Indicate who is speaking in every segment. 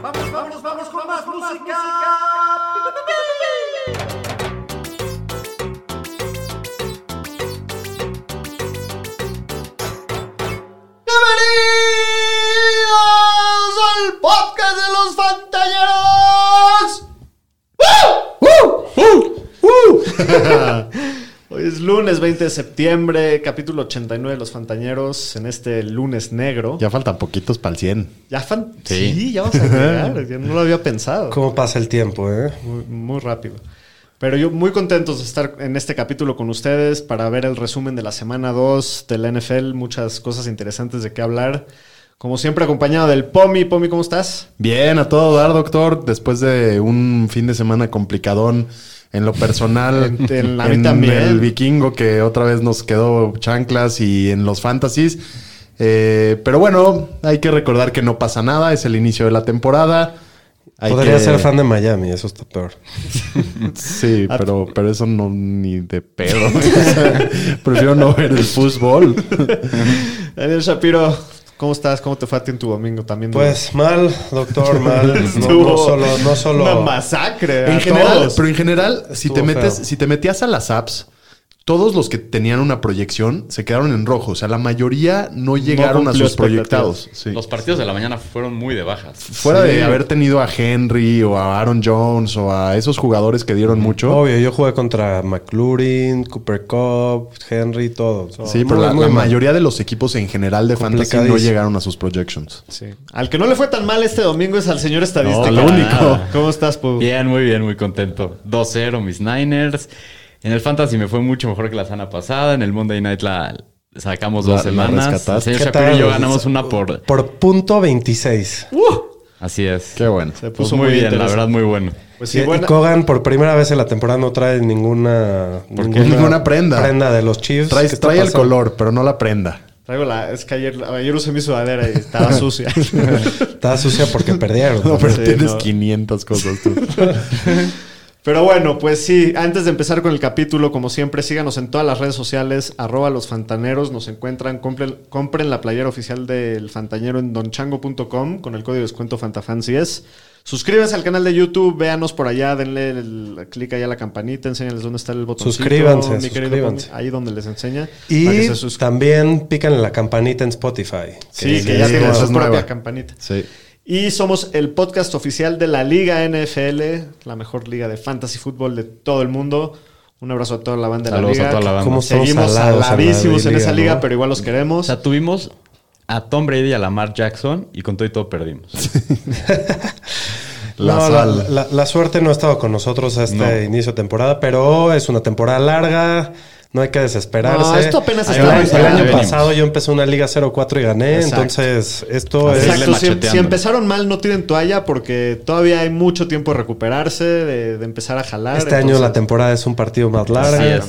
Speaker 1: Vamos, vamos, vamos con más música.
Speaker 2: Bienvenidos al podcast de los Fantalleros. Hoy es lunes 20 de septiembre, capítulo 89 de Los Fantañeros, en este lunes negro. Ya,
Speaker 3: Ya faltan poquitos para el 100.
Speaker 2: fan- sí.
Speaker 3: Sí.
Speaker 2: ya vamos a llegar. ya no lo había pensado.
Speaker 4: ¿Cómo pasa el tiempo, eh?
Speaker 2: Muy, muy rápido. Pero yo muy contentos de estar en este capítulo con ustedes para ver el resumen de la semana 2 de la NFL. Muchas cosas interesantes de qué hablar. Como siempre, acompañado del Pomi. Pomi, ¿cómo estás?
Speaker 3: Bien, a todo dar, doctor. Después de un fin de semana complicadón en lo personal,
Speaker 2: En- en- a mí también.
Speaker 3: el vikingo que otra vez nos quedó chanclas y en los fantasies. Eh, pero bueno, hay que recordar que no pasa nada, es el inicio de la temporada. Hay
Speaker 4: Podría
Speaker 3: que-
Speaker 4: ser fan de Miami, eso está peor.
Speaker 3: Sí, pero, pero eso no ni de pedo. O sea, Prefiero no ver el fútbol.
Speaker 2: Daniel Shapiro, ¿cómo estás? ¿Cómo te fue a ti en tu domingo también?
Speaker 4: Pues mal, doctor, mal. No,
Speaker 2: Estuvo
Speaker 4: no solo, no
Speaker 2: Una
Speaker 4: solo.
Speaker 2: masacre. Eh, a
Speaker 3: En general,
Speaker 2: todos.
Speaker 3: pero en general, si te
Speaker 4: Estuvo
Speaker 3: metes,
Speaker 4: feo.
Speaker 3: si te metías a las apps, todos los que tenían una proyección se quedaron en rojo. O sea, la mayoría no llegaron a
Speaker 2: cumplió
Speaker 3: sus proyectados. Sí.
Speaker 5: Los partidos de la mañana fueron muy de bajas.
Speaker 3: Fuera
Speaker 2: Sí.
Speaker 3: de haber tenido a Henry o a Aaron Jones o a esos jugadores que dieron mucho.
Speaker 4: Obvio, yo jugué contra McLaurin, Cooper Cup, Henry, todo.
Speaker 3: Sí,
Speaker 4: Muy,
Speaker 3: pero la,
Speaker 4: muy
Speaker 3: la
Speaker 4: mal.
Speaker 3: mayoría de los equipos en general de fantasy no
Speaker 4: Complicadísimo.
Speaker 3: llegaron a sus projections.
Speaker 2: Sí. Al que no le fue tan mal este domingo es al señor estadístico.
Speaker 3: No, lo único.
Speaker 2: Ah, ¿Cómo estás, Pau?
Speaker 5: Bien, muy bien, muy contento. 2-0 mis Niners. En el Fantasy me fue mucho mejor que la semana pasada. En el Monday Night la sacamos
Speaker 3: La-
Speaker 5: dos
Speaker 3: la
Speaker 5: semanas.
Speaker 3: rescataste.
Speaker 5: el señor
Speaker 4: ¿Qué
Speaker 5: Shapiro
Speaker 4: tal?
Speaker 5: y yo ganamos una por...
Speaker 4: Por punto 26.
Speaker 5: Así es.
Speaker 3: Qué bueno.
Speaker 2: Se
Speaker 5: Pues
Speaker 2: puso
Speaker 5: muy
Speaker 2: muy
Speaker 5: bien, la
Speaker 2: interesante.
Speaker 5: verdad, muy bueno.
Speaker 2: Pues
Speaker 4: y,
Speaker 2: sí,
Speaker 4: y
Speaker 2: buena-
Speaker 4: Kogan por primera vez en la temporada no trae ninguna.
Speaker 3: Ninguna prenda.
Speaker 4: Prenda de los Chiefs.
Speaker 3: Trae,
Speaker 4: ¿Qué está
Speaker 3: trae el
Speaker 4: pasando?
Speaker 3: color, pero no la prenda.
Speaker 2: Traigo la... Es que ayer, ayer usé mi sudadera y estaba sucia.
Speaker 4: Está sucia porque perdieron.
Speaker 3: No, pero
Speaker 2: Sí,
Speaker 3: tienes
Speaker 2: no.
Speaker 3: 500 cosas tú.
Speaker 2: Pero bueno, pues sí, antes de empezar con el capítulo, como siempre, síganos en todas las redes sociales, arroba los fantaneros, nos encuentran, compren, compren la playera oficial del fantañero en donchango.com con el código de descuento fantafancies. Suscríbanse al canal de YouTube, véanos por allá, denle el, clic ahí a la campanita, enséñales dónde está el botoncito.
Speaker 4: Suscríbanse,
Speaker 2: mi querido
Speaker 4: suscríbanse.
Speaker 2: Pony, ahí donde les enseña. para que
Speaker 4: Y
Speaker 2: se sus-
Speaker 4: también pícanle la campanita en Spotify.
Speaker 2: Sí, que
Speaker 3: sí,
Speaker 2: ya
Speaker 3: sí,
Speaker 2: tienen
Speaker 3: esa
Speaker 2: su
Speaker 3: es
Speaker 2: propia
Speaker 3: nueva.
Speaker 2: campanita.
Speaker 3: Sí.
Speaker 2: Y somos el podcast oficial de la Liga NFL, la mejor liga de fantasy fútbol de todo el mundo. Un abrazo a toda la banda de
Speaker 5: Saludos
Speaker 2: la
Speaker 5: a
Speaker 2: liga.
Speaker 5: toda la banda.
Speaker 4: ¿Cómo estamos
Speaker 2: Seguimos
Speaker 4: salados en la
Speaker 2: saladísimos en
Speaker 4: liga,
Speaker 2: esa liga,
Speaker 4: no?
Speaker 2: pero igual los
Speaker 5: O
Speaker 2: queremos.
Speaker 5: sea, tuvimos a Tom Brady y a Lamar Jackson y con todo y todo perdimos.
Speaker 3: La
Speaker 4: No,
Speaker 3: sal.
Speaker 4: la- la suerte no ha estado con nosotros este
Speaker 5: No.
Speaker 4: inicio de temporada, pero es una temporada larga. No hay que desesperarse.
Speaker 2: No, esto apenas
Speaker 5: Ahí
Speaker 4: El,
Speaker 2: está
Speaker 4: año-
Speaker 5: vamos,
Speaker 4: el
Speaker 5: ahí
Speaker 4: año
Speaker 5: venimos.
Speaker 4: pasado yo empecé una Liga 0-4 y gané.
Speaker 2: Exacto.
Speaker 4: Entonces, esto
Speaker 5: Así
Speaker 2: Exacto,
Speaker 4: es.
Speaker 5: Seguirle
Speaker 2: si,
Speaker 5: macheteando.
Speaker 2: si empezaron mal, no tiren toalla porque todavía hay mucho tiempo de recuperarse, de, de empezar a jalar.
Speaker 4: Este año
Speaker 2: entonces-
Speaker 4: la temporada es un partido más
Speaker 5: Así
Speaker 4: larga.
Speaker 5: es.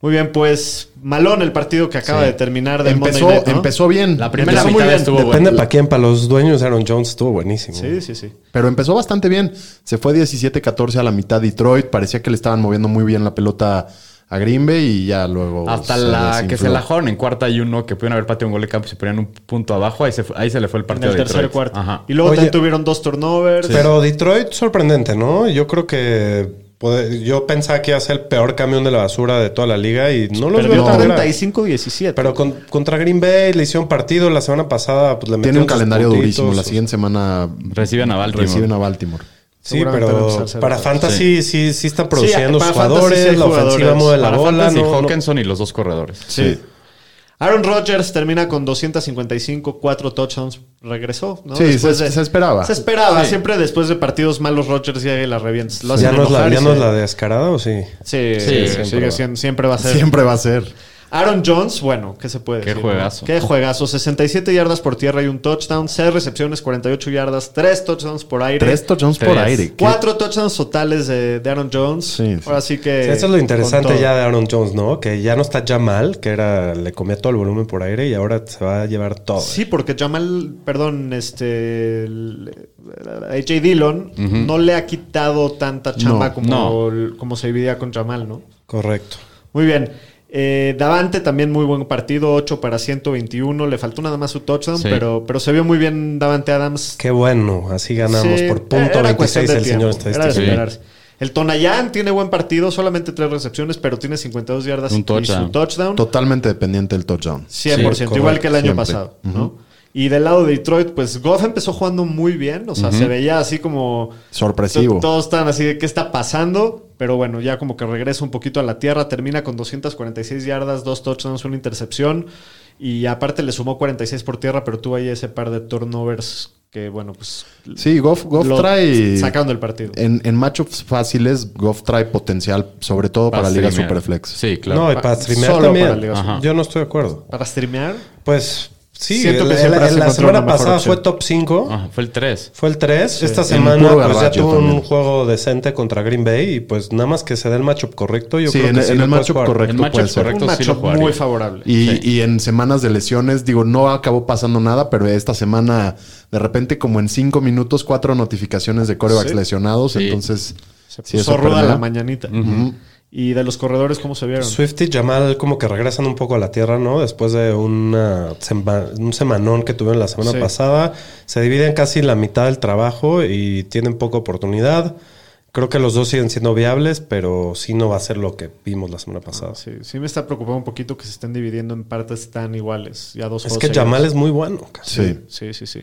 Speaker 2: Muy bien, pues Malón, el partido que acaba
Speaker 5: Sí.
Speaker 2: de terminar de
Speaker 3: Empezó,
Speaker 2: Monday Night, ¿no?
Speaker 3: empezó bien.
Speaker 5: La primera
Speaker 3: Empezó muy
Speaker 5: mitad
Speaker 3: bien.
Speaker 5: estuvo
Speaker 4: Depende
Speaker 5: buena.
Speaker 4: para quién, para los dueños Aaron Jones estuvo buenísimo.
Speaker 2: Sí, sí, sí.
Speaker 3: Pero empezó bastante bien. Se fue 17-14 a la mitad Detroit. Parecía que le estaban moviendo muy bien la pelota a Green Bay y ya luego.
Speaker 5: Hasta
Speaker 3: Oh, se
Speaker 5: la que se
Speaker 3: desinfló.
Speaker 5: la jugaron en cuarta y uno, que pudieron haber pateado un gol de campo y se ponían un punto abajo. Ahí se, fue- ahí se le fue el
Speaker 2: En
Speaker 5: partido.
Speaker 2: el
Speaker 5: de
Speaker 2: tercer
Speaker 5: Detroit.
Speaker 2: cuarto.
Speaker 5: Ajá.
Speaker 2: Y luego
Speaker 4: Oye.
Speaker 2: también tuvieron dos turnovers.
Speaker 4: Pero Detroit, sorprendente, ¿no? Yo creo que. puede- Yo pensaba que iba a ser el peor camión de la basura de toda la liga y no los
Speaker 2: Perdió
Speaker 4: veo tan grave.
Speaker 2: 35-17.
Speaker 4: Pero con- contra Green Bay le hicieron partido la semana pasada. Pues, le
Speaker 3: Tiene
Speaker 4: metieron
Speaker 3: un
Speaker 4: sus
Speaker 3: calendario
Speaker 4: puntitos.
Speaker 3: durísimo. La siguiente semana
Speaker 5: Reciben a Baltimore.
Speaker 3: reciben a Baltimore.
Speaker 4: Sí,
Speaker 2: Seguramente van a
Speaker 4: pero
Speaker 2: empezar a ser
Speaker 4: para
Speaker 2: otros.
Speaker 4: Fantasy sí, sí, están produciendo
Speaker 2: para
Speaker 4: sus
Speaker 2: Fantasy
Speaker 4: jugadores.
Speaker 2: sí hay
Speaker 4: la ofensiva
Speaker 2: jugadores.
Speaker 4: mueve la
Speaker 5: Para
Speaker 4: bola.
Speaker 5: Fantasy,
Speaker 4: No, no-
Speaker 5: Hawkinson y los dos corredores.
Speaker 2: Sí. Aaron Rodgers termina con 255, cuatro touchdowns. Regresó, ¿no?
Speaker 3: Sí, se- se esperaba.
Speaker 2: Se esperaba.
Speaker 5: Sí.
Speaker 2: Siempre después de partidos malos, Rodgers llega y la revienta. Lo hacen
Speaker 4: ¿Ya no es la,
Speaker 2: enojar y
Speaker 4: ya no es
Speaker 2: se-
Speaker 4: la descarada o sí?
Speaker 2: Sí,
Speaker 5: Sí,
Speaker 2: sí,
Speaker 5: siempre
Speaker 2: sigue
Speaker 5: va.
Speaker 2: siendo- siempre va a ser.
Speaker 3: Siempre va a ser.
Speaker 2: Aaron Jones, bueno, ¿qué se puede
Speaker 5: Qué
Speaker 2: decir?
Speaker 5: juegazo.
Speaker 2: Qué juegazo. 67 yardas por tierra y un touchdown. 6 recepciones, 48 yardas. 3 touchdowns por aire.
Speaker 3: Tres touchdowns
Speaker 5: Tres.
Speaker 3: por aire. ¿Qué?
Speaker 2: 4 touchdowns totales de, de Aaron Jones.
Speaker 3: Sí, sí.
Speaker 2: Ahora sí que.
Speaker 4: Eso es lo
Speaker 2: con
Speaker 4: interesante
Speaker 2: todo.
Speaker 4: ya de Aaron Jones, ¿no? Que ya no está Jamal, que era le comía todo el volumen por aire y ahora se va a llevar todo.
Speaker 2: Sí, porque Jamal, perdón, este. el- AJ Dillon no le ha quitado tanta chamba
Speaker 3: No,
Speaker 2: como,
Speaker 5: no.
Speaker 2: el- como se dividía con Jamal, ¿no?
Speaker 4: Correcto.
Speaker 2: Muy bien. Eh, Davante también muy buen partido, 8 para 121. Le faltó nada más su touchdown,
Speaker 5: Sí.
Speaker 2: pero, pero se vio muy bien Davante Adams.
Speaker 4: Qué bueno, así ganamos
Speaker 2: Sí,
Speaker 4: por punto
Speaker 2: era cuestión
Speaker 4: 26
Speaker 2: de
Speaker 4: el
Speaker 2: tiempo, Era
Speaker 4: señor
Speaker 2: de
Speaker 4: estadístico.
Speaker 5: Sí.
Speaker 2: esperarse. El Tonayán tiene buen partido, solamente tres recepciones, pero tiene 52 yardas
Speaker 5: Un
Speaker 2: y
Speaker 5: touchdown.
Speaker 2: su touchdown.
Speaker 3: Totalmente dependiente del touchdown.
Speaker 2: 100%,
Speaker 5: Sí,
Speaker 2: igual
Speaker 5: correcto,
Speaker 2: que el año
Speaker 3: siempre.
Speaker 2: pasado, ¿no? Y del lado de Detroit, pues Goff empezó jugando muy bien, o sea, se veía así como...
Speaker 3: Sorpresivo.
Speaker 2: to- Todos están así de qué está pasando, pero bueno, ya como que regresa un poquito a la tierra, termina con 246 yardas, dos touchdowns, una intercepción, y aparte le sumó 46 por tierra, pero tuvo ahí ese par de turnovers que, bueno, pues...
Speaker 3: Sí, Goff, Goff
Speaker 2: lo
Speaker 3: trae. eh,
Speaker 2: Sacando el partido.
Speaker 3: En, en matchups fáciles, Goff trae potencial, sobre todo para, Liga
Speaker 5: streamear.
Speaker 3: Superflex.
Speaker 5: Sí, claro.
Speaker 4: No, y para streamear
Speaker 2: Solo
Speaker 4: también.
Speaker 2: para Liga
Speaker 4: Ajá.
Speaker 5: Super.
Speaker 4: Yo no estoy de acuerdo.
Speaker 2: Para streamear,
Speaker 4: Pues sí,
Speaker 2: Siento
Speaker 4: el-
Speaker 2: que
Speaker 4: el-
Speaker 2: siempre
Speaker 4: el-
Speaker 2: se
Speaker 4: la
Speaker 2: encuentra una
Speaker 4: semana
Speaker 2: mejor
Speaker 4: pasada
Speaker 2: opción.
Speaker 4: fue top 5.
Speaker 5: Ajá, Ah, fue el 3.
Speaker 4: Fue el 3. Esta
Speaker 3: En
Speaker 4: semana
Speaker 3: puro
Speaker 4: pues ya
Speaker 3: garracho
Speaker 4: tuvo un
Speaker 3: también.
Speaker 4: juego decente contra Green Bay y pues nada más que se dé el matchup correcto. Yo
Speaker 3: Sí,
Speaker 4: creo
Speaker 3: en,
Speaker 4: que
Speaker 3: en
Speaker 4: sí lo
Speaker 3: el
Speaker 4: puedes
Speaker 3: matchup
Speaker 4: jugar.
Speaker 3: correcto
Speaker 5: En matchup
Speaker 3: puede ser.
Speaker 5: correcto.
Speaker 2: un
Speaker 5: sí lo
Speaker 2: macho
Speaker 5: jugaría.
Speaker 2: muy favorable.
Speaker 3: Y, y en semanas de lesiones, digo, no acabó pasando nada, pero esta semana, de repente, como en cinco minutos, cuatro notificaciones de corebacks
Speaker 2: Sí.
Speaker 3: lesionados.
Speaker 5: Sí.
Speaker 3: Entonces,
Speaker 2: Se
Speaker 3: sí,
Speaker 2: puso
Speaker 3: eso
Speaker 2: ruda
Speaker 3: perdió.
Speaker 2: la mañanita. Y de los corredores, ¿cómo se vieron?
Speaker 4: Swift y Jamal como que regresan un poco a la tierra, ¿no? Después de una sema- un semanón que tuvieron la semana
Speaker 2: Sí.
Speaker 4: pasada. Se dividen casi la mitad del trabajo y tienen poca oportunidad. Creo que los dos siguen siendo viables, pero sí no va a ser lo que vimos la semana pasada.
Speaker 2: Sí, sí me está preocupando un poquito que se estén dividiendo en partes tan iguales. Ya dos
Speaker 4: Es
Speaker 2: juegos
Speaker 4: que
Speaker 2: seguidos.
Speaker 4: Jamal es muy bueno. cara.
Speaker 3: sí.
Speaker 2: Sí, sí, sí.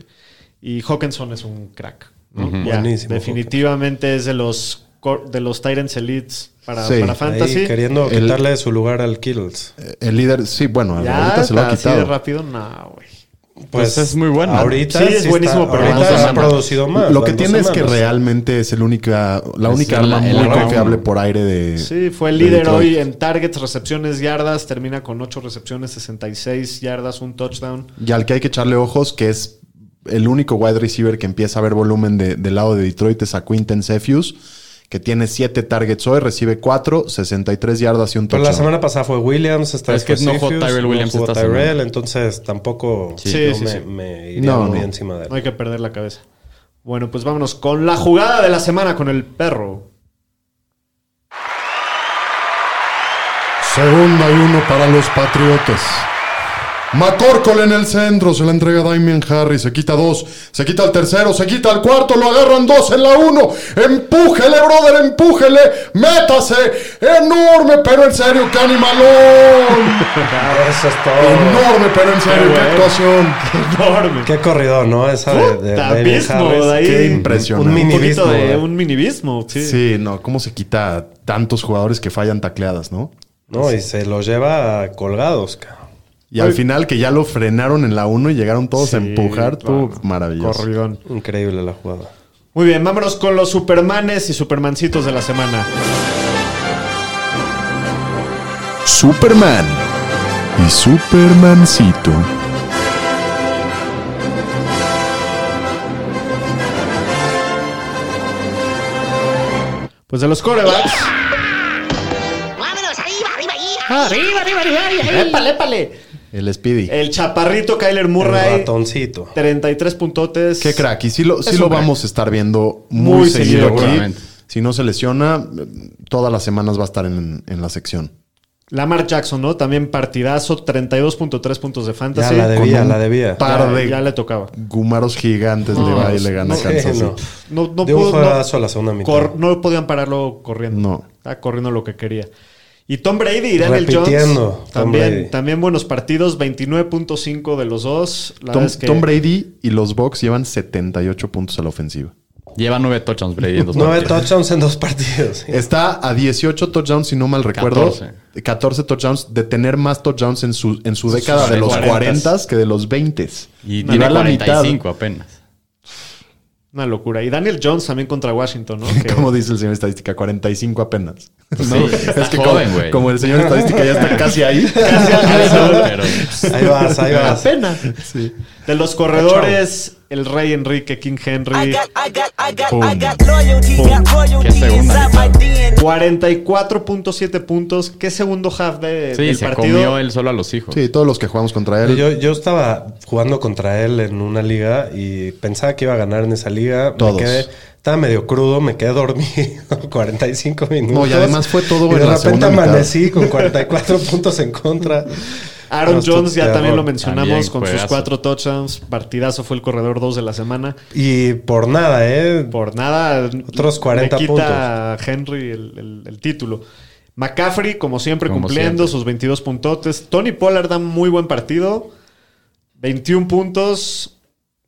Speaker 2: Y Hawkinson es un crack. ¿no? Ya,
Speaker 4: Buenísimo,
Speaker 2: definitivamente es de los cor- de los Tyrants Elites para,
Speaker 3: Sí,
Speaker 2: para
Speaker 3: ahí
Speaker 2: Fantasy.
Speaker 4: Ahí queriendo
Speaker 3: El-
Speaker 4: quitarle su lugar al Kills.
Speaker 3: Eh, El líder, sí, bueno,
Speaker 2: Ya,
Speaker 3: ahorita se lo ha
Speaker 2: así de
Speaker 3: quitado.
Speaker 2: rápido, no, güey.
Speaker 5: Pues es muy bueno.
Speaker 4: Ahorita
Speaker 2: Sí, es buenísimo, pero
Speaker 4: ahorita
Speaker 5: van dos
Speaker 4: ha
Speaker 5: semanas.
Speaker 4: producido más.
Speaker 3: Lo
Speaker 4: van
Speaker 3: que
Speaker 4: dos
Speaker 3: tiene es que
Speaker 4: semanas.
Speaker 3: realmente es el única, la
Speaker 5: Es
Speaker 3: única
Speaker 5: el-
Speaker 3: arma
Speaker 5: el
Speaker 3: muy
Speaker 5: arma.
Speaker 3: confiable por aire de.
Speaker 2: Sí, fue el
Speaker 3: de
Speaker 2: líder
Speaker 3: Detroit.
Speaker 2: hoy en targets, recepciones, yardas. Termina con 8 recepciones, 66 yardas, un touchdown.
Speaker 3: Y al que hay que echarle ojos, que es el único wide receiver que empieza a ver volumen de- del lado de Detroit, es a Quinten Cephus, que tiene 7 targets hoy, recibe 4, 63 yardas y un
Speaker 4: Pero la
Speaker 3: touchdown.
Speaker 4: semana pasada fue Williams, esta
Speaker 5: Pero
Speaker 4: vez
Speaker 5: es que
Speaker 4: fue
Speaker 5: no jugó
Speaker 4: Seifius,
Speaker 5: Tyrell Williams
Speaker 4: no jugó
Speaker 5: esta
Speaker 4: Tyrell,
Speaker 5: semana.
Speaker 4: entonces tampoco
Speaker 5: Sí.
Speaker 2: Sí,
Speaker 4: yo
Speaker 2: sí,
Speaker 4: me,
Speaker 2: sí.
Speaker 4: me iría
Speaker 3: No,
Speaker 4: muy
Speaker 3: no.
Speaker 4: encima de él.
Speaker 2: No hay que perder la cabeza. Bueno, pues vámonos con la jugada de la semana con el perro.
Speaker 3: Segunda y uno para los Patriotas. Macorcol en el centro, se la entrega a Damien Harris, se quita dos, se quita el tercero, se quita el cuarto, lo agarran dos en la uno, empújele, brother, empújele, métase, enorme, pero en serio, qué animalón,
Speaker 4: Eso es todo.
Speaker 3: enorme, pero en serio, qué actuación.
Speaker 2: Enorme.
Speaker 4: Qué corrido, ¿no? Esa de, de
Speaker 2: Puta,
Speaker 4: Damien
Speaker 2: abismo,
Speaker 4: Harris.
Speaker 2: de ahí.
Speaker 3: Qué impresionante.
Speaker 4: Un
Speaker 2: Un
Speaker 4: minivismo.
Speaker 2: poquito de
Speaker 4: ¿verdad?
Speaker 2: un minivismo, sí.
Speaker 3: Sí, no, cómo se quita a tantos jugadores que fallan tacleadas, ¿no?
Speaker 4: No, y se lo lleva a colgados, cabrón.
Speaker 3: Y al final que ya lo frenaron en la uno y llegaron todos a
Speaker 2: Sí,
Speaker 3: empujar, tú,
Speaker 2: claro.
Speaker 3: maravilloso.
Speaker 2: Corridón.
Speaker 4: Increíble la jugada.
Speaker 2: Muy bien, vámonos con los supermanes y supermancitos de la semana.
Speaker 6: Superman y Supermancito.
Speaker 2: Pues de los corebacks.
Speaker 7: Vámonos, arriba, arriba, ahí.
Speaker 2: ¡Arriba, arriba, arriba! ¡Épale, épale!
Speaker 3: El Speedy.
Speaker 2: El chaparrito Kyler
Speaker 4: El
Speaker 2: Murray.
Speaker 4: ratoncito.
Speaker 2: 33 puntotes.
Speaker 3: Qué crack. Y sí lo, sí
Speaker 2: Es
Speaker 3: lo
Speaker 2: un crack.
Speaker 3: vamos a estar viendo
Speaker 2: Muy
Speaker 3: muy,
Speaker 2: seguido,
Speaker 3: seguido, aquí.
Speaker 5: seguramente.
Speaker 3: Si no se lesiona, todas las semanas va a estar en, en la sección.
Speaker 2: Lamar Jackson, ¿no? También partidazo. 32.3 puntos de
Speaker 4: Ya
Speaker 2: fantasy.
Speaker 4: la
Speaker 2: Con-
Speaker 4: debía,
Speaker 3: un
Speaker 4: la debía.
Speaker 3: pa- par de-
Speaker 2: ya le tocaba.
Speaker 3: Gumaros gigantes le va y le gana a
Speaker 8: eh,
Speaker 4: Sí,
Speaker 3: Kansas City.
Speaker 4: no.
Speaker 2: No, no
Speaker 4: De un
Speaker 2: pudo- no-
Speaker 4: juegazo a la segunda mitad.
Speaker 2: Cor- no podían pararlo corriendo.
Speaker 3: No.
Speaker 2: Estaba corriendo lo que quería. Y Tom Brady y Daniel
Speaker 4: Repitiendo,
Speaker 2: Jones.
Speaker 4: Tom
Speaker 2: También,
Speaker 4: Brady.
Speaker 2: también buenos partidos. 29.5 de los dos. La
Speaker 3: Tom,
Speaker 2: verdad es que
Speaker 3: Tom Brady y los Bucks llevan 78 puntos a la ofensiva.
Speaker 5: Lleva 9 touchdowns Brady en dos
Speaker 4: Nueve
Speaker 5: partidos.
Speaker 4: touchdowns en dos partidos.
Speaker 3: Está a 18 touchdowns, si no mal recuerdo.
Speaker 5: 14.
Speaker 3: 14, touchdowns de tener más touchdowns en su, en su década de los
Speaker 5: 40s.
Speaker 3: 40 que de los 20.
Speaker 5: Y tiene 45 apenas.
Speaker 2: Una locura. Y Daniel Jones también contra Washington, ¿no? Que-
Speaker 3: Como dice el señor estadística, 45 apenas.
Speaker 5: Sí, está joven,
Speaker 8: como,
Speaker 5: güey.
Speaker 8: como el señor estadística ya está casi ahí.
Speaker 2: Casi alcanzó.
Speaker 5: Pero-
Speaker 4: Ahí vas, ahí vas.
Speaker 2: Pena.
Speaker 8: Sí.
Speaker 2: De los corredores, el rey Enrique, King Henry.
Speaker 5: Qué segunda mitad.
Speaker 2: 44.7 puntos. ¿Qué segundo half de,
Speaker 5: Sí,
Speaker 2: del
Speaker 5: se
Speaker 2: partido?
Speaker 5: comió él solo a los hijos.
Speaker 8: Sí, todos los que jugamos contra él.
Speaker 4: Yo, yo estaba jugando contra él en una liga y pensaba que iba a ganar en esa liga.
Speaker 8: Todos.
Speaker 4: Me quedé, estaba medio crudo, me quedé dormido 45 minutos.
Speaker 8: No, y además fue todo
Speaker 4: Y de
Speaker 8: en la
Speaker 4: repente
Speaker 8: segunda mitad.
Speaker 4: amanecí con 44 puntos en contra.
Speaker 2: Aaron
Speaker 4: Nuestro
Speaker 2: Jones, ya
Speaker 4: peor.
Speaker 2: también lo mencionamos
Speaker 5: También
Speaker 2: con sus
Speaker 5: juegazo.
Speaker 2: cuatro touchdowns. Partidazo fue el corredor 2 de la semana.
Speaker 4: Y por nada, ¿eh?
Speaker 2: Por nada.
Speaker 4: Otros 40
Speaker 2: le quita a Henry el, el- el título. McCaffrey, como siempre,
Speaker 5: Como
Speaker 2: cumpliendo
Speaker 5: siempre.
Speaker 2: sus 22 puntotes. Tony Pollard da un muy buen partido. 21 puntos.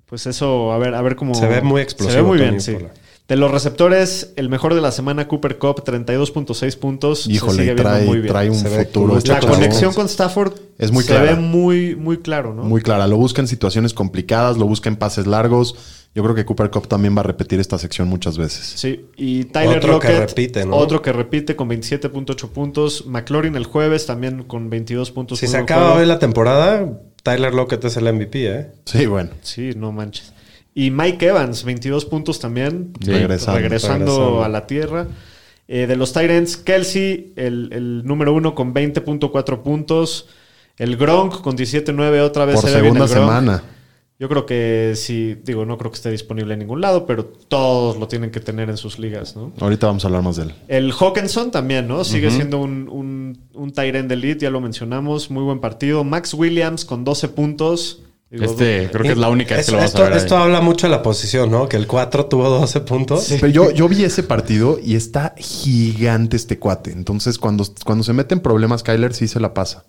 Speaker 2: Pues eso, a ver, a ver cómo.
Speaker 4: Se ve muy explosivo
Speaker 2: Se ve muy
Speaker 4: Tony
Speaker 2: bien, sí.
Speaker 4: Pollard.
Speaker 2: De los receptores, el mejor de la semana, Cooper Cup, 32.6 puntos. se
Speaker 8: Híjole,
Speaker 2: sigue
Speaker 8: y
Speaker 2: viendo muy
Speaker 8: trae,
Speaker 2: bien.
Speaker 8: trae un
Speaker 4: Se ve
Speaker 8: futuro.
Speaker 4: cool.
Speaker 8: este
Speaker 2: La
Speaker 8: chavo.
Speaker 2: conexión con Stafford
Speaker 8: Es muy
Speaker 2: se
Speaker 8: clara.
Speaker 2: ve muy, muy claro, ¿no?
Speaker 8: Muy clara. Lo busca en situaciones complicadas, lo busca en pases largos. Yo creo que Cooper Cup también va a repetir esta sección muchas veces.
Speaker 2: Sí, y Tyler
Speaker 4: Otro que
Speaker 2: Lockett,
Speaker 4: repite, ¿no?
Speaker 2: otro que repite con 27.8 puntos. McLaurin el jueves también con 22 puntos.
Speaker 4: Si
Speaker 2: por
Speaker 4: se
Speaker 2: un
Speaker 4: acaba
Speaker 2: juego.
Speaker 4: hoy la temporada, Tyler Lockett es el MVP, ¿eh?
Speaker 8: Sí, bueno.
Speaker 2: Sí, no manches. Y Mike Evans, 22 puntos también.
Speaker 5: Sí,
Speaker 8: regresando,
Speaker 2: regresando
Speaker 4: regresando.
Speaker 2: a la tierra. Eh, de los Tyrants, Kelsey, el, el número uno con 20.4 puntos. El Gronk con 17.9 otra vez.
Speaker 8: Por
Speaker 2: se ve bien
Speaker 8: segunda
Speaker 2: el Gronk.
Speaker 8: semana.
Speaker 2: Yo creo que sí, digo, no creo que esté disponible en ningún lado, pero todos lo tienen que tener en sus ligas, ¿no?
Speaker 8: Ahorita vamos a hablar más de él.
Speaker 2: El Hawkinson también, ¿no? Sigue siendo un, un, un tight end elite, ya lo mencionamos. Muy buen partido. Max Williams con 12 puntos. Digo,
Speaker 5: Este, creo que es la única vez que
Speaker 4: Esto,
Speaker 5: lo vas a
Speaker 4: esto,
Speaker 5: ver. ahí.
Speaker 4: esto habla mucho de la posición, ¿no? Que el 4 tuvo 12 puntos.
Speaker 8: Pero yo, yo vi ese partido y está gigante este cuate. Entonces, cuando, cuando se meten problemas, Kyler sí se la pasa.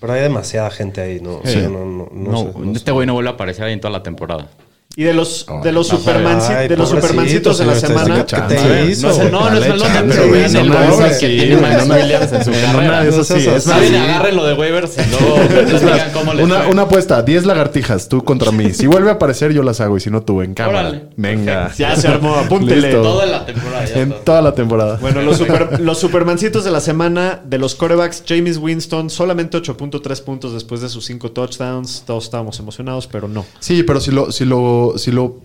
Speaker 4: Pero hay demasiada gente ahí, ¿no? O sea, no, no, no
Speaker 5: No,
Speaker 4: sé, no sé.
Speaker 5: este güey no vuelve a aparecer ahí en toda la temporada.
Speaker 2: Y de los, de los, supermanci-
Speaker 4: Ay,
Speaker 2: de los
Speaker 4: pobrecito,
Speaker 2: supermancitos en la
Speaker 4: señor
Speaker 2: semana.
Speaker 4: Estadística, ¿qué te
Speaker 8: Chance.
Speaker 4: hizo?
Speaker 5: No, es- no, no es
Speaker 8: Dale,
Speaker 5: malote,
Speaker 8: chance,
Speaker 5: pero
Speaker 8: güey,
Speaker 5: vean
Speaker 8: no
Speaker 5: el
Speaker 8: mames,
Speaker 5: pobre
Speaker 8: sí,
Speaker 5: que tiene Max
Speaker 8: no,
Speaker 5: Williams en su
Speaker 8: en
Speaker 5: carrera.
Speaker 8: una de esas sí,
Speaker 5: Entonces,
Speaker 8: es
Speaker 5: más bien
Speaker 8: así.
Speaker 5: agárrenlo de waivers y luego platican cómo les
Speaker 8: Una,
Speaker 5: fue.
Speaker 8: una apuesta, 10 lagartijas, tú contra mí. Si vuelve a aparecer, yo las hago. Y si no, tú en cámara.
Speaker 5: Órale.
Speaker 8: Venga.
Speaker 2: Ya se armó, apúntele.
Speaker 8: Listo.
Speaker 5: Toda la temporada ya
Speaker 8: En
Speaker 5: está.
Speaker 8: toda la temporada.
Speaker 2: Bueno, los, super- los supermancitos de la semana, de los corebacks, James Winston, solamente 8.3 puntos después de sus 5 touchdowns. Todos estábamos emocionados, pero no.
Speaker 8: Sí, pero si lo, si lo, si lo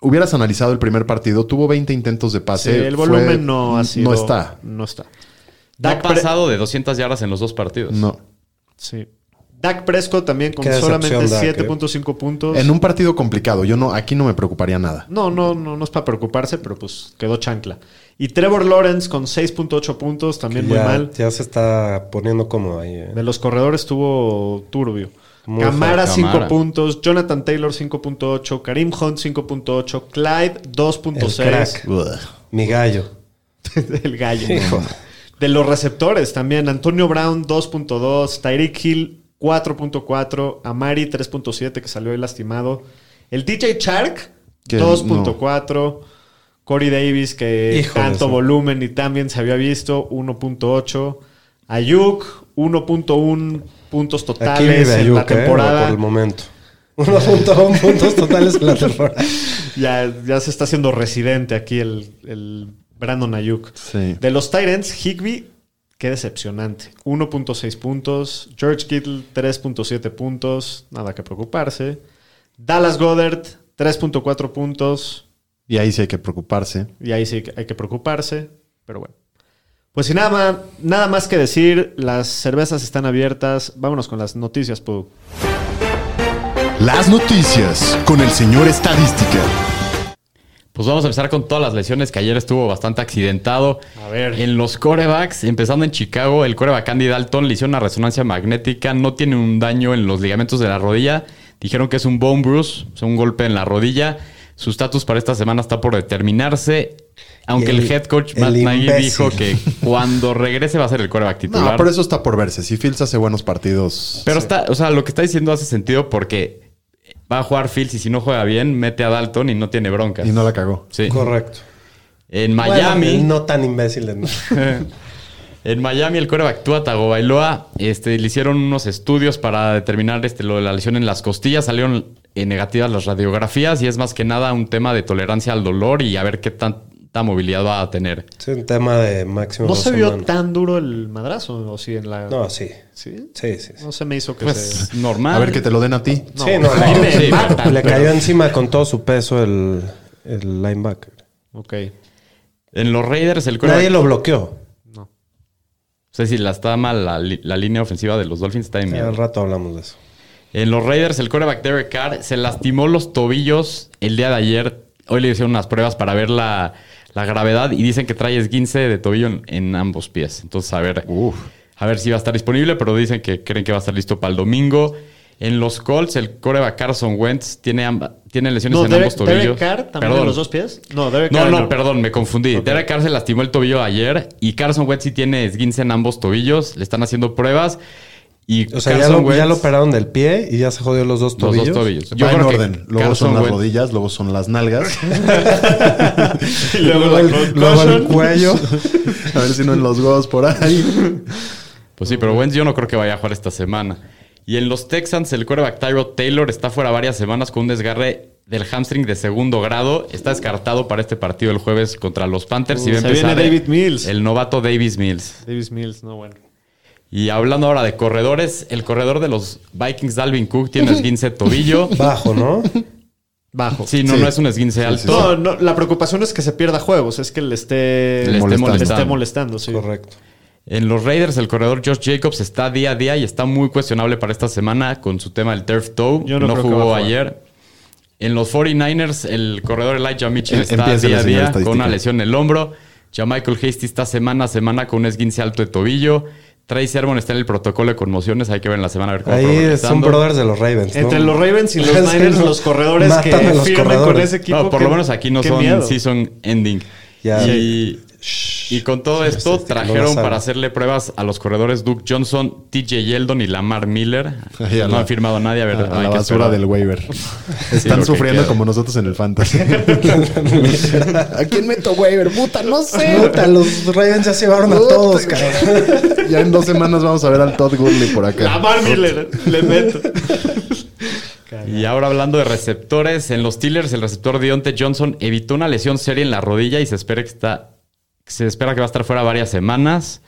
Speaker 8: hubieras analizado el primer partido, tuvo 20 intentos de pase.
Speaker 2: Sí, Eh, el
Speaker 8: Fue-
Speaker 2: volumen no ha sido.
Speaker 8: No está.
Speaker 2: No está.
Speaker 5: No ha
Speaker 2: Dak Pre-
Speaker 5: pasado de 200 yardas en los dos partidos.
Speaker 8: No.
Speaker 2: Sí. Dak Prescott también con
Speaker 4: Qué decepción,
Speaker 2: solamente
Speaker 4: Dak, eh.
Speaker 2: 7.5 puntos.
Speaker 8: En un partido complicado, yo no, aquí no me preocuparía nada.
Speaker 2: No, no, no, no es para preocuparse, pero pues quedó chancla. Y Trevor Lawrence con 6.8 puntos, también muy
Speaker 4: ya,
Speaker 2: mal.
Speaker 4: ya se está poniendo cómodo ahí. ¿eh?
Speaker 2: De los corredores tuvo turbio.
Speaker 4: Muy
Speaker 2: Camara
Speaker 5: feo,
Speaker 2: 5
Speaker 5: Camara.
Speaker 2: puntos, Jonathan Taylor 5.8, Karim Hunt 5.8, Clyde
Speaker 4: El
Speaker 2: 2.6,
Speaker 4: crack.
Speaker 8: Ugh.
Speaker 4: Mi gallo.
Speaker 2: el gallo. De los receptores también, Antonio Brown 2.2, Tyreek Hill 4.4, Amari 3.7 que salió ahí lastimado, el DJ Shark
Speaker 8: Que
Speaker 2: 2.4, Corey Davis que
Speaker 4: Híjole,
Speaker 2: tanto
Speaker 4: sí.
Speaker 2: volumen y también se había visto 1.8, Ayuk 1.1 puntos
Speaker 4: Aquí
Speaker 2: totales
Speaker 4: vive
Speaker 2: en la
Speaker 4: Ayuk, ¿eh?
Speaker 2: temporada.
Speaker 4: por el momento. 1.1 puntos totales en la temporada.
Speaker 2: Ya, ya se está haciendo residente aquí el, el Brandon Ayuk.
Speaker 8: Sí.
Speaker 2: De los Tyrants, Higby, qué decepcionante. 1.6 puntos. George Kittle, 3.7 puntos. Nada que preocuparse. Dallas Goddard, 3.4 puntos.
Speaker 8: Y ahí sí hay que preocuparse.
Speaker 2: Y ahí sí hay que preocuparse. Pero bueno. Pues sin nada más, nada más que decir, las cervezas están abiertas. Vámonos con las noticias, Pug.
Speaker 6: Las noticias con el señor Estadística.
Speaker 5: Pues vamos a empezar con todas las lesiones que ayer estuvo bastante accidentado.
Speaker 2: A ver.
Speaker 5: En los corebacks, empezando en Chicago, el coreback Andy Dalton le hicieron una resonancia magnética, no tiene un daño en los ligamentos de la rodilla. Dijeron que es un bone bruise, o sea, un golpe en la rodilla. Su estatus para esta semana está por determinarse. Aunque
Speaker 4: Y
Speaker 5: el,
Speaker 4: el-
Speaker 5: head coach
Speaker 4: el
Speaker 5: Matt Nagy
Speaker 4: imbécil.
Speaker 5: dijo que cuando regrese va a ser el coreback titular.
Speaker 8: No, Ah, pero eso está por verse. Si Fields hace buenos partidos.
Speaker 5: Pero está, o sea, lo que está diciendo hace sentido porque va a jugar Fields y si no juega bien, mete a Dalton y no tiene broncas.
Speaker 8: Y no la cagó.
Speaker 5: Sí.
Speaker 4: Correcto.
Speaker 5: En Miami.
Speaker 4: Bueno, no tan imbéciles. ¿no?
Speaker 5: En Miami, el coreback Tua Tagovailoa este, le hicieron unos estudios para determinar este, lo de la lesión en las costillas. Salieron eh, negativas las radiografías y es más que nada un tema de tolerancia al dolor y a ver qué tan- tanta movilidad va a tener.
Speaker 4: Es un tema de máximo
Speaker 2: No
Speaker 4: dos
Speaker 2: se vio
Speaker 4: semanas.
Speaker 2: tan duro el madrazo, o sí, en la.
Speaker 4: No, sí.
Speaker 2: ¿Sí?
Speaker 4: Sí, sí. sí.
Speaker 2: No se me hizo que se.
Speaker 5: Pues normal.
Speaker 8: A ver que te lo den a ti.
Speaker 4: Sí, no,
Speaker 5: a mí
Speaker 4: no.
Speaker 5: me
Speaker 4: Sí,
Speaker 5: mata,
Speaker 4: Le
Speaker 5: pero-
Speaker 4: cayó encima con todo su peso el, el linebacker.
Speaker 2: Ok.
Speaker 5: En los Raiders el
Speaker 4: Nadie
Speaker 5: quarterback-
Speaker 4: lo bloqueó.
Speaker 5: No sé si la está mal la, li- la línea ofensiva de los Dolphins está de miedo.
Speaker 4: Al rato hablamos de eso.
Speaker 5: En los Raiders, el coreback Derek Carr se lastimó los tobillos el día de ayer. Hoy le hicieron unas pruebas para ver la, la gravedad y dicen que trae esguince de tobillo en, en ambos pies. Entonces, a ver, a ver si va a estar disponible, pero dicen que creen que va a estar listo para el domingo. En los Colts, el coreback Carson Wentz tiene, amba- tiene lesiones
Speaker 2: No,
Speaker 5: en ambos
Speaker 2: Derek, Derek
Speaker 5: tobillos.
Speaker 2: Carr también
Speaker 5: Perdón.
Speaker 2: de los dos pies. No, Derek
Speaker 5: No,
Speaker 2: Carr.
Speaker 5: no, perdón, me confundí. Derek Carr se lastimó el tobillo ayer y Carson Wentz sí tiene esguince en ambos tobillos. Le están haciendo pruebas y
Speaker 4: O sea, ya
Speaker 5: Carson
Speaker 4: lo, ya
Speaker 5: Wentz-
Speaker 4: lo operaron del pie y ya se jodió los dos
Speaker 5: Los
Speaker 4: tobillos.
Speaker 5: dos tobillos.
Speaker 8: Va Ah, en
Speaker 5: que
Speaker 8: orden. Luego
Speaker 5: Carson
Speaker 8: son las
Speaker 5: Wentz-
Speaker 8: rodillas, luego son las nalgas.
Speaker 2: Y luego
Speaker 4: Luego
Speaker 2: la
Speaker 4: el, luego el
Speaker 2: concussion.
Speaker 4: cuello.
Speaker 8: a ver si no en los godos por ahí.
Speaker 5: Pues sí, pero Wentz yo no creo que vaya a jugar esta semana. Y en los Texans, el quarterback Tyrod Taylor está fuera varias semanas con un desgarre del hamstring de segundo grado. Está descartado para este partido el jueves contra los Panthers. y va a
Speaker 2: Se viene
Speaker 5: empezar
Speaker 2: David
Speaker 5: el-
Speaker 2: Mills.
Speaker 5: El novato Davis Mills.
Speaker 2: Davis Mills, no, bueno.
Speaker 5: Y hablando ahora de corredores, el corredor de los Vikings, Dalvin Cook, tiene esguince de tobillo.
Speaker 4: Bajo, ¿no?
Speaker 2: Bajo.
Speaker 5: Sí, no,
Speaker 8: Sí.
Speaker 5: no es un esguince alto.
Speaker 2: No, no, la preocupación es que se pierda juegos, es que le esté
Speaker 5: Le esté
Speaker 2: le
Speaker 5: molestando.
Speaker 2: esté molestando, sí.
Speaker 4: Correcto.
Speaker 5: En los Raiders, el corredor Josh Jacobs está día a día y está muy cuestionable para esta semana con su tema del turf toe.
Speaker 2: Yo no
Speaker 5: no
Speaker 2: creo que
Speaker 5: jugó
Speaker 2: va a jugar.
Speaker 5: ayer. En los 49ers, el corredor Elijah Mitchell
Speaker 8: Em-
Speaker 5: está
Speaker 8: empiece
Speaker 5: día
Speaker 8: la
Speaker 5: a
Speaker 8: señora
Speaker 5: día con
Speaker 8: estadística.
Speaker 5: una lesión en el hombro. Ya Michael Hasty está semana a semana con un esguince alto de tobillo. Trey Sermon está en el protocolo de conmociones. Hay que ver en la semana a ver cómo
Speaker 4: Ahí
Speaker 5: progresando.
Speaker 4: son brothers de los Ravens. ¿no?
Speaker 2: Entre los Ravens y los
Speaker 4: Sí,
Speaker 2: Niners,
Speaker 4: no.
Speaker 2: los corredores
Speaker 4: Mátame
Speaker 2: que
Speaker 4: a los
Speaker 2: firman con
Speaker 4: corredores.
Speaker 2: ese equipo.
Speaker 5: No, por
Speaker 2: qué-
Speaker 5: lo menos aquí no
Speaker 2: qué
Speaker 5: son
Speaker 2: miedo.
Speaker 5: season ending.
Speaker 4: Ya.
Speaker 5: Y, y con todo esto
Speaker 4: este, que no la
Speaker 5: trajeron
Speaker 4: sabe.
Speaker 5: para hacerle pruebas a los corredores Duke Johnson, TJ Yeldon y Lamar Miller.
Speaker 8: Ay, a
Speaker 5: no
Speaker 8: la-
Speaker 5: han firmado nadie, a ver.
Speaker 8: A
Speaker 5: hay
Speaker 8: la
Speaker 5: que
Speaker 8: basura
Speaker 5: esperar.
Speaker 8: del waiver.
Speaker 5: Sí, lo
Speaker 8: Están
Speaker 5: que
Speaker 8: sufriendo
Speaker 5: queda.
Speaker 8: como nosotros en el fantasy. ¿A quién meto waiver? Puta, no sé.
Speaker 4: Puta, los Ravens ya se llevaron a todos, cabrón.
Speaker 8: Ya en dos semanas vamos a ver al Todd Gurley por acá.
Speaker 2: Lamar Miller, le meto.
Speaker 5: Y ahora hablando de receptores, en los Steelers el receptor Dionte Johnson evitó una lesión seria en la rodilla y se espera que está se espera que va a estar fuera varias semanas.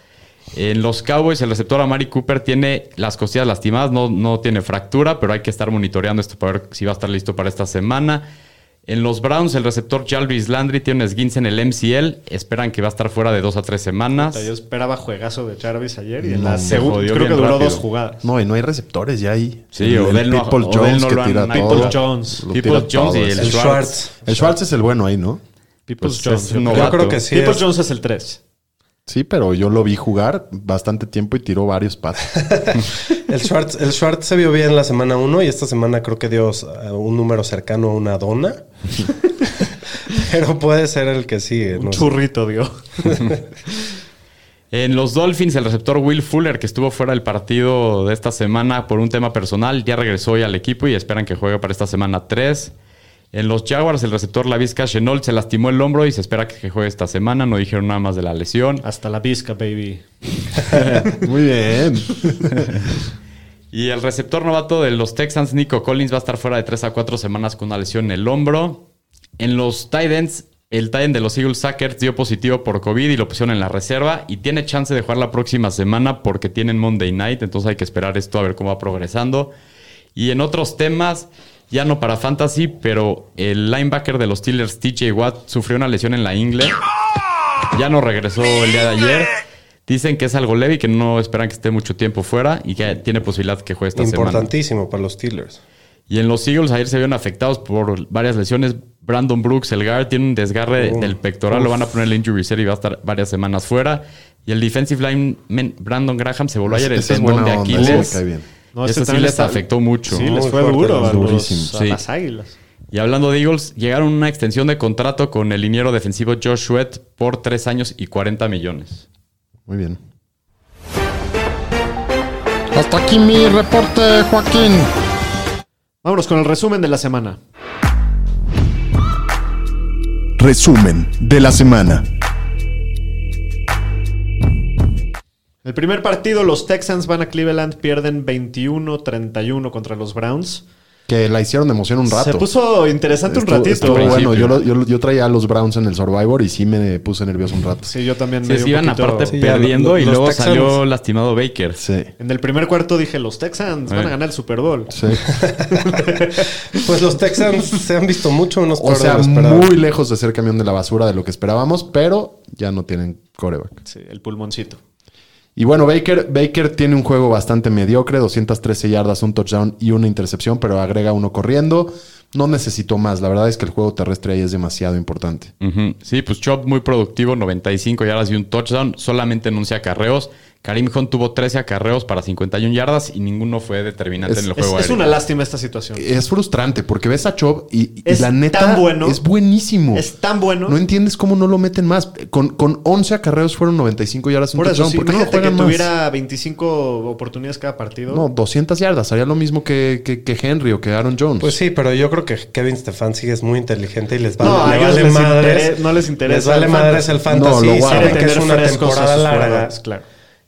Speaker 5: En los Cowboys el receptor Amari Cooper tiene las costillas lastimadas, no, no tiene fractura, pero hay que estar monitoreando esto para ver si va a estar listo para esta semana. En los Browns el receptor Jarvis Landry tiene un esguince en el MCL, esperan que va a estar fuera de dos a tres semanas.
Speaker 2: Yo esperaba juegazo de Jarvis ayer y en
Speaker 8: No,
Speaker 2: la
Speaker 8: se
Speaker 2: segunda
Speaker 5: jodió
Speaker 2: creo
Speaker 5: bien
Speaker 2: que duró
Speaker 5: rápido.
Speaker 2: dos jugadas.
Speaker 8: No, y no hay receptores ya ahí.
Speaker 5: Sí,
Speaker 8: El-
Speaker 5: Odell
Speaker 8: el
Speaker 5: no-
Speaker 8: People
Speaker 5: Odell
Speaker 8: Jones
Speaker 5: no
Speaker 8: que
Speaker 5: lo han-
Speaker 8: tira
Speaker 5: People
Speaker 8: todo.
Speaker 2: People Jones.
Speaker 8: Lo
Speaker 5: People
Speaker 8: tira
Speaker 5: Jones y
Speaker 8: todo
Speaker 5: el
Speaker 4: El
Speaker 8: ese.
Speaker 4: Schwartz.
Speaker 8: El Schwartz es el bueno ahí, ¿no?
Speaker 2: People
Speaker 5: Pues
Speaker 2: Jones.
Speaker 5: es un
Speaker 2: yo
Speaker 4: Yo
Speaker 5: novato.
Speaker 4: creo que sí.
Speaker 2: People
Speaker 4: es-
Speaker 2: Jones es el 3.
Speaker 8: Sí, pero yo lo vi jugar bastante tiempo y tiró varios pases.
Speaker 4: El Schwartz, el Schwartz se vio bien la semana 1 y esta semana creo que dio eh, un número cercano a una dona. Pero puede ser el que sigue.
Speaker 2: Un
Speaker 4: no sé.
Speaker 2: churrito, dio.
Speaker 5: En los Dolphins, el receptor Will Fuller, que estuvo fuera del partido de esta semana por un tema personal, ya regresó hoy al equipo y esperan que juegue para esta semana 3. En los Jaguars, el receptor Lavisca Chenault se lastimó el hombro y se espera que juegue esta semana. No dijeron nada más de la lesión.
Speaker 2: Hasta la visca, baby.
Speaker 8: Muy bien.
Speaker 5: Y el receptor novato de los Texans, Nico Collins, va a estar fuera de 3 a 4 semanas con una lesión en el hombro. En los Titans, el Titan de los Eagles Sackers dio positivo por COVID y lo pusieron en la reserva y tiene chance de jugar la próxima semana porque tienen Monday Night, entonces hay que esperar esto a ver cómo va progresando. Y en otros temas, ya no para fantasy, pero el linebacker de los Steelers, TJ Watt, sufrió una lesión en la ingle. Ya no regresó el día de ayer. Dicen que es algo leve y que no esperan que esté mucho tiempo fuera y que tiene posibilidad que juegue esta semana.
Speaker 4: Importantísimo para los Steelers.
Speaker 5: Y en los Eagles ayer se vieron afectados por varias lesiones. Brandon Brooks, el guard, tiene un desgarre
Speaker 4: Uf,
Speaker 5: del pectoral. Lo van a poner en el injury reserve y va a estar varias semanas fuera. Y el defensive lineman Brandon Graham se voló ayer el
Speaker 8: Esa es
Speaker 5: tendón de
Speaker 8: buena onda, esa
Speaker 5: Aquiles.
Speaker 8: me cae bien.
Speaker 2: No,
Speaker 5: Eso
Speaker 2: ese
Speaker 5: sí
Speaker 2: también
Speaker 5: les
Speaker 2: está-
Speaker 5: afectó mucho.
Speaker 2: Sí,
Speaker 4: Muy
Speaker 2: les fue
Speaker 4: fuerte,
Speaker 2: duro a, los-
Speaker 8: durísimo.
Speaker 2: a
Speaker 5: Sí.
Speaker 2: las águilas.
Speaker 5: Y hablando de Eagles, llegaron a una extensión de contrato con el liniero defensivo Josh Sweat por 3 años y 40 millones.
Speaker 8: Muy bien.
Speaker 3: Hasta aquí mi reporte, Joaquín.
Speaker 2: Vámonos con el resumen de la semana.
Speaker 3: Resumen de la semana.
Speaker 2: El primer partido, los Texans van a Cleveland, pierden 21-31 contra los Browns.
Speaker 8: que la hicieron de emoción un rato.
Speaker 2: Se puso interesante
Speaker 8: Estuvo-
Speaker 2: un ratito. ¿eh?
Speaker 8: estuvo
Speaker 5: al
Speaker 8: bueno,
Speaker 5: principio.
Speaker 8: yo, lo- yo lo- yo traía a los Browns en el Survivor y sí me puse nervioso un rato.
Speaker 2: Sí, yo también.
Speaker 5: Sí,
Speaker 2: me dio
Speaker 5: se
Speaker 2: un
Speaker 5: iban
Speaker 2: poquito-
Speaker 5: aparte
Speaker 4: Sí, ya,
Speaker 5: perdiendo
Speaker 4: lo-
Speaker 5: y
Speaker 4: los
Speaker 5: luego
Speaker 4: Texans.
Speaker 5: salió lastimado Baker.
Speaker 8: Sí.
Speaker 2: En el primer cuarto dije, los Texans van a
Speaker 5: Eh.
Speaker 2: ganar el Super Bowl.
Speaker 8: Sí.
Speaker 4: Pues los Texans se han visto mucho unos
Speaker 8: O sea, muy lejos de ser camión de la basura de lo que esperábamos, pero ya no tienen coreback.
Speaker 2: Sí, el pulmoncito.
Speaker 8: Y bueno, Baker, Baker tiene un juego bastante mediocre, 213 yardas, un touchdown y una intercepción, pero agrega uno corriendo. No necesitó más. La verdad es que el juego terrestre ahí es demasiado importante.
Speaker 5: Ujú. Sí, pues Chop muy productivo, 95 yardas y un touchdown, solamente en 11 acarreos. Karim Hunt tuvo 13 acarreos para 51 yardas y ninguno fue determinante
Speaker 8: Es-
Speaker 5: en el
Speaker 2: Es,
Speaker 5: juego
Speaker 2: es
Speaker 5: aéreo.
Speaker 2: una lástima esta situación.
Speaker 8: Es frustrante porque ves a Chop y, y
Speaker 2: Es
Speaker 8: la neta
Speaker 2: tan bueno.
Speaker 8: es buenísimo.
Speaker 2: Es tan bueno.
Speaker 8: No entiendes cómo no lo meten más. Con, con 11 acarreos fueron 95 yardas, un
Speaker 2: Por eso,
Speaker 8: touchdown.
Speaker 2: sí,
Speaker 8: ¿Por qué no lo
Speaker 2: imagínate
Speaker 8: juegan
Speaker 2: que
Speaker 8: más?
Speaker 2: tuviera 25 oportunidades cada partido.
Speaker 8: No, 200 yardas. Haría lo mismo que, que- que Henry o que Aaron Jones.
Speaker 4: Pues sí, pero yo creo que Kevin Stefanski es muy inteligente y les vale,
Speaker 2: No, a
Speaker 4: le
Speaker 2: ellos
Speaker 4: vale
Speaker 2: les
Speaker 4: madres.
Speaker 2: interesa- no les interesa
Speaker 4: Les vale
Speaker 2: el
Speaker 4: madres
Speaker 2: fantasy.
Speaker 4: el fantasy.
Speaker 8: No, lo
Speaker 4: y
Speaker 8: guardan.
Speaker 4: saben
Speaker 2: Quiere
Speaker 4: que es
Speaker 2: tener
Speaker 4: una
Speaker 2: frescos a
Speaker 4: temporada
Speaker 2: sus
Speaker 4: larga.
Speaker 2: jugadores, claro.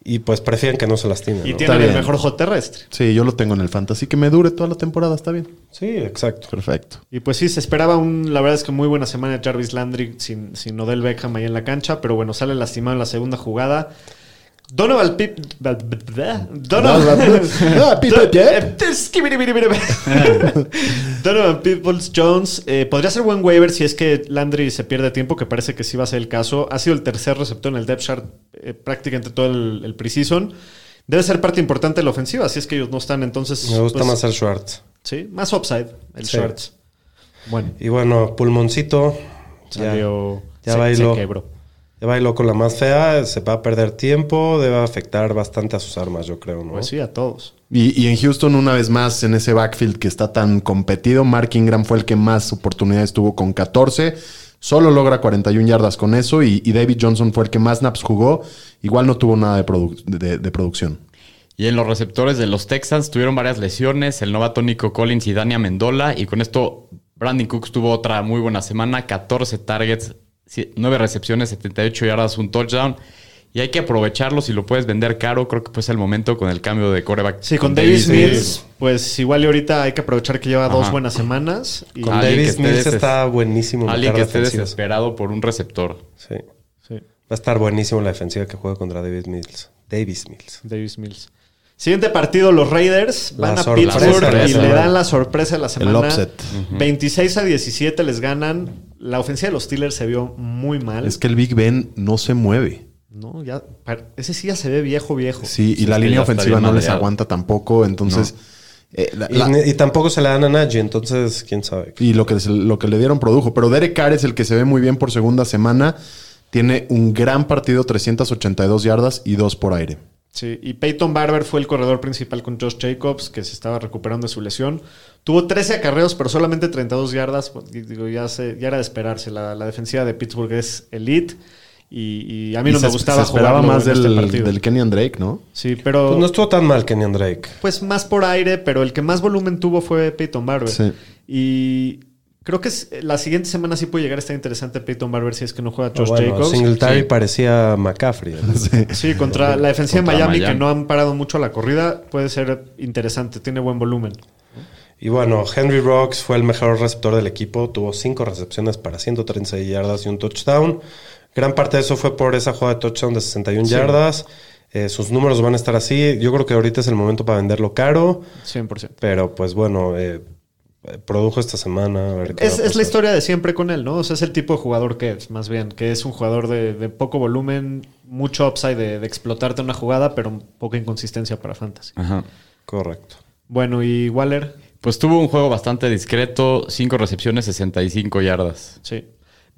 Speaker 4: Y pues prefieren que no se lastimen.
Speaker 2: Y
Speaker 4: ¿no?
Speaker 2: tienen el
Speaker 8: bien.
Speaker 2: mejor juego terrestre.
Speaker 8: Sí, yo lo tengo en el fantasy. Que me dure toda la temporada. Está bien.
Speaker 4: Sí, exacto.
Speaker 8: Perfecto.
Speaker 2: Y pues sí, se esperaba un, la verdad es que muy buena semana de Jarvis Landry sin, sin Odell Beckham ahí en la cancha, pero bueno, sale lastimado en la segunda jugada. Donovan Pip. Bal- b- b- Donovan eh,
Speaker 8: Ah, Pip- Pip- Pip.
Speaker 2: Donovan Peoples Jones eh, podría ser buen waiver si es que Landry se pierde tiempo, que parece que sí va a ser el caso. Ha sido el tercer receptor en el depth chart eh, prácticamente todo el, el preseason. Debe ser parte importante de la ofensiva, si es que ellos no están, entonces.
Speaker 4: Me gusta
Speaker 2: pues,
Speaker 4: más el Schwartz.
Speaker 2: Sí, más upside, el
Speaker 4: Sí.
Speaker 2: Schwartz. Bueno,
Speaker 4: Y bueno, Pulmoncito. ya-
Speaker 2: salió.
Speaker 4: ya
Speaker 2: se,
Speaker 4: bailó.
Speaker 2: se quebró.
Speaker 4: Ya bailó con la más fea, se va a perder tiempo, debe afectar bastante a sus armas, yo creo, ¿no?
Speaker 2: Pues sí, a todos.
Speaker 8: Y, y en Houston, una vez más, en ese backfield que está tan competido, Mark Ingram fue el que más oportunidades tuvo con 14. Solo logra 41 yardas con eso. Y, y David Johnson fue el que más naps jugó. Igual no tuvo nada de, produ- de- de producción.
Speaker 5: Y en los receptores de los Texans tuvieron varias lesiones, el novato Nico Collins y Dania Mendola. Y con esto, Brandon Cooks tuvo otra muy buena semana, 14 targets, 9 recepciones, 78 yardas, un touchdown. Y hay que aprovecharlo, si lo puedes vender caro, creo que pues es el momento con el cambio de coreback.
Speaker 2: Sí, con, Davis
Speaker 5: Mills.
Speaker 2: Mills, pues igual y ahorita hay que aprovechar que lleva dos
Speaker 5: Ajá.
Speaker 2: buenas semanas. Y,
Speaker 4: Con
Speaker 5: Alguien que
Speaker 4: Davis
Speaker 5: esté
Speaker 4: Mills
Speaker 5: deses-
Speaker 4: está buenísimo. en
Speaker 5: Alguien que
Speaker 4: marcar
Speaker 5: esté
Speaker 4: defensivas.
Speaker 5: desesperado por un receptor.
Speaker 4: Sí.
Speaker 2: Sí,
Speaker 4: Va a estar buenísimo la defensiva que juega contra Davis Mills. Davis Mills.
Speaker 2: Davis Mills. Siguiente partido, los Raiders van
Speaker 4: La
Speaker 2: a Pittsburgh
Speaker 4: sorpresa.
Speaker 2: y le dan la sorpresa de la semana.
Speaker 8: upset.
Speaker 2: 26 a 17 les ganan. La ofensiva de los Steelers se vio muy mal.
Speaker 8: Es que el Big Ben no se mueve.
Speaker 2: No, ya, pa- ese sí ya se ve viejo, viejo.
Speaker 8: Sí, y
Speaker 5: Sí,
Speaker 8: la
Speaker 5: es que
Speaker 8: línea
Speaker 5: ya está
Speaker 8: ofensiva
Speaker 5: bien
Speaker 8: no les
Speaker 5: madreado.
Speaker 8: aguanta tampoco. Entonces, eh, la-
Speaker 4: Y,
Speaker 8: la-
Speaker 4: y tampoco se le dan a Nagy, entonces quién sabe.
Speaker 8: y lo, que, se- lo que le dieron produjo. Pero Derek Carr es el que se ve muy bien por segunda semana. Tiene un gran partido, 382 yardas y dos por aire.
Speaker 2: Sí, y Peyton Barber fue el corredor principal con Josh Jacobs, que se estaba recuperando de su lesión. Tuvo 13 acarreos, pero solamente 32 yardas. pues, Y, digo, ya, se- ya era de esperarse. La, la defensiva de Pittsburgh es elite. Y, y a mí
Speaker 8: Y
Speaker 2: no
Speaker 8: se-
Speaker 2: me gustaba
Speaker 8: se esperaba
Speaker 2: jugarlo
Speaker 8: más
Speaker 2: en
Speaker 8: del,
Speaker 2: este partido.
Speaker 8: del Kenyan Drake, ¿no?
Speaker 2: Sí, pero
Speaker 4: Pues no
Speaker 2: pues,
Speaker 4: estuvo tan mal Kenyon Drake.
Speaker 2: más por aire, pero el que más volumen tuvo fue Peyton Barber.
Speaker 8: Sí.
Speaker 2: Y creo que es- la siguiente semana sí puede llegar a estar interesante Peyton Barber si es que no
Speaker 8: Ah,
Speaker 2: juega
Speaker 4: Pero
Speaker 2: Josh
Speaker 4: bueno,
Speaker 2: Jacobs.
Speaker 4: Singletary parecía McCaffrey. ¿no?
Speaker 2: Sí, contra la defensiva
Speaker 5: Contra
Speaker 2: de Miami,
Speaker 5: Miami.
Speaker 2: que no han parado mucho la corrida, puede ser interesante, tiene buen volumen.
Speaker 4: Y bueno, Henry Rocks fue el mejor receptor del equipo. Tuvo cinco recepciones para 136 yardas y un touchdown. Gran parte de eso fue por esa jugada de touchdown de 61 yardas. Eh, sus números van a estar así. Yo creo que ahorita es el momento para venderlo caro.
Speaker 2: 100%.
Speaker 4: Pero pues bueno, eh, produjo esta semana. a ver qué va
Speaker 2: Es,
Speaker 4: a
Speaker 2: es la
Speaker 4: pasar.
Speaker 2: historia de siempre con él, ¿no? O sea, es el tipo de jugador que es, más bien, que es un jugador de, de poco volumen, mucho upside de, de explotarte una jugada, pero poca inconsistencia para fantasy.
Speaker 5: Ajá.
Speaker 4: Correcto.
Speaker 2: Bueno, y Waller,
Speaker 5: Pues tuvo un juego bastante discreto, 5 recepciones, 65 yardas.
Speaker 2: sí.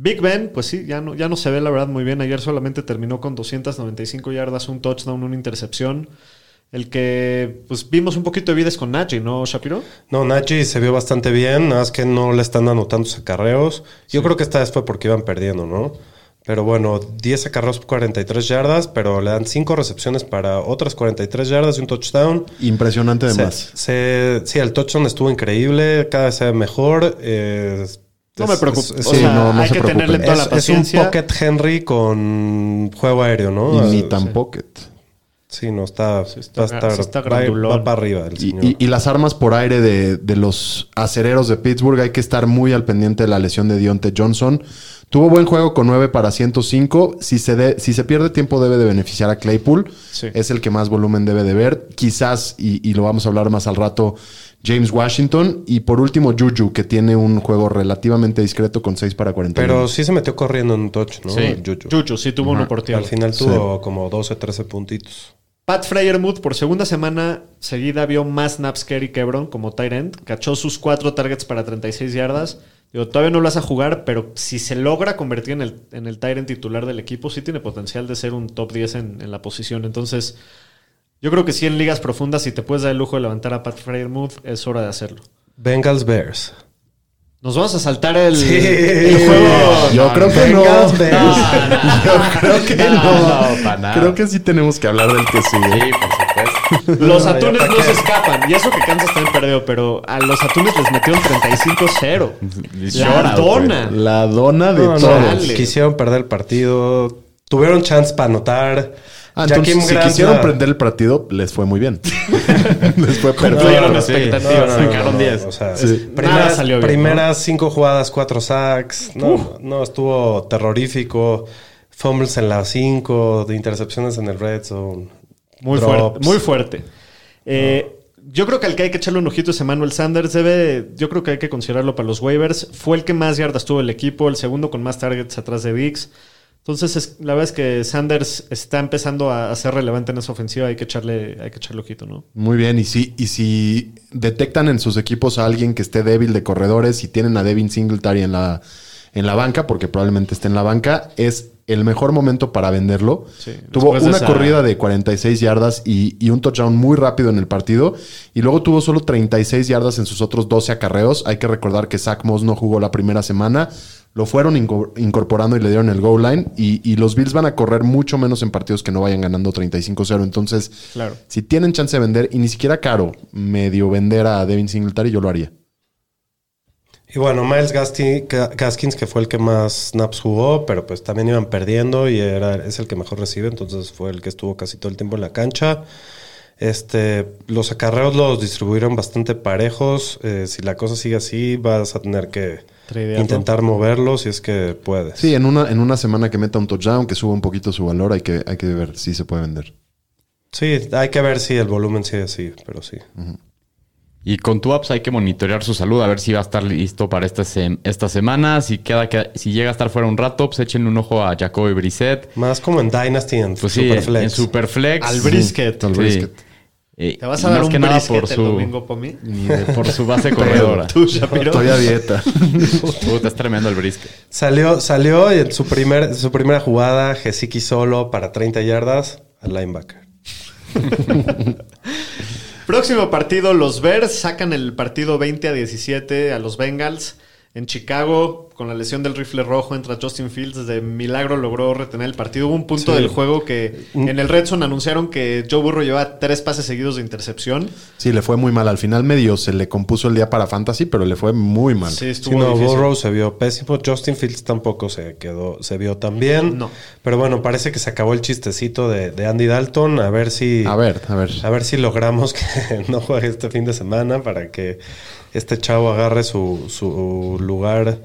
Speaker 2: Big Ben, pues sí, ya no, ya no se ve la verdad muy bien. Ayer solamente terminó con 295 yardas, un touchdown, una intercepción. El que, pues vimos un poquito de vides con Nagy, ¿no, Shapiro?
Speaker 4: No, Nachi se vio bastante bien, nada más que no le están anotando sus acarreos. Yo creo que esta vez fue porque iban perdiendo, ¿no? Pero bueno, 10 acarreos por 43 yardas, pero le dan 5 recepciones para otras 43 yardas y un touchdown.
Speaker 8: Impresionante
Speaker 4: Se-
Speaker 8: además.
Speaker 4: se- sí, el touchdown estuvo increíble, cada vez se ve mejor. eh,
Speaker 2: No me
Speaker 4: es-
Speaker 2: preocupo.
Speaker 4: es-
Speaker 2: o
Speaker 8: sí,
Speaker 2: sea,
Speaker 8: no, no
Speaker 2: hay
Speaker 8: se
Speaker 2: que
Speaker 8: preocupen.
Speaker 2: tenerle toda
Speaker 4: es-
Speaker 2: la
Speaker 4: es un
Speaker 2: paciencia.
Speaker 4: pocket Henry con juego aéreo, ¿no?
Speaker 8: Y ni
Speaker 4: Eh,
Speaker 8: tan pocket.
Speaker 4: Sí, no, está,
Speaker 2: está-
Speaker 4: va a estar-
Speaker 2: sí está
Speaker 4: va-
Speaker 2: grandulón.
Speaker 4: va para arriba el
Speaker 3: Y,
Speaker 4: señor.
Speaker 3: y- y las armas por aire de, de los acereros de Pittsburgh, hay que estar muy al pendiente de la lesión de Dionte Johnson. Tuvo buen juego con 9 para 105. Si se, de- si se pierde tiempo, debe de beneficiar a Claypool.
Speaker 2: Sí.
Speaker 3: Es el que más volumen debe de ver. Quizás, y, y lo vamos a hablar más al rato, James Washington. Y por último, Juju, que tiene un juego relativamente discreto con 6 para 41.
Speaker 4: Pero sí se metió corriendo en un touch, ¿no?
Speaker 5: Sí.
Speaker 4: El Juju.
Speaker 2: Chucho, sí tuvo una oportunidad.
Speaker 4: Al final tuvo como 12, 13 puntitos.
Speaker 2: Pat Freyermuth por segunda semana seguida vio más snaps que Eric Ebron como tight end. Cachó sus cuatro targets para 36 yardas. Digo, todavía no lo vas a jugar, pero si se logra convertir en el, en el tight end titular del equipo, sí tiene potencial de ser un top 10 en, en la posición. Entonces, yo creo que sí en ligas profundas, si te puedes dar el lujo de levantar a Pat Freyermuth, es hora de hacerlo.
Speaker 4: Bengals Bears.
Speaker 2: Nos vamos a saltar el,
Speaker 4: Sí.
Speaker 2: el juego.
Speaker 3: Yo creo que no.
Speaker 4: Bengals Bears.
Speaker 3: Yo
Speaker 2: Ah,
Speaker 3: creo que
Speaker 5: No,
Speaker 3: no.
Speaker 5: no, para nada.
Speaker 3: Creo que sí tenemos que hablar del que sigue.
Speaker 5: Sí, por supuesto.
Speaker 2: Los
Speaker 4: No, ya
Speaker 2: atunes
Speaker 4: pa'
Speaker 2: no
Speaker 4: qué.
Speaker 2: se escapan. Y eso que Kansas también perdió, pero a los atunes les metieron 35-0.
Speaker 5: Y
Speaker 2: La
Speaker 5: llora,
Speaker 2: dona.
Speaker 3: La dona de
Speaker 4: No, no,
Speaker 3: todos.
Speaker 2: Dale.
Speaker 4: quisieron perder el partido. Tuvieron chance para anotar.
Speaker 3: Ah,
Speaker 4: Jaquim
Speaker 3: entonces, si
Speaker 4: Grant
Speaker 3: quisieron
Speaker 4: la-
Speaker 3: prender el partido, les fue muy bien. les fue perfecto.
Speaker 2: Cumplieron
Speaker 4: no,
Speaker 2: expectativas,
Speaker 4: No, no, no,
Speaker 5: sacaron
Speaker 4: no,
Speaker 5: 10.
Speaker 4: O sea,
Speaker 3: Sí.
Speaker 4: primeras,
Speaker 2: Nada salió bien,
Speaker 4: primeras cinco jugadas, cuatro sacks. No, no, estuvo terrorífico. Fumbles en la 5, de intercepciones en el red zone.
Speaker 2: Muy
Speaker 4: drops.
Speaker 2: fuerte, muy fuerte. Eh, Yo creo que al que hay que echarle un ojito es Emmanuel Sanders. Debe, yo creo que hay que considerarlo para los waivers. Fue el que más yardas tuvo el equipo, el segundo con más targets atrás de Dix. Entonces, es- la verdad es que Sanders está empezando a, a ser relevante en esa ofensiva. Hay que echarle, hay que echarle ojito, ¿no?
Speaker 4: Mm.
Speaker 3: Muy bien, y si, y si detectan en sus equipos a alguien que esté débil de corredores y tienen a Devin Singletary en la, en la banca, porque probablemente esté en la banca, es el mejor momento para venderlo.
Speaker 2: Sí,
Speaker 3: tuvo
Speaker 2: después de
Speaker 3: una
Speaker 2: esa-
Speaker 3: corrida de 46 yardas y, y un touchdown muy rápido en el partido, y luego tuvo solo 36 yardas en sus otros 12 acarreos. Hay que recordar que Zach Moss no jugó la primera semana. Lo fueron inco- incorporando y le dieron el goal line. Y, y los Bills van a correr mucho menos en partidos que no vayan ganando 35-0. Entonces,
Speaker 2: Claro.
Speaker 3: si tienen chance de vender, y ni siquiera caro, medio vender a Devin Singletary, yo lo haría.
Speaker 4: Y bueno, Miles Gasti- Ga- Gaskins, que fue el que más snaps jugó, pero pues también iban perdiendo y era, es el que mejor recibe, entonces fue el que estuvo casi todo el tiempo en la cancha. Este, los acarreos los distribuyeron bastante parejos. eh, si la cosa sigue así, vas a tener que
Speaker 2: Tradearlo.
Speaker 4: intentar moverlo si es que puedes.
Speaker 3: Sí, en una, en una semana que meta un touchdown, que suba un poquito su valor, hay que, hay que ver si se puede vender.
Speaker 4: Sí, hay que ver si el volumen sigue así, pero sí.
Speaker 5: Mm. Y con tu apps hay que monitorear su salud, a ver si va a estar listo para esta, sem- esta semana. Si, queda que- si llega a estar fuera un rato, pues échenle un ojo a Jacoby Brissett.
Speaker 4: Más como en Dynasty, en
Speaker 5: Pues sí,
Speaker 4: Superflex.
Speaker 5: en Superflex.
Speaker 2: Al brisket.
Speaker 3: Al
Speaker 5: Sí.
Speaker 3: brisket.
Speaker 5: Eh,
Speaker 2: ¿Te vas a
Speaker 5: y
Speaker 2: dar
Speaker 5: más
Speaker 2: un
Speaker 5: que nada
Speaker 2: brisket
Speaker 5: por
Speaker 2: el
Speaker 5: su-
Speaker 2: domingo, Pomi?
Speaker 5: Ni de- por su base corredora.
Speaker 2: ¿Tú, Shapiro?
Speaker 3: Estoy a dieta.
Speaker 5: Puta, es tremendo el brisket.
Speaker 4: Salió, salió y en su, primer, su primera jugada, Gesicki solo para 30 yardas al linebacker.
Speaker 2: Próximo partido, los Bears sacan el partido 20 a 17 a los Bengals. En Chicago, con la lesión del rifle rojo, entra Justin Fields. De milagro logró retener el partido. Hubo un punto
Speaker 4: Sí.
Speaker 2: del juego que en el Red Zone anunciaron que Joe Burrow llevaba tres pases seguidos de intercepción.
Speaker 3: Sí, le fue muy mal. Al final medio se le compuso el día para Fantasy, pero le fue muy mal.
Speaker 2: Sí,
Speaker 4: Sí,
Speaker 2: estuvo
Speaker 4: no,
Speaker 2: difícil.
Speaker 4: Burrow se vio pésimo. Justin Fields tampoco se quedó, se vio tan bien.
Speaker 2: No.
Speaker 4: Pero bueno, parece que se acabó el chistecito de, de Andy Dalton. A ver si.
Speaker 3: A ver, a ver.
Speaker 4: A ver si logramos que no juegue este fin de semana para que este chavo agarre su, su lugar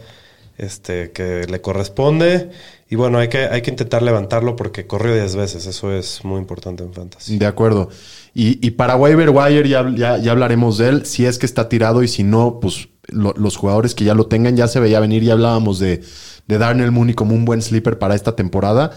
Speaker 4: este, que le corresponde. Y bueno, hay que, hay que intentar levantarlo porque corrió 10 veces. Eso es muy importante en Fantasy.
Speaker 3: De acuerdo. Y, y para Waiver Wire ya, ya, ya hablaremos de él. Si es que está tirado y si no, pues lo- los jugadores que ya lo tengan ya se veía venir. Ya hablábamos de, de Darnell Mooney como un buen sleeper para esta temporada.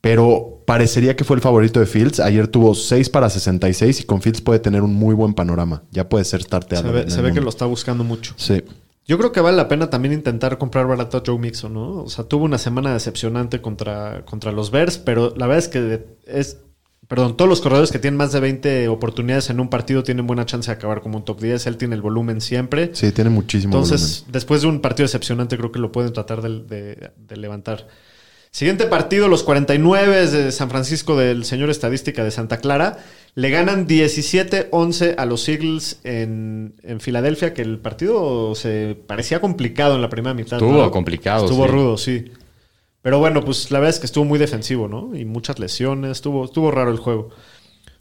Speaker 3: Pero parecería que fue el favorito de Fields. Ayer tuvo 6 para 66 y con Fields puede tener un muy buen panorama. Ya puede ser
Speaker 2: Se
Speaker 3: starteado. en
Speaker 2: ve,
Speaker 3: el
Speaker 2: se ve que
Speaker 3: mundo.
Speaker 2: lo está buscando mucho.
Speaker 3: Sí.
Speaker 2: Yo creo que vale la pena también intentar comprar barato a Joe Mixon, ¿no? O sea, tuvo una semana decepcionante contra, contra los Bears, pero la verdad es que de- es. Perdón, todos los corredores que tienen más de 20 oportunidades en un partido tienen buena chance de acabar como un top 10. Él tiene el volumen siempre.
Speaker 3: Sí, tiene muchísimo
Speaker 2: Entonces, después de un partido decepcionante, creo que lo pueden tratar de, de- de levantar. Siguiente partido, los 49 de San Francisco del señor estadística de Santa Clara. Le ganan 17-11 a los Eagles en, en Filadelfia, que el partido se parecía complicado en la primera mitad.
Speaker 5: Estuvo complicado,
Speaker 2: Estuvo
Speaker 5: sí.
Speaker 2: rudo, sí. Pero bueno, pues la verdad es que estuvo muy defensivo, ¿no? Y muchas lesiones, estuvo, estuvo raro el juego.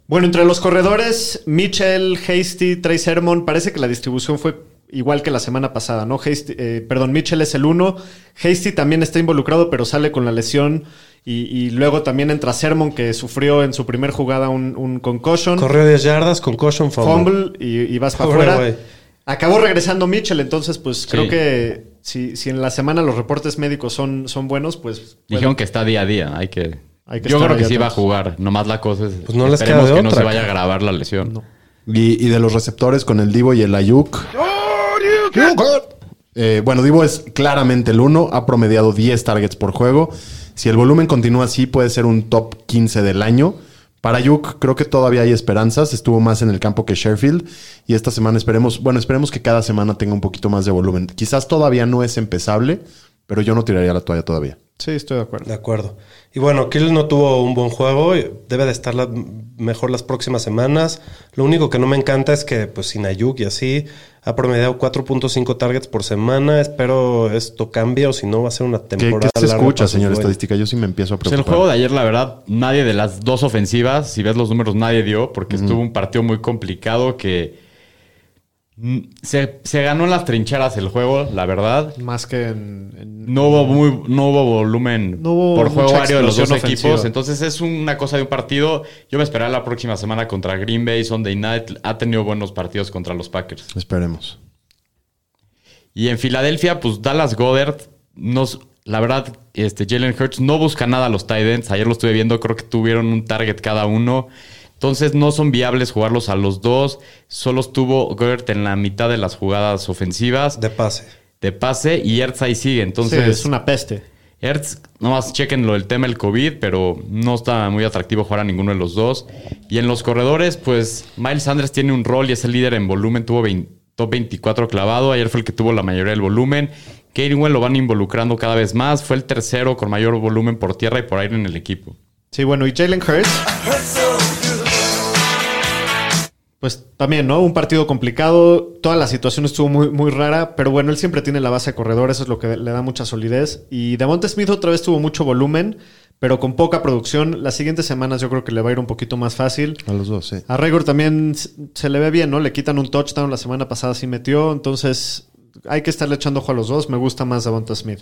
Speaker 2: Bueno, entre los corredores, Mitchell, Hasty, Trey Sermon, parece que la distribución fue igual que la semana pasada, ¿no? Hasty, eh, perdón, Mitchell es el uno, Hasty también está involucrado, pero sale con la lesión. Y, y luego también entra Sermon, que sufrió en su primer jugada un, un concussion,
Speaker 4: Corrió 10 yardas, concussion, fumble.
Speaker 2: fumble y, y vas para
Speaker 4: Pobre
Speaker 2: afuera.
Speaker 4: güey.
Speaker 2: Acabó regresando Mitchell, entonces pues creo
Speaker 5: Sí.
Speaker 2: que si, si en la semana los reportes médicos son, son buenos, pues...
Speaker 5: Dijeron que está día a día, hay que...
Speaker 2: Hay que
Speaker 5: Yo
Speaker 2: estar
Speaker 5: creo que
Speaker 2: ahí
Speaker 5: sí va a
Speaker 2: atentos.
Speaker 5: jugar, nomás la cosa es...
Speaker 4: Pues no les
Speaker 5: esperemos
Speaker 4: queda de
Speaker 5: que no
Speaker 4: otra,
Speaker 5: se vaya a
Speaker 4: cara.
Speaker 5: grabar la lesión.
Speaker 8: Y, y de los receptores con el Divo y el Ayuk. Eh, bueno, Divo es claramente el uno. Ha promediado 10 targets por juego. Si el volumen continúa así, puede ser un top 15 del año. Para Ayuk, creo que todavía hay esperanzas. Estuvo más en el campo que Sheffield. Y esta semana esperemos, bueno, esperemos que cada semana tenga un poquito más de volumen. Quizás todavía no es empezable, pero yo no tiraría la toalla todavía.
Speaker 2: Sí, estoy de acuerdo.
Speaker 4: De acuerdo. Y bueno, Kill no tuvo un buen juego. y Debe de estar la- mejor las próximas semanas. Lo único que no me encanta es que, pues, sin Ayuk y así, ha promediado 4.5 targets por semana. Espero esto cambie o si no, va a ser una
Speaker 8: ¿Qué,
Speaker 4: temporada.
Speaker 8: qué se
Speaker 4: larga
Speaker 8: escucha,
Speaker 4: para sus
Speaker 8: señor
Speaker 4: dueños.
Speaker 8: estadística? Yo sí me empiezo a
Speaker 5: Pues el
Speaker 8: preocupar.
Speaker 5: juego de ayer, la verdad, nadie de las dos ofensivas, si ves los números, nadie dio, porque estuvo un partido muy complicado que mm, se, se ganó en las trincheras el juego, la verdad.
Speaker 2: Más que en- en
Speaker 5: No hubo, muy, no hubo volumen
Speaker 2: No hubo
Speaker 5: por juego
Speaker 2: mucha
Speaker 5: aéreo de los dos
Speaker 2: explosión ofensiva.
Speaker 5: equipos. Entonces es una cosa de un partido. Yo me esperaba la próxima semana contra Green Bay, Sunday Night. Ha tenido buenos partidos contra los Packers.
Speaker 8: Esperemos.
Speaker 5: Y en Filadelfia, pues Dallas Goddard, nos, la verdad, este, Jalen Hurts no busca nada a los tight ends. Ayer lo estuve viendo, creo que tuvieron un target cada uno. Entonces no son viables jugarlos a los dos. Solo estuvo Goddard en la mitad de las jugadas ofensivas de,
Speaker 4: De pase.
Speaker 5: pase y Ertz ahí sigue. Entonces,
Speaker 2: Sí, es una peste.
Speaker 5: Ertz, nomás chequen lo del tema del COVID, pero no está muy atractivo jugar a ninguno de los dos. Y en los corredores, pues Miles Sanders tiene un rol y es el líder en volumen, tuvo 20 top 24 clavado, ayer fue el que tuvo la mayoría del volumen. Gainwell lo van involucrando cada vez más, fue el tercero con mayor volumen por tierra y por aire en el equipo.
Speaker 2: Sí, bueno, y Jalen Hurts. Pues también, ¿no? Un partido complicado. Toda la situación estuvo muy, muy rara, pero bueno, él siempre tiene la base de corredor, eso es lo que le da mucha solidez. Y Davonte Smith otra vez tuvo mucho volumen, pero con poca producción. Las siguientes semanas yo creo que le va a ir un poquito más fácil.
Speaker 8: A los dos, sí.
Speaker 2: A Regor también s- se le ve bien, ¿no? Le quitan un touchdown la semana pasada, sí metió. Entonces, hay que estarle echando ojo a los dos. Me gusta más Davonta Smith.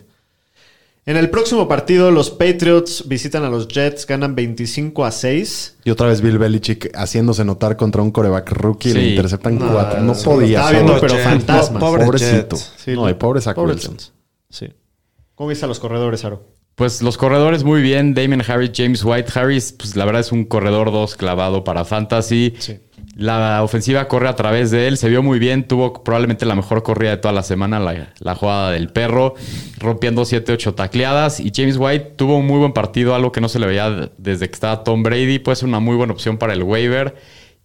Speaker 2: En el próximo partido, los Patriots visitan a los Jets, ganan 25 a 6.
Speaker 8: Y otra vez Bill Belichick haciéndose notar contra un coreback rookie, le
Speaker 5: Sí.
Speaker 8: interceptan
Speaker 2: No,
Speaker 8: cuatro. No
Speaker 2: Ah, sí,
Speaker 8: podía.
Speaker 2: estaba
Speaker 8: solo.
Speaker 2: viendo, pero
Speaker 4: Jets.
Speaker 2: fantasmas.
Speaker 4: No, pobre
Speaker 8: Pobrecito.
Speaker 4: Jets.
Speaker 2: Sí,
Speaker 8: no, y pobre Zach
Speaker 2: pobre
Speaker 8: Wilson.
Speaker 2: Jets. Sí. ¿Cómo viste a los corredores, Aro?
Speaker 5: Pues los corredores muy bien, Damon Harris, James White. Harris, pues la verdad es un corredor 2 clavado para Fantasy.
Speaker 2: Sí.
Speaker 5: La ofensiva corre a través de él, se vio muy bien, tuvo probablemente la mejor corrida de toda la semana, la, la jugada del perro, rompiendo 7-8 tacleadas. Y James White tuvo un muy buen partido, algo que no se le veía desde que estaba Tom Brady, puede ser una muy buena opción para el waiver.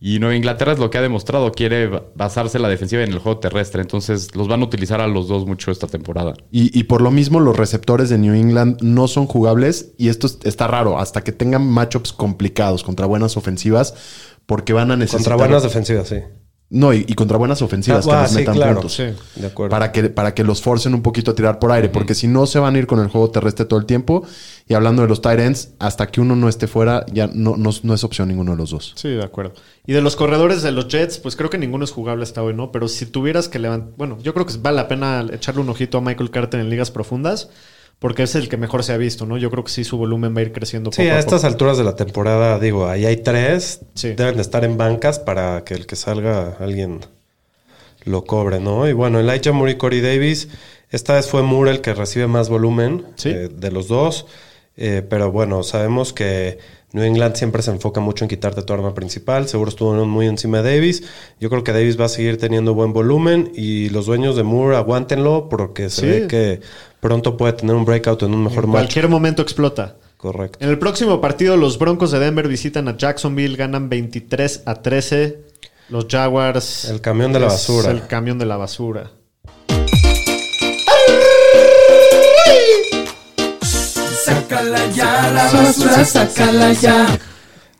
Speaker 5: Y Nueva Inglaterra es lo que ha demostrado, quiere basarse la defensiva en el juego terrestre, entonces los van a utilizar a los dos mucho esta temporada.
Speaker 8: Y, y por lo mismo, los receptores de New England no son jugables. Y esto es- está raro, hasta que tengan matchups complicados contra buenas ofensivas, porque van a necesitar.
Speaker 4: Contra buenas defensivas, sí.
Speaker 8: No, y, y contra buenas ofensivas que
Speaker 4: Ah,
Speaker 8: les
Speaker 4: sí,
Speaker 8: metan
Speaker 4: claro.
Speaker 8: puntos.
Speaker 4: Sí, de acuerdo.
Speaker 8: Para que, para que los forcen un poquito a tirar por aire, porque si no se van a ir con el juego terrestre todo el tiempo. Y hablando de los tight ends, hasta que uno no esté fuera, ya no, no- no es opción ninguno de los dos.
Speaker 2: Sí, de acuerdo. Y de los corredores de los Jets, pues creo que ninguno es jugable hasta hoy, ¿no? Pero si tuvieras que levantar. Bueno, yo creo que vale la pena echarle un ojito a Michael Carter en ligas profundas, porque es el que mejor se ha visto, ¿no? Yo creo que sí su volumen va a ir creciendo
Speaker 4: Sí,
Speaker 2: poco
Speaker 4: a
Speaker 2: a
Speaker 4: estas
Speaker 2: poco.
Speaker 4: alturas de la temporada, digo, ahí hay tres.
Speaker 2: Sí.
Speaker 4: Deben de estar en bancas para que el que salga alguien lo cobre, ¿no? Y bueno, Elijah Moore y Corey Davis. Esta vez fue Moore el que recibe más volumen
Speaker 2: Sí.
Speaker 4: eh, de los dos. Eh, pero bueno, sabemos que New England siempre se enfoca mucho en quitarte tu arma principal. Seguro estuvo muy encima de Davis. Yo creo que Davis va a seguir teniendo buen volumen. Y los dueños de Moore, aguántenlo porque se
Speaker 2: Sí.
Speaker 4: ve que pronto puede tener un breakout en un mejor
Speaker 2: En
Speaker 4: match.
Speaker 2: cualquier momento explota.
Speaker 4: Correcto.
Speaker 2: En el próximo partido, los Broncos de Denver visitan a Jacksonville, ganan 23 a 13. Los Jaguars.
Speaker 4: El camión de la
Speaker 2: es
Speaker 4: basura.
Speaker 2: El camión de la basura.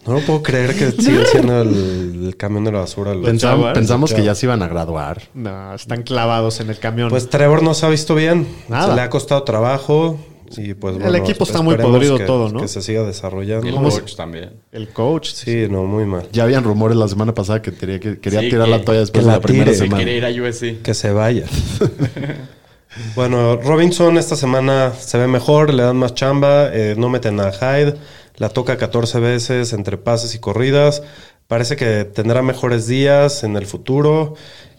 Speaker 4: No lo puedo creer que sigue siendo el, el camión de la basura. güey.
Speaker 8: Pensam-
Speaker 2: Jaguars,
Speaker 8: pensamos
Speaker 2: los
Speaker 8: que ya se iban a graduar.
Speaker 2: No, están clavados en el camión.
Speaker 4: Pues Trevor no Pues se ha visto bien.
Speaker 2: Nada.
Speaker 4: Se le ha costado trabajo. Y pues,
Speaker 2: El
Speaker 4: bueno,
Speaker 2: equipo está
Speaker 4: esp-
Speaker 2: muy
Speaker 4: esperemos
Speaker 2: podrido
Speaker 4: que-
Speaker 2: todo, ¿no?
Speaker 4: Que se siga desarrollando.
Speaker 5: El coach también.
Speaker 2: El coach.
Speaker 4: Sí, no, muy mal.
Speaker 8: Ya habían rumores la semana pasada que quería, que quería
Speaker 5: Sí,
Speaker 8: tirar
Speaker 5: que-
Speaker 8: la toalla después
Speaker 4: que
Speaker 8: de
Speaker 4: la
Speaker 8: la primera
Speaker 4: tire.
Speaker 5: Se
Speaker 8: semana.
Speaker 5: quiere ir a USC.
Speaker 4: Que se vaya. bueno, Robinson esta semana se ve mejor, le dan más chamba, eh, no meten a Hyde, la toca 14 veces entre pases y corridas. Parece que tendrá mejores días en el futuro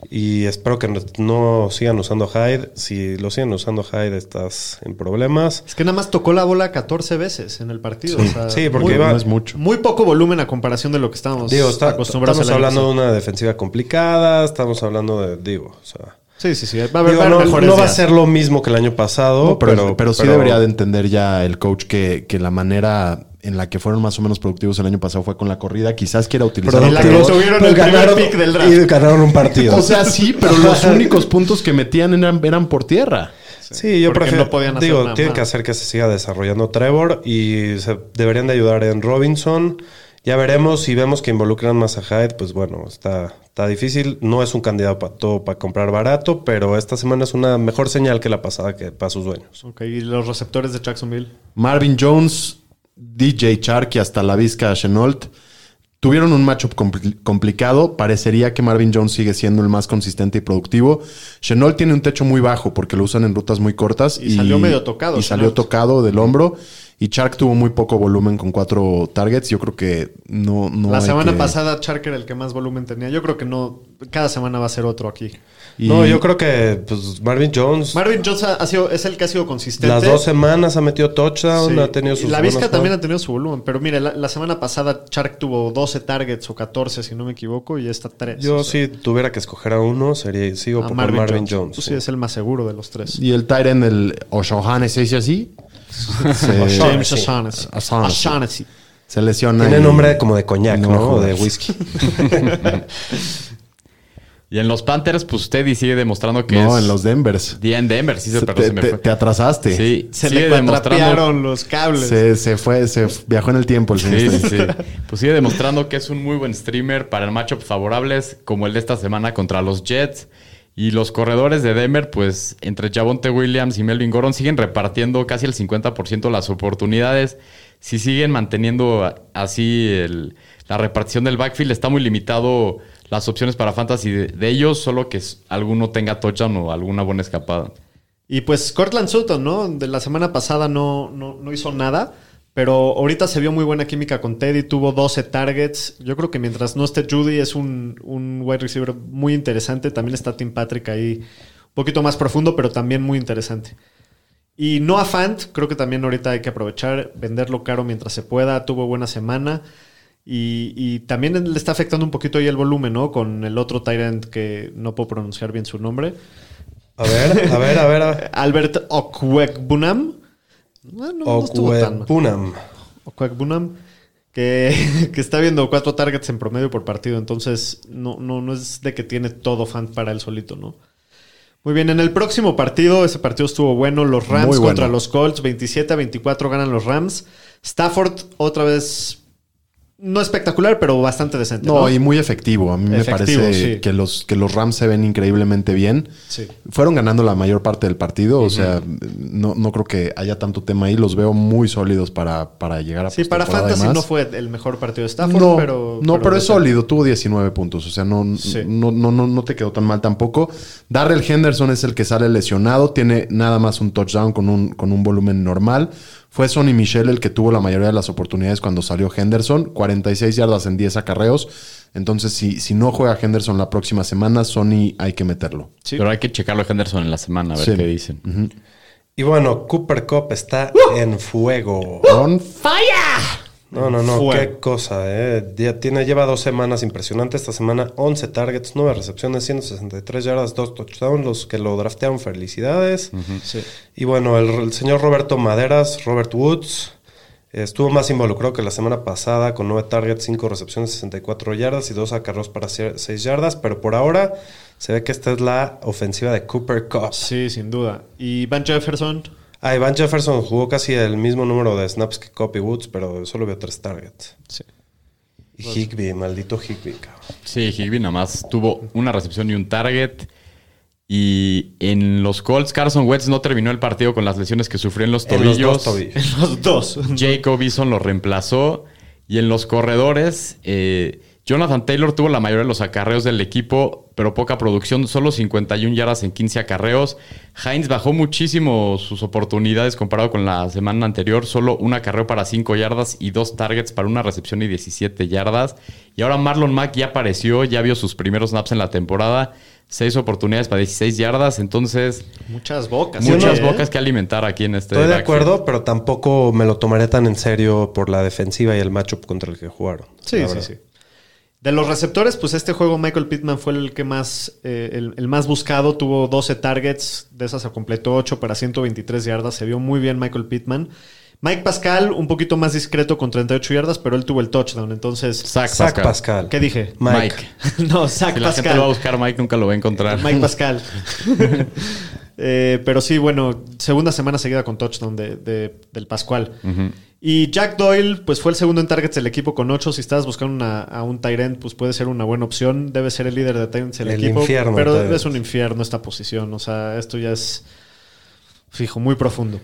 Speaker 4: y espero que no, no sigan usando a Hyde. Si lo siguen usando a Hyde, estás en problemas.
Speaker 2: Es que nada más tocó la bola 14 veces en el partido. o sea,
Speaker 4: Sí, porque
Speaker 2: muy,
Speaker 4: iba-
Speaker 8: No Ah, es mucho.
Speaker 2: muy poco volumen a comparación de lo que estábamos
Speaker 4: Digo, está-
Speaker 2: acostumbrados
Speaker 4: estamos
Speaker 2: el año
Speaker 4: hablando de
Speaker 2: pasado.
Speaker 4: una defensiva complicada, estamos hablando de, digo, o sea,
Speaker 2: Sí, sí, sí. Va a haber,
Speaker 4: digo,
Speaker 2: va a haber
Speaker 4: no,
Speaker 2: mejores
Speaker 4: no va a
Speaker 2: días.
Speaker 4: ser lo mismo que el año pasado,
Speaker 8: No, pero,
Speaker 4: pero,
Speaker 8: pero, sí debería de entender ya el coach que, que la manera en la que fueron más o menos productivos el año pasado fue con la corrida. Quizás quiera utilizar
Speaker 2: En la que
Speaker 8: otros-
Speaker 2: tuvieron el primer pick del draft.
Speaker 4: pues, Y ganaron un partido.
Speaker 8: O sea, sí, pero los únicos puntos que metían eran, eran por tierra.
Speaker 4: sí, yo
Speaker 2: porque
Speaker 4: prefiero.
Speaker 2: no podían hacer
Speaker 4: digo,
Speaker 2: nada
Speaker 4: tienen
Speaker 2: más.
Speaker 4: que hacer que se siga desarrollando Trevor y se deberían de ayudar en Robinson. Ya veremos si vemos que involucran más a Hyde, pues bueno, está, está difícil. No es un candidato para comprar barato, pero esta semana es una mejor señal que la pasada que para sus dueños.
Speaker 2: Ok, y los receptores de Jacksonville.
Speaker 8: Marvin Jones, DJ Chark y hasta la Vizca Chenault tuvieron un matchup compli- complicado. Parecería que Marvin Jones sigue siendo el más consistente y productivo. Chenault tiene un techo muy bajo porque lo usan en rutas muy cortas.
Speaker 2: Y salió medio tocado,
Speaker 8: Y salió
Speaker 2: Chenault.
Speaker 8: tocado del hombro. Y Chark tuvo muy poco volumen con cuatro targets. Yo creo que no. no
Speaker 2: la
Speaker 8: hay
Speaker 2: semana
Speaker 8: que-
Speaker 2: pasada Chark era el que más volumen tenía. Yo creo que no. Cada semana va a ser otro aquí.
Speaker 8: y-
Speaker 4: No, yo creo que pues, Marvin Jones.
Speaker 2: Marvin Jones ha- ha sido, es el que ha sido consistente.
Speaker 4: Las dos semanas ha metido touchdown,
Speaker 2: Sí.
Speaker 4: ha tenido sus
Speaker 2: Y la
Speaker 4: buenos
Speaker 2: Vizca
Speaker 4: juegos.
Speaker 2: también ha tenido su volumen. Pero mire, la, la semana pasada Chark tuvo 12 targets o 14, si no me equivoco, y esta 3.
Speaker 4: Yo si tuviera que escoger a uno, sería sigo por Marvin, Jones.
Speaker 2: sí, es el más seguro de los tres.
Speaker 8: Y el Tyren, el O'Shaughnessy, se dice así. se,
Speaker 2: Eh, James
Speaker 4: sí.
Speaker 2: O'Shaughnessy.
Speaker 8: O'Shaughnessy.
Speaker 2: O'Shaughnessy.
Speaker 8: se lesiona.
Speaker 4: Tiene
Speaker 8: y-
Speaker 4: nombre como de coñac,
Speaker 8: No
Speaker 4: ¿no?
Speaker 8: jodas.
Speaker 4: De whisky.
Speaker 5: Y en los Panthers, pues Teddy sigue demostrando que
Speaker 8: No,
Speaker 5: es
Speaker 8: en los Denvers.
Speaker 5: día en Denver. Sí, se,
Speaker 8: Se-
Speaker 5: pero
Speaker 8: te,
Speaker 5: se me
Speaker 8: te-
Speaker 5: fue.
Speaker 8: te atrasaste.
Speaker 5: Sí,
Speaker 2: Se
Speaker 5: sigue
Speaker 2: le
Speaker 5: demostrando.
Speaker 2: cuatrapearon los cables.
Speaker 8: Se, se fue, se f- viajó en el tiempo el
Speaker 5: Sí,
Speaker 8: Einstein.
Speaker 5: sí, sí. Pues sigue demostrando que es un muy buen streamer para matchups favorables, como el de esta semana contra los Jets. Y los corredores de Denver, pues entre Javonte Williams y Melvin Gordon, siguen repartiendo casi el 50% las oportunidades. Si siguen manteniendo a- así el- la repartición del backfield, está muy limitado las opciones para fantasy de, de ellos, solo que s- alguno tenga touchdown o alguna buena escapada.
Speaker 2: Y pues Cortland Sutton, ¿no? De la semana pasada no, no, no hizo nada, pero ahorita se vio muy buena química con Teddy, tuvo 12 targets. Yo creo que mientras no esté Judy es un, un wide receiver muy interesante. También está Tim Patrick ahí un poquito más profundo, pero también muy interesante. Y Noah Fant, creo que también ahorita hay que aprovechar, venderlo caro mientras se pueda, tuvo buena semana. Y, y también le está afectando un poquito ahí el volumen, ¿no? Con el otro Tyrant que no puedo pronunciar bien su nombre.
Speaker 4: A ver, a ver, a ver. a ver.
Speaker 2: Albert Okwekbunam. No, no, no estuvo tan mal.
Speaker 4: Ocuepunam.
Speaker 2: Okwekbunam, que, que está viendo cuatro targets en promedio por partido. Entonces, no, no, no es de que tiene todo fan para él solito, ¿no? Muy bien, en el próximo partido, ese partido estuvo bueno. Los Rams
Speaker 8: Muy bueno.
Speaker 2: contra los Colts, 27 a 24 ganan los Rams. Stafford, otra vez, no espectacular, pero bastante decente. No,
Speaker 8: No, y muy efectivo. A mí
Speaker 2: Efectivo,
Speaker 8: me parece
Speaker 2: sí.
Speaker 8: que, los, que los Rams se ven increíblemente bien.
Speaker 2: Sí.
Speaker 8: Fueron ganando la mayor parte del partido. O sea, no, no creo que haya tanto tema ahí. Los veo muy sólidos para, para llegar a
Speaker 2: Sí, para
Speaker 8: postemporada,
Speaker 2: Fantasy
Speaker 8: además.
Speaker 2: no fue el mejor partido de Stafford,
Speaker 8: no,
Speaker 2: pero.
Speaker 8: no, pero, es
Speaker 2: decente.
Speaker 8: sólido. Tuvo 19 puntos. O sea, no,
Speaker 2: Sí.
Speaker 8: no, no, no, no te quedó tan mal tampoco. Darrell Henderson es el que sale lesionado. Tiene nada más un touchdown con un, con un volumen normal. Fue Sonny Michel el que tuvo la mayoría de las oportunidades cuando salió Henderson. 46 yardas en 10 acarreos. Entonces, si, si no juega Henderson la próxima semana, Sonny hay que meterlo.
Speaker 2: Sí.
Speaker 5: Pero hay que checarlo a Henderson en la semana, a ver
Speaker 8: Sí.
Speaker 5: qué dicen.
Speaker 4: Y bueno, Cooper Cup está
Speaker 2: ¡Uh!
Speaker 4: en fuego.
Speaker 8: Ron,
Speaker 4: No, no, no,
Speaker 2: Fuego.
Speaker 4: qué cosa, eh. Ya tiene, lleva dos semanas impresionante. Esta semana 11 targets, 9 recepciones, 163 yardas, 2 touchdowns. Los que lo draftearon, felicidades. Y bueno, el, el señor Roberto Maderas, Robert Woods, eh, estuvo más involucrado que la semana pasada con 9 targets, 5 recepciones, 64 yardas y 2 acarreos para 6 yardas. Pero por ahora se ve que esta es la ofensiva de Cooper Cup.
Speaker 2: Sí, sin duda. Y Van Jefferson,
Speaker 4: Ah, Iván Jefferson jugó casi el mismo número de snaps que Copy Woods, pero solo vio 3 targets.
Speaker 2: Sí.
Speaker 4: Y Higby, maldito Higby, cabrón.
Speaker 5: Sí, Higby nada más tuvo una recepción y un target. Y en los Colts, Carson Wentz no terminó el partido con las lesiones que sufrió en los
Speaker 4: En los
Speaker 5: tobillos.
Speaker 4: dos tobillos.
Speaker 2: Los dos.
Speaker 5: Jacob Eason lo reemplazó. Y en los corredores, eh, Jonathan Taylor tuvo la mayoría de los acarreos del equipo, pero poca producción, solo 51 yardas en 15 acarreos. Heinz bajó muchísimo sus oportunidades comparado con la semana anterior, solo un acarreo para 5 yardas y dos targets para una recepción y 17 yardas. Y ahora Marlon Mack ya apareció, ya vio sus primeros snaps en la temporada. Seis oportunidades para 16 yardas, entonces
Speaker 2: Muchas bocas.
Speaker 5: muchas
Speaker 2: ¿eh?
Speaker 5: bocas que alimentar aquí en este.
Speaker 4: Estoy de
Speaker 5: backfield.
Speaker 4: acuerdo, pero tampoco me lo tomaré tan en serio por la defensiva y el matchup contra el que jugaron.
Speaker 2: Sí,
Speaker 4: la
Speaker 2: sí,
Speaker 4: verdad.
Speaker 2: sí. De los receptores, pues este juego Michael Pittman fue el que más, eh, el, el más buscado, tuvo 12 targets, de esas se completó 8 para 123 yardas, se vio muy bien Michael Pittman. Mike Pascal, un poquito más discreto con 38 yardas, pero él tuvo el touchdown, entonces...
Speaker 5: Zach
Speaker 4: Zach
Speaker 5: Pascal.
Speaker 4: Pascal.
Speaker 2: ¿Qué dije?
Speaker 4: Mike.
Speaker 5: Mike.
Speaker 2: no, Zach
Speaker 5: Si la gente lo va a
Speaker 2: Pascal.
Speaker 5: buscar, Mike nunca lo va a encontrar.
Speaker 2: Mike Pascal. Eh, pero sí, bueno, segunda semana seguida con touchdown de, de- del Pascual. Y Jack Doyle, pues fue el segundo en targets del equipo con 8. Si estabas buscando una- a un Tyrant, pues puede ser una buena opción. Debe ser el líder de Tyrants del
Speaker 4: El
Speaker 2: equipo.
Speaker 4: infierno,
Speaker 2: pero
Speaker 4: Tyrant.
Speaker 2: es un infierno esta posición. O sea, esto ya es fijo, muy profundo.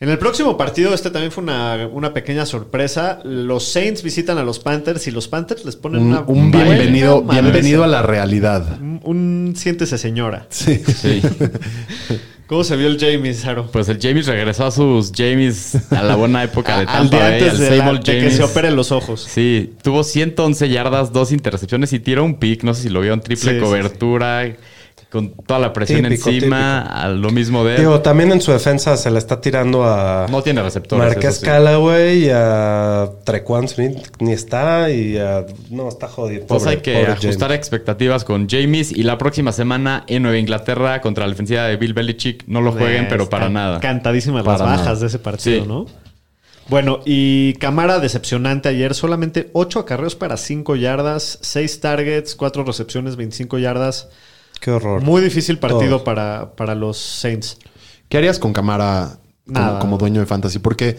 Speaker 2: En el próximo partido, este también fue una, una pequeña sorpresa. Los Saints visitan a los Panthers y los Panthers les ponen
Speaker 8: Un,
Speaker 2: una.
Speaker 8: un
Speaker 2: buena
Speaker 8: bienvenido,
Speaker 2: madriza.
Speaker 8: bienvenido a la realidad.
Speaker 2: Un, un siéntese, señora.
Speaker 8: Sí.
Speaker 5: Sí.
Speaker 2: ¿Cómo se vio el Jamie, Saro?
Speaker 5: Pues el James regresó a sus James a la buena época de
Speaker 2: Al
Speaker 5: Tampa
Speaker 2: día
Speaker 5: Bay,
Speaker 2: antes
Speaker 5: al
Speaker 2: de,
Speaker 5: same
Speaker 2: la-
Speaker 5: old
Speaker 2: de que
Speaker 5: James.
Speaker 2: se operen los ojos.
Speaker 5: Sí, tuvo 111 yardas, dos intercepciones y tiró un pick, no sé si lo vieron, triple
Speaker 2: Sí, sí,
Speaker 5: cobertura, con toda la presión
Speaker 4: Típico,
Speaker 5: encima, a lo mismo de él.
Speaker 4: Digo, también en su defensa se la está tirando a
Speaker 5: no tiene receptores.
Speaker 4: Marqués
Speaker 5: eso sí.
Speaker 4: Callaway y a Trequan Smith. Ni está y a... No, está jodido. Pobre-
Speaker 5: Entonces Pues hay que
Speaker 4: pobre
Speaker 5: ajustar
Speaker 4: James.
Speaker 5: expectativas con James y la próxima semana en Nueva Inglaterra contra la defensiva de Bill Belichick. No lo jueguen,
Speaker 2: Eh,
Speaker 5: pero para
Speaker 2: están
Speaker 5: Pues, nada.
Speaker 2: Cantadísimas las
Speaker 8: Para
Speaker 2: bajas
Speaker 8: nada.
Speaker 2: de ese partido,
Speaker 5: Sí.
Speaker 2: ¿no? Bueno, y Camara decepcionante ayer, solamente 8 acarreos para 5 yardas, 6 targets, 4 recepciones, 25 yardas.
Speaker 4: Qué horror.
Speaker 2: Muy difícil partido
Speaker 4: Todos.
Speaker 2: para, para los Saints.
Speaker 8: ¿Qué harías con Camara como-
Speaker 2: Nada.
Speaker 8: como, dueño de fantasy? Porque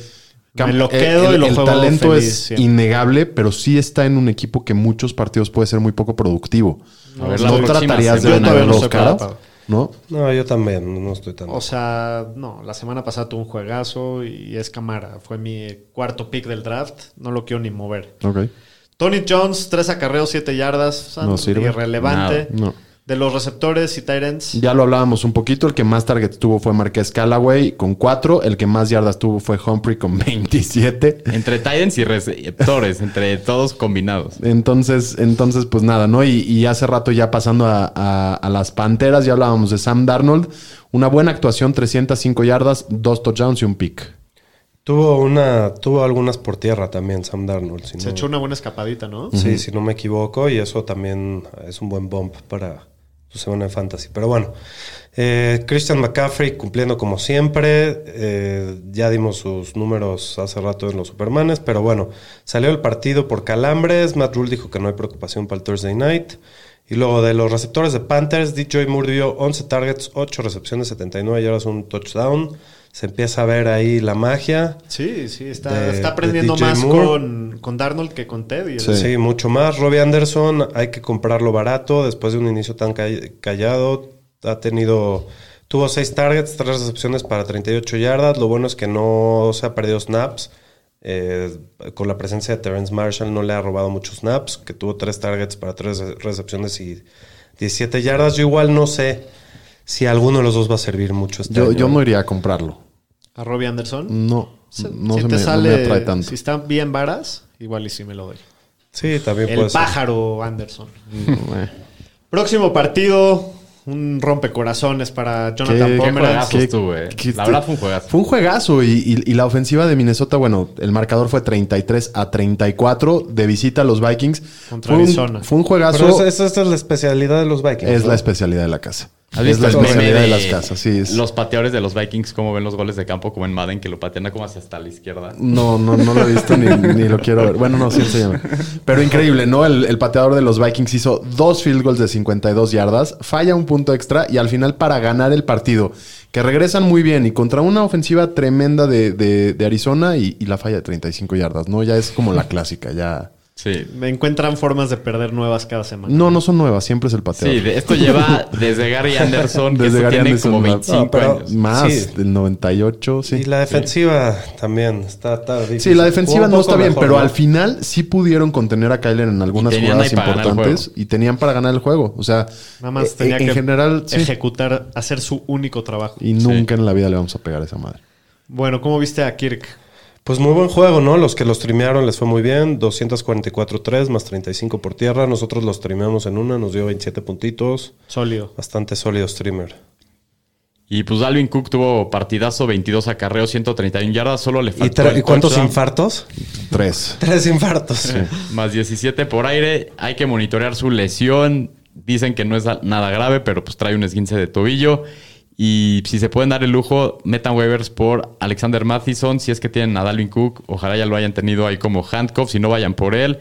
Speaker 8: Cam-
Speaker 2: Me lo quedo y lo
Speaker 8: el
Speaker 2: juego
Speaker 8: talento
Speaker 2: feliz
Speaker 8: es
Speaker 2: siempre.
Speaker 8: innegable, pero sí está en un equipo que muchos partidos puede ser muy poco productivo.
Speaker 5: A ver, la
Speaker 8: no
Speaker 5: próxima
Speaker 8: tratarías de
Speaker 5: semana.
Speaker 8: vender
Speaker 2: Yo todavía no
Speaker 8: los
Speaker 2: estoy
Speaker 8: caras,
Speaker 2: preparado.
Speaker 8: ¿no?
Speaker 4: No, yo también. No estoy tan...
Speaker 2: O sea, no, la semana pasada tuvo un juegazo y es Camara. Fue mi cuarto pick del draft, no lo quiero ni mover.
Speaker 8: Ok.
Speaker 2: Tony Jones, 3 acarreos, 7 yardas, o sea,
Speaker 8: No sirve.
Speaker 2: irrelevante.
Speaker 8: Nada. No.
Speaker 2: De los receptores y Tyrants.
Speaker 8: Ya lo hablábamos un poquito. El que más targets tuvo fue Marqués Callaway con 4. El que más yardas tuvo fue Humphrey con 27.
Speaker 5: Entre Titans y receptores, entre todos combinados.
Speaker 8: Entonces, entonces pues nada, ¿no? Y, y hace rato ya pasando a, a- a las Panteras, ya hablábamos de Sam Darnold. Una buena actuación, 305 yardas, dos touchdowns y un pick.
Speaker 4: Tuvo una... Tuvo algunas por tierra también Sam Darnold. si
Speaker 2: Se
Speaker 4: no-
Speaker 2: echó una buena escapadita, ¿no?
Speaker 4: Sí, si no me equivoco, y eso también es un buen bump para su semana de fantasy. Pero bueno, eh, Christian McCaffrey cumpliendo como siempre. eh, ya dimos sus números hace rato en los Supermanes, pero bueno, salió el partido por calambres. Matt Rule dijo que no hay preocupación para el Thursday night. Y luego de los receptores de Panthers, DJ Moore dio 11 targets, 8 recepciones, 79 yardas, un touchdown. Se empieza a ver ahí la magia.
Speaker 2: Sí, sí, está,
Speaker 4: De-
Speaker 2: está
Speaker 4: de
Speaker 2: aprendiendo
Speaker 4: DJ
Speaker 2: más
Speaker 4: Moore.
Speaker 2: con, con Darnold que con Teddy.
Speaker 4: Sí. mucho más. Robbie Anderson, hay que comprarlo barato. Después de un inicio tan call- callado, ha tenido. Tuvo seis targets, tres recepciones para 38 yardas. Lo bueno es que no se ha perdido snaps. Eh, con la presencia de Terrence Marshall no le ha robado muchos snaps, que tuvo tres targets para tres re- recepciones y 17 yardas. Yo igual no sé si alguno de los dos va a servir mucho este
Speaker 8: Yo,
Speaker 4: año.
Speaker 8: yo no iría a comprarlo.
Speaker 2: A Robbie Anderson.
Speaker 8: No, Mm, no
Speaker 2: si
Speaker 8: se
Speaker 2: te
Speaker 8: me, no
Speaker 2: sale,
Speaker 8: me atrae tanto.
Speaker 2: si están bien varas, igual y sí me lo doy.
Speaker 4: Sí, también
Speaker 2: El
Speaker 4: puede ser.
Speaker 2: pájaro Anderson. Próximo partido, un rompecorazones para Jonathan
Speaker 8: ¿Qué- qué
Speaker 2: Pomeranz.
Speaker 5: juegazo?
Speaker 8: qué-
Speaker 5: estuvo, eh?
Speaker 8: qué-
Speaker 5: La verdad fue un juegazo.
Speaker 8: Fue un juegazo y, y- y la ofensiva de Minnesota, bueno, el marcador fue 33 a 34 de visita a los Vikings.
Speaker 2: Contra
Speaker 8: fue un,
Speaker 2: Arizona.
Speaker 8: Fue un
Speaker 4: Pero
Speaker 8: juegazo.
Speaker 4: esa,
Speaker 8: es,
Speaker 4: esa- esa es la especialidad de los Vikings. ¿no?
Speaker 8: la especialidad de la casa.
Speaker 5: ¿Has
Speaker 8: Es
Speaker 5: visto
Speaker 8: la
Speaker 5: el meme
Speaker 8: especialidad de
Speaker 5: de
Speaker 8: las casas, sí. es-
Speaker 5: Los pateadores de los Vikings, cómo ven los goles de campo, como en Madden, que lo patean como hacia hasta la izquierda.
Speaker 8: No, no, no lo he visto ni, ni lo quiero ver. Bueno, no, sí enséñame. Pero increíble, ¿no? El, el pateador de los Vikings hizo dos field goals de 52 yardas, falla un punto extra y al final para ganar el partido, que regresan muy bien y contra una ofensiva tremenda de, de- de Arizona y, y la falla de 35 yardas, ¿no? Ya es como la clásica, ya.
Speaker 5: Sí.
Speaker 2: Me encuentran formas de perder nuevas cada semana.
Speaker 8: No, no son nuevas, siempre es el pateador.
Speaker 5: Sí, de- esto lleva desde Gary Anderson, que
Speaker 8: Desde
Speaker 5: esto
Speaker 8: Gary
Speaker 5: tiene
Speaker 8: Anderson,
Speaker 5: como
Speaker 8: no.
Speaker 5: 25
Speaker 4: No, pero-
Speaker 5: años.
Speaker 8: Más
Speaker 4: Sí.
Speaker 8: del 98, sí.
Speaker 4: Y la defensiva también está, está
Speaker 8: Sí,
Speaker 4: difícil.
Speaker 8: la defensiva
Speaker 4: Un
Speaker 8: no
Speaker 4: poco
Speaker 8: está bien,
Speaker 4: mejor,
Speaker 8: pero
Speaker 4: ¿no?
Speaker 8: al final sí pudieron contener a Kyler en algunas
Speaker 5: Y tenían
Speaker 8: jugadas
Speaker 5: ahí para ganar el
Speaker 8: importantes y tenían para ganar el juego. O sea,
Speaker 2: Nada más
Speaker 8: eh,
Speaker 2: tenía
Speaker 8: en
Speaker 2: que
Speaker 8: general, sí.
Speaker 2: ejecutar, hacer su único trabajo.
Speaker 8: Y nunca en la vida le vamos a pegar a esa madre.
Speaker 2: Bueno, ¿cómo viste a Kirk?
Speaker 4: Pues muy buen juego, ¿no? Los que los trimearon les fue muy bien. 244-3 más 35 por tierra. Nosotros los trimeamos en una, nos dio 27 puntitos.
Speaker 2: Sólido.
Speaker 4: Bastante sólido streamer.
Speaker 5: Y pues Dalvin Cook tuvo partidazo, 22 acarreos, 131 yardas, solo le
Speaker 4: ¿Y,
Speaker 5: faltó
Speaker 4: tra-
Speaker 5: el
Speaker 4: ¿y cuántos
Speaker 5: touchdown,
Speaker 4: infartos?
Speaker 8: Tres.
Speaker 4: Tres infartos.
Speaker 5: Más 17 por aire, hay que monitorear su lesión. Dicen que no es nada grave, pero pues trae un esguince de tobillo. Y si se pueden dar el lujo, metan waivers por Alexander Mathison. Si es que tienen a Dalvin Cook, ojalá ya lo hayan tenido ahí como handcuff. Si no, vayan por él.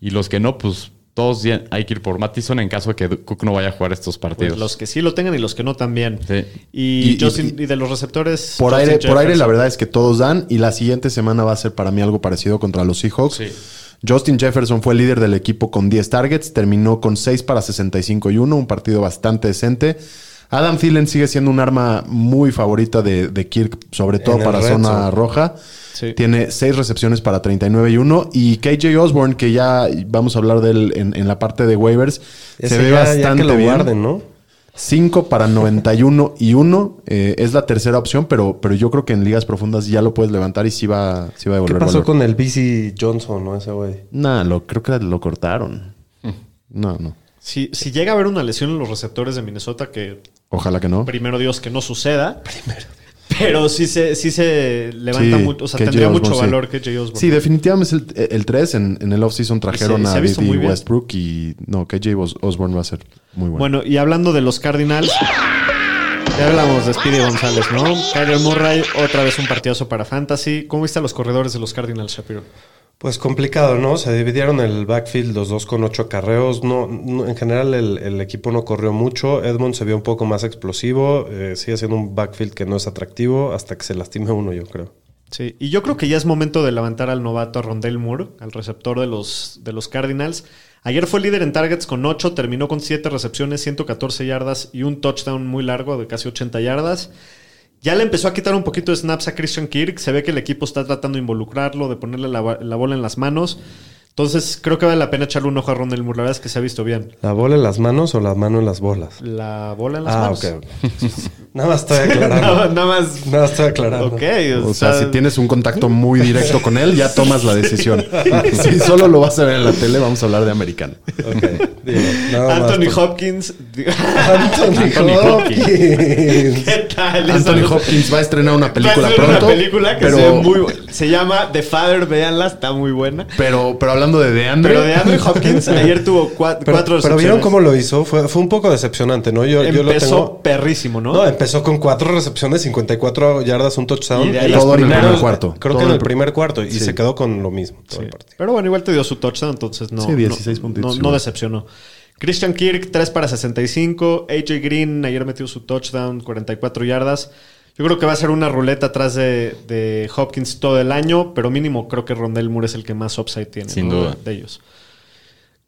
Speaker 5: Y los que no, pues todos ya- hay que ir por Mathison en caso de que Cook no vaya a jugar estos partidos.
Speaker 2: Pues los que sí lo tengan y los que no también.
Speaker 5: Sí.
Speaker 2: Y,
Speaker 8: Y-
Speaker 2: Justin-
Speaker 8: y-
Speaker 2: y de los receptores.
Speaker 8: Por
Speaker 2: Justin
Speaker 8: aire, por aire, la
Speaker 2: Jefferson.
Speaker 8: verdad es que todos dan. Y la siguiente semana va a ser para mí algo parecido contra los Seahawks.
Speaker 5: Sí.
Speaker 8: Justin Jefferson fue el líder del equipo con 10 targets. Terminó con 6 para 65 y 1. Un partido bastante decente. Adam Thielen sigue siendo un arma muy favorita de, de Kirk, sobre todo
Speaker 4: el
Speaker 8: para
Speaker 4: red
Speaker 8: zona
Speaker 4: zone.
Speaker 8: roja.
Speaker 2: Sí.
Speaker 8: Tiene 6 recepciones para 39 y 1. Y KJ Osborne, que ya vamos a hablar de él en, en la parte de waivers,
Speaker 4: Ese
Speaker 8: se
Speaker 4: ya-
Speaker 8: ve
Speaker 4: ya
Speaker 8: bastante
Speaker 4: que lo
Speaker 8: bien.
Speaker 4: guarden, ¿no?
Speaker 8: 5 para 91 y 1 eh, es la tercera opción, pero, pero yo creo que en ligas profundas ya lo puedes levantar y sí va, sí va a
Speaker 4: ¿Qué
Speaker 8: devolver
Speaker 4: pasó
Speaker 8: valor.
Speaker 4: con el BC Johnson, no? Ese güey.
Speaker 8: Nah, lo, creo que lo cortaron.
Speaker 2: Mm.
Speaker 8: No, no.
Speaker 2: Si, si llega a haber una lesión en los receptores de Minnesota, que
Speaker 8: Ojalá que no.
Speaker 2: primero Dios que no suceda. Pero sí se, sí se levanta
Speaker 8: Sí,
Speaker 2: mucho. O sea,
Speaker 8: KJ
Speaker 2: tendría
Speaker 8: Osborne,
Speaker 2: mucho
Speaker 8: sí.
Speaker 2: valor que J. Osborne.
Speaker 8: Sí, definitivamente es el 3. En, en el offseason trajeron
Speaker 2: Y se- se
Speaker 8: a
Speaker 2: ha visto muy
Speaker 8: D.D.
Speaker 2: bien.
Speaker 8: Westbrook y no, KJ Os- Osborne va a ser muy bueno.
Speaker 2: Bueno, y hablando de los Cardinals, ya hablamos de Speedy González, ¿no? Kyler Murray, otra vez un partidazo para Fantasy. ¿Cómo viste a los corredores de los Cardinals, Shapiro?
Speaker 4: Pues complicado, ¿no? Se dividieron el backfield los dos con ocho carreos. No, no- en general el, el equipo no corrió mucho. Edmond se vio un poco más explosivo. eh, sigue siendo un backfield que no es atractivo hasta que se lastime uno, yo creo.
Speaker 2: Sí, y yo creo que ya es momento de levantar al novato a Rondell Moore, al receptor de los, de los Cardinals. Ayer fue líder en targets con 8, terminó con 7 recepciones, 114 yardas y un touchdown muy largo de casi 80 yardas. Ya le empezó a quitar un poquito de snaps a Christian Kirk. Se ve que el equipo está tratando de involucrarlo, de ponerle la, ba- la bola en las manos. Entonces creo que vale la pena echarle un ojo a Rondell Moore. La verdad es que se ha visto bien.
Speaker 4: ¿La bola en las manos o la mano en las bolas?
Speaker 2: La bola en las
Speaker 4: Ah,
Speaker 2: manos.
Speaker 4: ok. Nada más estoy
Speaker 2: nada,
Speaker 4: aclarando.
Speaker 2: nada más.
Speaker 4: Nada más estoy aclarando.
Speaker 2: Ok, o,
Speaker 8: o sea,
Speaker 2: sea,
Speaker 8: si tienes un contacto muy directo con él, ya tomas la decisión. si solo lo vas a ver en la tele, vamos a hablar de americano.
Speaker 4: Ok, digo, nada más
Speaker 2: Anthony
Speaker 4: por-
Speaker 2: Hopkins.
Speaker 5: Ah,
Speaker 4: Anthony Hopkins.
Speaker 2: ¿Qué tal?
Speaker 8: Anthony
Speaker 2: Eso-
Speaker 8: Hopkins va a estrenar una película
Speaker 2: Va a ser
Speaker 8: pronto.
Speaker 2: Una película que
Speaker 8: pero,
Speaker 2: se, ve muy buena. se llama The Father, véanla, está muy buena.
Speaker 8: pero, pero hablando de DeAndre.
Speaker 2: Pero de Andrew Hopkins ayer tuvo cua-
Speaker 4: Pero,
Speaker 2: cuatro
Speaker 4: pero
Speaker 2: recepciones.
Speaker 4: vieron cómo lo hizo. Fue, fue un poco decepcionante, ¿no? Yo, yo lo
Speaker 2: empezó
Speaker 4: tengo.
Speaker 2: perrísimo, ¿no?
Speaker 4: No, empezó con cuatro recepciones, 54 yardas, un touchdown.
Speaker 2: Y de ahí
Speaker 4: los
Speaker 8: todo en el
Speaker 4: primeros-
Speaker 8: primer cuarto.
Speaker 4: Creo
Speaker 8: Todo
Speaker 4: que
Speaker 8: en
Speaker 4: en
Speaker 8: el
Speaker 4: el
Speaker 8: pr-
Speaker 4: primer cuarto. Y
Speaker 8: Sí.
Speaker 4: se quedó con lo mismo todo el partido.
Speaker 2: Pero bueno, igual te dio su touchdown, entonces no.
Speaker 8: Sí, 16
Speaker 2: no-
Speaker 8: puntitos,
Speaker 2: No, no
Speaker 8: igual.
Speaker 2: decepcionó. Christian Kirk, 3 para 65. AJ Green ayer metió su touchdown, 44 yardas. Yo creo que va a ser una ruleta atrás de, de Hopkins todo el año, pero mínimo creo que Rondell Moore es el que más upside tiene.
Speaker 5: Sin
Speaker 2: ¿no?
Speaker 5: duda.
Speaker 2: De ellos.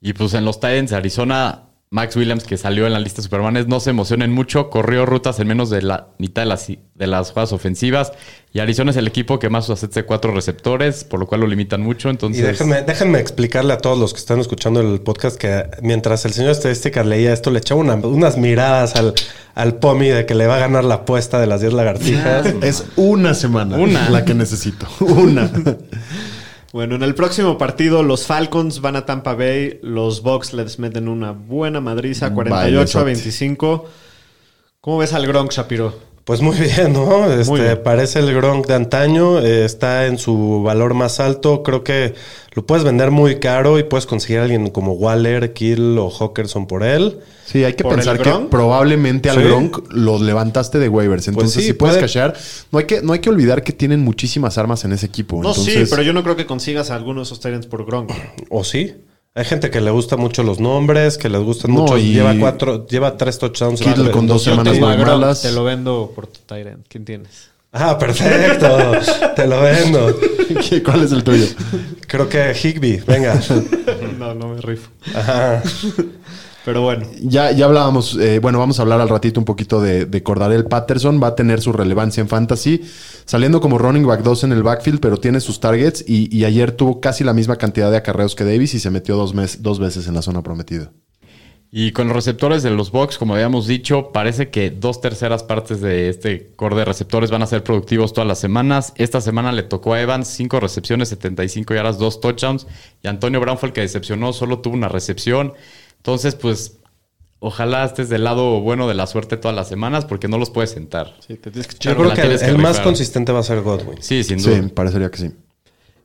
Speaker 5: Y pues en los Titans, Arizona, Max Williams, que salió en la lista de Supermanes, no se emocionen mucho. Corrió rutas en menos de la mitad de las, de las jugadas ofensivas. Y Arizona es el equipo que más acepte cuatro receptores, por lo cual lo limitan mucho.
Speaker 4: Y
Speaker 5: Entonces,
Speaker 4: déjenme, déjenme explicarle a todos los que están escuchando el podcast que mientras el señor estadística leía esto, le echaba una- unas miradas al, al Pomi de que le va a ganar la apuesta de las 10 lagartijas.
Speaker 8: Es una semana
Speaker 5: Una.
Speaker 8: la que necesito. Una.
Speaker 2: Bueno, en el próximo partido los Falcons van a Tampa Bay, los Bucks les meten una buena madriza, 48 a
Speaker 8: bailezote.
Speaker 2: 25. ¿Cómo ves al Gronk, Shapiro?
Speaker 4: Pues muy bien, ¿no? Este,
Speaker 2: bien.
Speaker 4: Parece el Gronk de antaño, eh, está en su valor más alto. Creo que lo puedes vender muy caro y puedes conseguir a alguien como Waller, Kill o Hawkerson por él.
Speaker 8: Sí, hay que
Speaker 2: ¿Por el
Speaker 8: pensar que
Speaker 2: Gronk?
Speaker 8: probablemente al
Speaker 4: Sí.
Speaker 8: Gronk los levantaste de waivers. Entonces,
Speaker 4: sí,
Speaker 8: si puedes
Speaker 4: puede.
Speaker 8: cachar, no hay, que, no hay que olvidar que tienen muchísimas armas en ese equipo.
Speaker 2: No, sí,
Speaker 8: Pues Entonces,
Speaker 2: pero yo no creo que consigas a alguno de esos Tyrants por Gronk.
Speaker 4: ¿O sí? Hay gente que le gusta mucho los nombres, que les gustan
Speaker 8: No,
Speaker 4: mucho.
Speaker 8: y-
Speaker 4: Lleva cuatro, lleva tres touchdowns.
Speaker 8: Kittle con dos
Speaker 4: Yo
Speaker 8: semanas
Speaker 4: tengo-
Speaker 8: muy malas.
Speaker 2: te lo vendo por tu Tyrant. ¿Quién tienes?
Speaker 4: Ah, perfecto. Te lo vendo.
Speaker 8: ¿Cuál es el tuyo?
Speaker 4: Creo que Higby, venga.
Speaker 2: No, no me rifo.
Speaker 4: Ajá.
Speaker 2: Pero bueno.
Speaker 8: Ya, ya hablábamos, eh, bueno, vamos a hablar al ratito un poquito de, de Cordarel Patterson. Va a tener su relevancia en fantasy, saliendo como running back 2 en el backfield, pero tiene sus targets y, y ayer tuvo casi la misma cantidad de acarreos que Davis y se metió dos, mes- dos veces en la zona prometida.
Speaker 5: Y con los receptores de los Bucks, como habíamos dicho, parece que dos terceras partes de este core de receptores van a ser productivos todas las semanas. Esta semana le tocó a Evans cinco recepciones, 75 yardas, dos touchdowns. Y Antonio Brown fue el que decepcionó, solo tuvo una recepción. Entonces, pues, ojalá estés del lado bueno de la suerte todas las semanas porque no los puedes sentar.
Speaker 2: Sí, te tienes que
Speaker 4: Yo
Speaker 5: Pero
Speaker 4: creo
Speaker 5: la
Speaker 4: que el,
Speaker 5: tienes que
Speaker 4: el más
Speaker 5: rifar.
Speaker 4: consistente va a ser Godwin.
Speaker 5: Sí, sin duda.
Speaker 8: Sí, parecería que sí.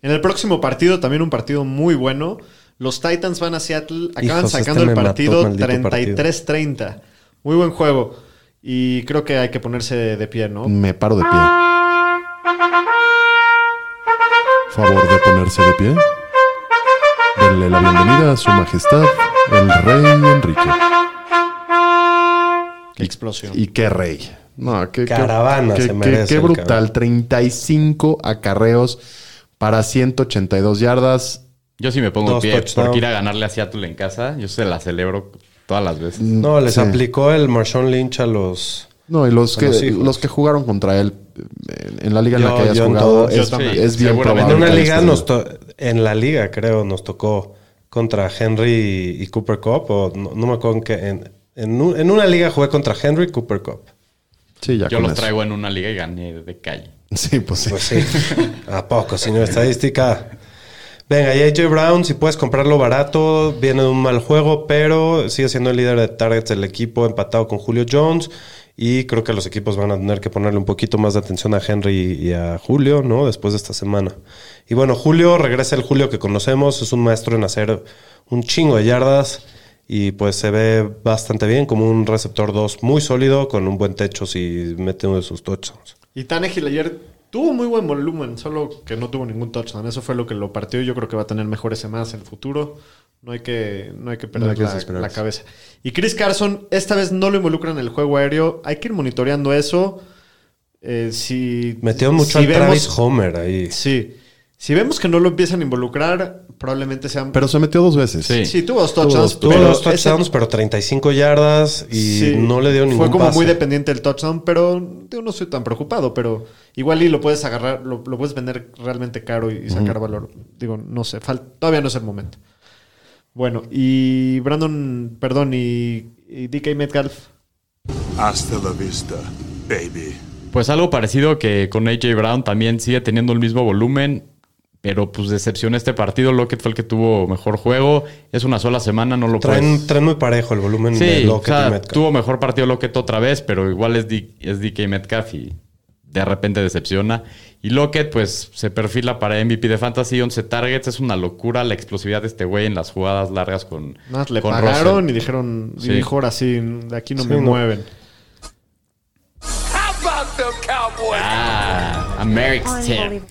Speaker 2: En el próximo partido, también un partido muy bueno. Los Titans van a Seattle, acaban
Speaker 4: Hijos,
Speaker 2: sacando
Speaker 4: este
Speaker 2: el
Speaker 4: me mató,
Speaker 2: partido
Speaker 4: maldito
Speaker 2: 33-30. Muy buen juego. Y creo que hay que ponerse de, de pie,
Speaker 4: Mm.
Speaker 2: ¿no?
Speaker 8: Me paro de pie. Favor de ponerse de pie. Denle la bienvenida a su majestad, el rey Enrique.
Speaker 2: Qué explosión.
Speaker 8: Y qué rey. No, qué, qué-
Speaker 4: Caravana
Speaker 8: qué,
Speaker 4: se
Speaker 8: qué-
Speaker 4: merece
Speaker 8: qué
Speaker 4: el
Speaker 8: brutal.
Speaker 4: cabrón.
Speaker 8: 35 acarreos para 182 yardas.
Speaker 5: Yo sí me pongo
Speaker 4: Dos
Speaker 5: de pie
Speaker 4: touchdowns.
Speaker 5: porque ir a ganarle a Seattle en casa, yo se la celebro todas las veces.
Speaker 4: No, les
Speaker 8: Sí.
Speaker 4: aplicó el Marshawn Lynch a los.
Speaker 8: No, y los
Speaker 4: A
Speaker 8: que,
Speaker 4: los
Speaker 8: los,
Speaker 4: hijos.
Speaker 8: que jugaron contra él eh, en la liga en la
Speaker 4: Yo-
Speaker 8: que hayas
Speaker 4: yo en
Speaker 8: jugado
Speaker 4: todas.
Speaker 8: es,
Speaker 5: Yo también.
Speaker 8: es bien
Speaker 5: Seguramente.
Speaker 8: probable.
Speaker 4: En una
Speaker 8: que
Speaker 4: liga
Speaker 8: hayas
Speaker 4: nos
Speaker 8: tenido.
Speaker 4: to- en la liga creo nos tocó contra Henry y Cooper Cup o no, no me acuerdo en qué. En, en un- en una liga jugué contra Henry y Cooper Cup.
Speaker 8: Sí, ya
Speaker 5: Yo
Speaker 8: con
Speaker 5: los
Speaker 8: eso.
Speaker 5: traigo en una liga y gané de calle.
Speaker 8: Sí, pues sí.
Speaker 4: Pues sí. ¿A poco, señor estadística? Venga, y AJ Brown, si puedes comprarlo barato, viene de un mal juego, pero sigue siendo el líder de targets del equipo, empatado con Julio Jones. Y creo que los equipos van a tener que ponerle un poquito más de atención a Henry y a Julio, ¿no? Después de esta semana. Y bueno, Julio, regresa el Julio que conocemos, es un maestro en hacer un chingo de yardas y pues se ve bastante bien como un receptor 2 muy sólido con un buen techo si mete uno de sus touchdowns.
Speaker 2: Y Tannehill ayer tuvo muy buen volumen, solo que no tuvo ningún touchdown. Eso fue lo que lo partió. Yo creo que va a tener mejores semanas en el futuro. No hay que, no hay que perder
Speaker 8: No hay que
Speaker 2: la- la,
Speaker 8: desesperarse.
Speaker 2: cabeza. Y Chris Carson, esta vez no lo involucran en el juego aéreo. Hay que ir monitoreando eso. Eh, si
Speaker 4: Metió mucho
Speaker 2: si
Speaker 4: al Travis Homer ahí.
Speaker 2: Sí. Si vemos que no lo empiezan a involucrar, probablemente sean.
Speaker 8: Pero se metió dos veces.
Speaker 5: Sí.
Speaker 2: sí, tuvo dos touchdowns.
Speaker 4: Tuvo
Speaker 2: pero
Speaker 4: dos
Speaker 2: ese-
Speaker 4: touchdowns, pero 35 yardas y
Speaker 2: Sí.
Speaker 4: no le dio ningún
Speaker 2: Fue como
Speaker 4: pase.
Speaker 2: muy dependiente del touchdown, pero yo no soy tan preocupado, pero igual y lo puedes agarrar, lo, lo puedes vender realmente caro y, y sacar valor. Digo, no sé, fal- todavía no es el momento. Bueno, y Brandon, perdón, y, y DK Metcalf.
Speaker 6: Hasta la vista, baby.
Speaker 5: Pues algo parecido que con AJ Brown también sigue teniendo el mismo volumen, pero pues decepcionó este partido. Lockett fue el que tuvo mejor juego. Es una sola semana, no lo
Speaker 4: Traen,
Speaker 5: puedes.
Speaker 4: traen muy parejo el volumen de
Speaker 5: Sí, o
Speaker 4: Lockett y
Speaker 5: sea,
Speaker 4: Metcalf.
Speaker 5: tuvo mejor partido Lockett otra vez, pero igual es, D- es DK Metcalf y de repente decepciona. Y Lockett, pues se perfila para MVP de Fantasy, 11 targets. Es una locura la explosividad de este güey en las jugadas largas con.
Speaker 2: Nada más le
Speaker 5: con
Speaker 2: pagaron
Speaker 5: Russell.
Speaker 2: y dijeron,
Speaker 5: Sí.
Speaker 2: dijo ahora sí, de aquí no
Speaker 4: Sí,
Speaker 2: me
Speaker 4: no.
Speaker 2: mueven.
Speaker 5: Ah, America's Team.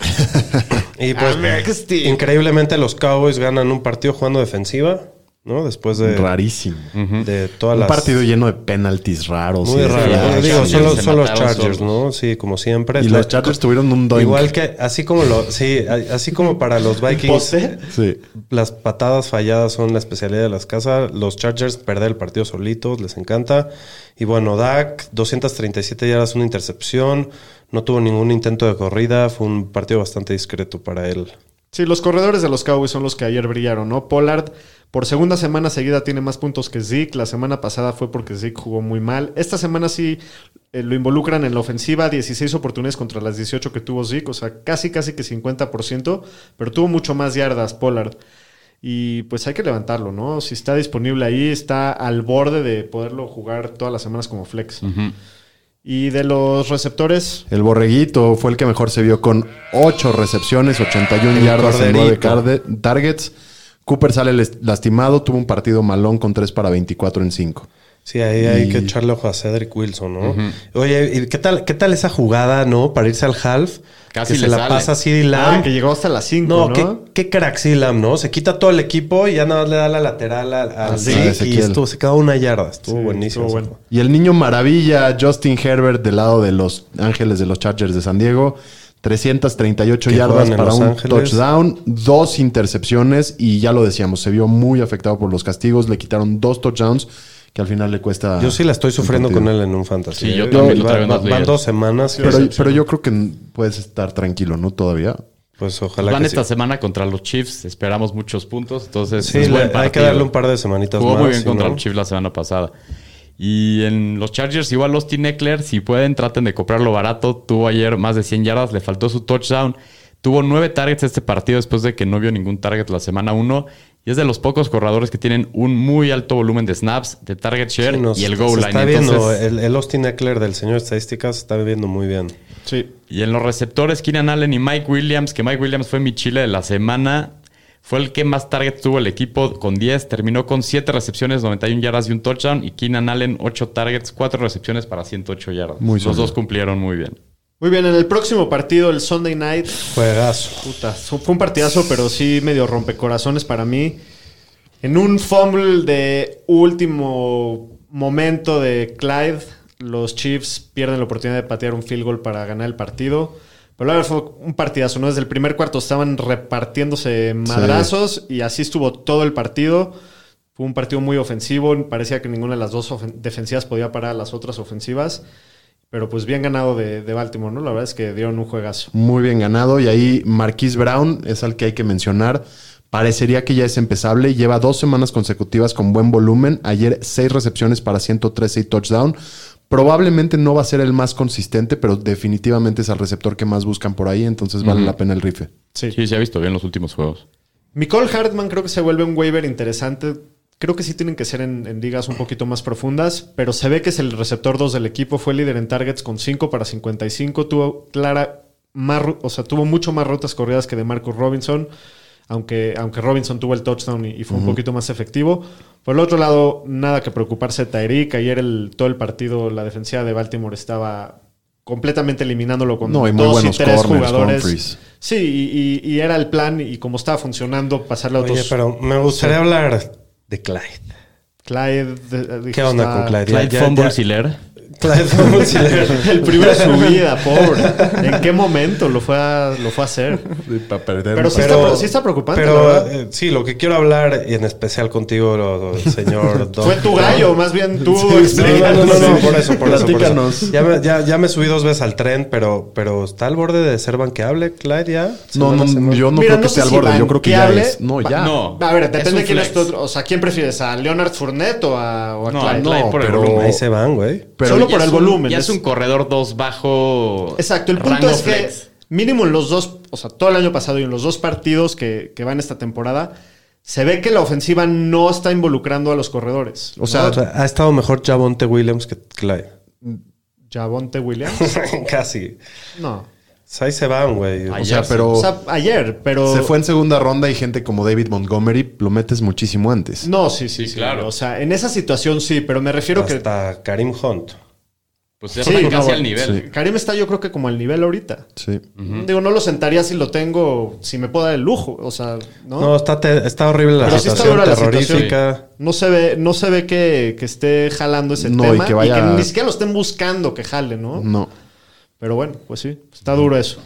Speaker 4: Y pues, increíblemente, los Cowboys ganan un partido jugando defensiva, ¿no? Después de,
Speaker 8: Rarísimo.
Speaker 4: de todas
Speaker 8: Un
Speaker 4: las...
Speaker 8: partido lleno de penaltis raros.
Speaker 4: Muy
Speaker 8: y de
Speaker 4: raro.
Speaker 8: flash.
Speaker 4: Digo,
Speaker 5: Chargers
Speaker 4: solo,
Speaker 5: se
Speaker 4: solo los
Speaker 5: mataron
Speaker 4: Chargers,
Speaker 5: solos.
Speaker 4: ¿no? Sí, como siempre.
Speaker 8: Y
Speaker 4: La-
Speaker 8: los Chargers tuvieron un doink.
Speaker 4: Igual que, así como lo, sí, a- así como para los Vikings,
Speaker 8: Sí.
Speaker 4: las patadas falladas son la especialidad de las casas. Los Chargers perder el partido solitos, les encanta. Y bueno, Dak, 237 yardas, una intercepción. No tuvo ningún intento de corrida. Fue un partido bastante discreto para él.
Speaker 2: Sí, los corredores de los Cowboys son los que ayer brillaron, ¿no? Pollard por segunda semana seguida tiene más puntos que Zeke. La semana pasada fue porque Zeke jugó muy mal. Esta semana sí eh, lo involucran en la ofensiva. 16 oportunidades contra las 18 que tuvo Zeke. O sea, casi, casi que 50%. Pero tuvo mucho más yardas Pollard. Y pues hay que levantarlo, ¿no? Si está disponible ahí, está al borde de poderlo jugar todas las semanas como flex. Y de los receptores,
Speaker 8: El borreguito fue el que mejor se vio con 8 recepciones, 81
Speaker 4: El
Speaker 8: yardas en 9
Speaker 4: corderito.
Speaker 8: targets. Cooper sale les- lastimado, tuvo un partido malón con 3 para 24 en 5.
Speaker 4: Sí, ahí hay que echarle ojo a Cedric Wilson, ¿no? Oye, ¿y qué tal, qué tal esa jugada, no? Para irse al half.
Speaker 5: Casi
Speaker 4: que se
Speaker 5: le
Speaker 4: la
Speaker 5: sale.
Speaker 4: pasa a CD
Speaker 2: Ah,
Speaker 4: Lamb.
Speaker 2: que llegó hasta las 5,
Speaker 4: no,
Speaker 2: ¿no?
Speaker 4: qué, qué crack CD Lamb, ¿no? Se quita todo el equipo y ya nada más le da la lateral al, al
Speaker 8: Ah, sí,
Speaker 4: Zeke y
Speaker 8: Ezequiel.
Speaker 4: estuvo, se quedó una yarda. Estuvo
Speaker 2: Sí,
Speaker 4: buenísimo.
Speaker 2: estuvo bueno.
Speaker 8: Y el niño maravilla, Justin Herbert, del lado de los Ángeles de los Chargers de San Diego. 338
Speaker 4: Que
Speaker 8: yardas
Speaker 4: juegan en
Speaker 8: para
Speaker 4: Los
Speaker 8: un
Speaker 4: Ángeles.
Speaker 8: touchdown, dos intercepciones y ya lo decíamos, se vio muy afectado por los castigos, le quitaron dos touchdowns que al final le
Speaker 2: Ah,
Speaker 8: cuesta...
Speaker 4: Yo sí la estoy sufriendo con él en un fantasy.
Speaker 5: Sí, yo
Speaker 4: ¿eh?
Speaker 5: también lo
Speaker 4: Va-
Speaker 5: traigo en
Speaker 4: va-
Speaker 5: las
Speaker 4: Van
Speaker 5: ligas.
Speaker 4: dos semanas. que-
Speaker 8: Pero, pero yo creo que puedes estar tranquilo, ¿no? Todavía.
Speaker 4: pues ojalá
Speaker 5: Van
Speaker 4: que
Speaker 5: esta
Speaker 4: sí.
Speaker 5: semana contra los Chiefs, esperamos muchos puntos, entonces
Speaker 4: Sí,
Speaker 5: es
Speaker 4: le-
Speaker 5: buen
Speaker 4: hay que
Speaker 5: partido.
Speaker 4: darle un par de semanitas
Speaker 5: Jugó
Speaker 4: más.
Speaker 5: muy bien
Speaker 4: si
Speaker 5: contra
Speaker 4: no-
Speaker 5: los Chiefs la semana pasada. Y en los Chargers, igual Austin Eckler, si pueden, traten de comprarlo barato. Tuvo ayer más de 100 yardas, le faltó su touchdown. Tuvo nueve targets este partido después de que no vio ningún target la semana 1. Y es de los pocos corredores que tienen un muy alto volumen de snaps, de target share
Speaker 4: Sí, nos-
Speaker 5: y el goal
Speaker 4: se
Speaker 5: line.
Speaker 4: Está viendo,
Speaker 5: Entonces,
Speaker 4: el, el Austin Eckler del señor Estadísticas está viviendo muy bien.
Speaker 2: Sí.
Speaker 5: Y en los receptores, Keenan Allen y Mike Williams, que Mike Williams fue mi chile de la semana, fue el que más targets tuvo el equipo con 10, terminó con 7 recepciones, 91 yardas y un touchdown, y Keenan Allen 8 targets, 4 recepciones para 108 yardas.
Speaker 8: Muy
Speaker 5: Los
Speaker 8: sólido.
Speaker 5: dos cumplieron muy bien.
Speaker 2: Muy bien, en el próximo partido, el Sunday Night,
Speaker 4: Juegazo.
Speaker 2: puta, fue un partidazo, pero sí medio rompecorazones para mí. En un fumble de último momento de Clyde, los Chiefs pierden la oportunidad de patear un field goal para ganar el partido. Pero la verdad fue un partidazo, ¿no? Desde el primer cuarto estaban repartiéndose madrazos y así estuvo todo el partido. Fue un partido muy ofensivo, parecía que ninguna de las dos ofen- defensivas podía parar a las otras ofensivas. Pero pues bien ganado de, de Baltimore, ¿no? La verdad es que dieron un juegazo.
Speaker 8: Muy bien ganado. Y ahí Marquise Brown es al que hay que mencionar. Parecería que ya es empezable. Lleva dos semanas consecutivas con buen volumen. Ayer seis recepciones para 113 y touchdown. Probablemente no va a ser el más consistente, pero definitivamente es el receptor que más buscan por ahí. Entonces vale la pena el rifle.
Speaker 2: Sí.
Speaker 5: Sí, se ha visto bien los últimos juegos.
Speaker 2: Nicole Hartman creo que se vuelve un waiver interesante. Creo que sí tienen que ser en, en ligas un poquito más profundas, pero se ve que es el receptor 2 del equipo. Fue líder en targets con 5 para 55. Tuvo clara más, ru- o sea, tuvo mucho más rutas corridas que de Marcus Robinson, aunque, aunque Robinson tuvo el touchdown y, y fue un poquito más efectivo. Por el otro lado, nada que preocuparse de Tyreek. Ayer el, todo el partido, la defensiva de Baltimore estaba completamente eliminándolo con
Speaker 8: No, y muy
Speaker 2: dos y
Speaker 8: buenos
Speaker 2: tres
Speaker 8: corners,
Speaker 2: jugadores.
Speaker 8: Humphries.
Speaker 2: Sí, y, y- y era el plan y como estaba funcionando, pasarle a otros.
Speaker 4: Oye, pero me gustaría hablar de Clyde.
Speaker 2: Clyde, de- de-
Speaker 4: ¿Qué
Speaker 2: dijo,
Speaker 4: onda
Speaker 2: está-
Speaker 4: con Clyde? Ya-
Speaker 5: Clyde
Speaker 4: ya-
Speaker 5: Fumble
Speaker 4: ya-
Speaker 5: Siller.
Speaker 4: Clyde Fumble Siller.
Speaker 2: El primero de su vida, pobre. ¿En qué momento lo fue a, lo fue a hacer?
Speaker 8: Para perder.
Speaker 2: Pero sí, está, pre- sí está preocupante. la
Speaker 4: Pero
Speaker 2: verdad.
Speaker 4: eh, sí, lo que quiero hablar, y en especial contigo, lo- lo- señor Don-
Speaker 2: fue tu gallo, más bien tú.
Speaker 4: No, no, no, no, no, por eso, por eso. por
Speaker 8: Platícanos.
Speaker 4: eso. Ya, me, ya, ya me subí dos veces al tren, pero, pero está al borde de ser banqueable, Clyde, ya.
Speaker 8: No,
Speaker 4: Semana a
Speaker 8: no,
Speaker 4: semana.
Speaker 8: yo no
Speaker 2: Mira,
Speaker 8: creo que
Speaker 2: no sé
Speaker 8: sea al
Speaker 2: si
Speaker 8: borde. Yo creo que ya
Speaker 2: banqueable.
Speaker 8: es. No, ya.
Speaker 5: No.
Speaker 2: A ver,
Speaker 5: Es
Speaker 2: depende
Speaker 5: un
Speaker 2: de quién es
Speaker 5: flex.
Speaker 2: tu otro. O sea, ¿quién prefieres? ¿A Leonard Fournette o a, o a
Speaker 5: No,
Speaker 2: Clyde?
Speaker 5: a Clyde por el
Speaker 8: pero-
Speaker 5: volumen.
Speaker 4: Ahí se van, güey.
Speaker 8: Pero
Speaker 2: Solo
Speaker 5: Ya
Speaker 2: por
Speaker 5: es
Speaker 2: el
Speaker 5: un-
Speaker 2: volumen.
Speaker 5: Ya es un corredor 2 bajo.
Speaker 2: Exacto, el punto
Speaker 5: Pues, rango
Speaker 2: es que
Speaker 5: flex.
Speaker 2: mínimo en los dos, o sea, todo el año pasado y en los dos partidos que, que van esta temporada, se ve que la ofensiva no está involucrando a los corredores.
Speaker 8: O sea,
Speaker 4: O sea, ha estado mejor Javonte Williams que Clyde.
Speaker 2: Javonte Williams.
Speaker 4: Casi.
Speaker 2: No.
Speaker 4: O sea, ahí se van, güey.
Speaker 8: o
Speaker 5: Ahí-
Speaker 8: sea,
Speaker 5: ayer sí.
Speaker 8: pero.
Speaker 2: O sea, ayer, pero.
Speaker 8: Oh. se fue en segunda ronda y gente como David Montgomery lo metes muchísimo antes.
Speaker 2: No, sí, sí,
Speaker 5: Sí,
Speaker 2: sí.
Speaker 5: claro.
Speaker 2: O sea, en esa situación sí, pero me refiero
Speaker 4: Hasta Karim Hunt.
Speaker 5: Pues ya
Speaker 2: Sí,
Speaker 5: están
Speaker 2: no,
Speaker 5: casi al
Speaker 2: bueno,
Speaker 5: nivel.
Speaker 2: que. Karim está, yo creo que como al nivel ahorita.
Speaker 8: Sí.
Speaker 2: Digo, no lo sentaría si lo tengo, si me puedo dar el lujo. O sea, ¿no?
Speaker 4: No, está, te- está horrible la
Speaker 2: Pero sí está
Speaker 4: situación
Speaker 2: dura la
Speaker 4: terrorífica.
Speaker 2: No se ve, no se ve que, que esté jalando ese
Speaker 8: No, y
Speaker 2: tema
Speaker 8: que vaya-
Speaker 2: ni siquiera lo estén buscando que jale, ¿no?
Speaker 8: No.
Speaker 2: Pero bueno, pues sí, está duro eso.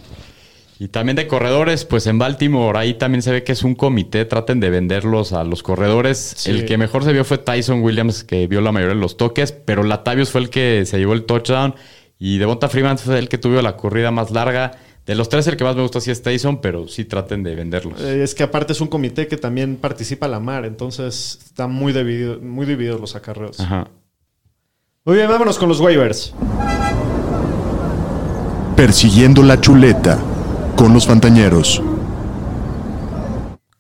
Speaker 5: Y también de corredores, pues en Baltimore ahí también se ve que es un comité, traten de venderlos a los corredores.
Speaker 2: Sí.
Speaker 5: El que mejor se vio fue Tyson Williams, que vio la mayoría de los toques, pero Latavius fue el que se llevó el touchdown y Devonta Freeman fue el que tuvo la corrida más larga. De los tres, el que más me gusta sí es Tyson, pero sí traten de venderlos.
Speaker 2: Eh, es que aparte es un comité que también participa la mar, entonces están muy, dividido- muy divididos los acarreos.
Speaker 5: Ajá.
Speaker 2: Muy bien, vámonos con los waivers.
Speaker 6: Persiguiendo la chuleta con los Fantañeros.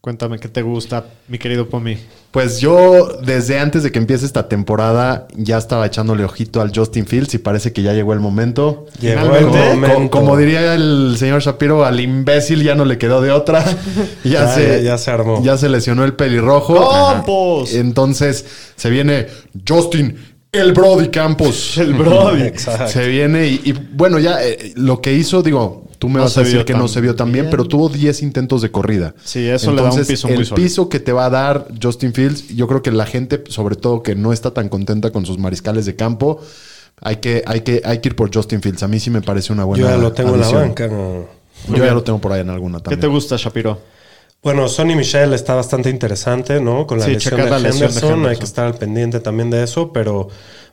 Speaker 2: Cuéntame qué te gusta, mi querido Pomi.
Speaker 8: Pues yo, desde antes de que empiece esta temporada, ya estaba echándole ojito al Justin Fields y parece que ya llegó el momento.
Speaker 4: Llegó el
Speaker 2: Finalmente,
Speaker 8: Como,
Speaker 4: momento.
Speaker 8: co- como diría el señor Shapiro, al imbécil ya no le quedó de otra. ya,
Speaker 4: Ya,
Speaker 8: se,
Speaker 4: ya- ya se armó.
Speaker 2: pues.
Speaker 8: Ya se lesionó el pelirrojo.
Speaker 2: ¡Campos!
Speaker 8: Entonces se viene Justin
Speaker 3: El Brody Campos.
Speaker 2: El Brody.
Speaker 4: Exacto.
Speaker 8: Se viene y, y, bueno, ya eh, lo que hizo, digo, tú me
Speaker 2: No
Speaker 8: vas
Speaker 2: se
Speaker 8: a decir
Speaker 2: vio
Speaker 8: que
Speaker 2: tan
Speaker 8: no se vio tan bien, pero tuvo 10 intentos de corrida.
Speaker 2: Sí, eso le da un piso muy
Speaker 8: el
Speaker 2: sólido.
Speaker 8: piso que te va a dar Justin Fields, yo creo que la gente, sobre todo que no está tan contenta con sus mariscales de campo, hay que, hay que, hay que ir por Justin Fields. A mí sí me parece una buena
Speaker 4: Yo ya lo tengo en
Speaker 8: adición.
Speaker 4: la banca. no.
Speaker 8: Yo ya lo tengo por ahí en alguna
Speaker 2: ¿Qué
Speaker 8: también.
Speaker 2: te gusta, Shapiro?
Speaker 4: Bueno, Sonny Michel está bastante interesante, ¿no? Con la
Speaker 2: Sí,
Speaker 4: lesión,
Speaker 2: checar
Speaker 4: de
Speaker 2: la lesión de
Speaker 4: Henderson, hay
Speaker 2: Henderson.
Speaker 4: que estar al pendiente también de eso, pero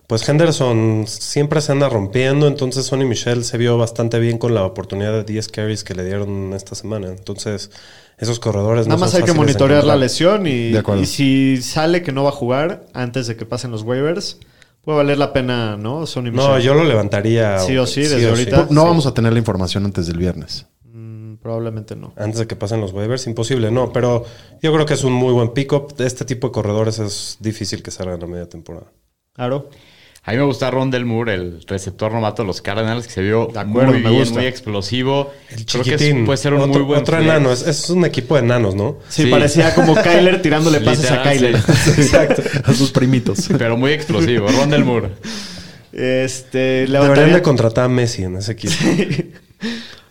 Speaker 4: pues Henderson siempre se anda rompiendo, entonces Sonny Michel se vio bastante bien con la oportunidad de 10 carries que le dieron esta semana, entonces esos corredores no
Speaker 2: Nada más
Speaker 4: son
Speaker 2: hay que
Speaker 4: fáciles de
Speaker 2: monitorear la
Speaker 4: encontrar.
Speaker 2: lesión y,
Speaker 8: De acuerdo.
Speaker 2: y si sale que no va a jugar antes de que pasen los waivers, puede valer la pena, ¿no? Sonny
Speaker 4: No,
Speaker 2: Michel.
Speaker 4: yo lo levantaría.
Speaker 2: Sí o sí, desde
Speaker 4: sí.
Speaker 2: ahorita.
Speaker 8: No vamos a tener la información antes del viernes.
Speaker 2: Mm, probablemente no.
Speaker 4: Antes de que pasen los waivers, imposible, no, pero yo creo que es un muy buen pick-up. Este tipo de corredores es difícil que salgan a media temporada.
Speaker 2: Claro.
Speaker 5: A mí me gusta Rondell Moore, el receptor novato de los Cardinals, que se vio
Speaker 2: De acuerdo,
Speaker 5: muy
Speaker 2: me
Speaker 5: bien,
Speaker 2: gusta.
Speaker 5: muy explosivo.
Speaker 4: El
Speaker 5: Creo
Speaker 4: chiquitín.
Speaker 5: que es- puede ser un
Speaker 4: otro,
Speaker 5: muy buen
Speaker 4: otro
Speaker 5: flex.
Speaker 4: enano. Es, es un equipo de enanos, ¿no?
Speaker 2: Sí,
Speaker 5: Sí.
Speaker 2: parecía como Kyler tirándole pases a Kyler.
Speaker 5: Literal, sí.
Speaker 4: Exacto.
Speaker 8: A sus primitos.
Speaker 5: Pero muy explosivo. Rondell Moore.
Speaker 2: Este,
Speaker 4: Deberían
Speaker 2: levantaría...
Speaker 4: de contratar a Messi en ese equipo.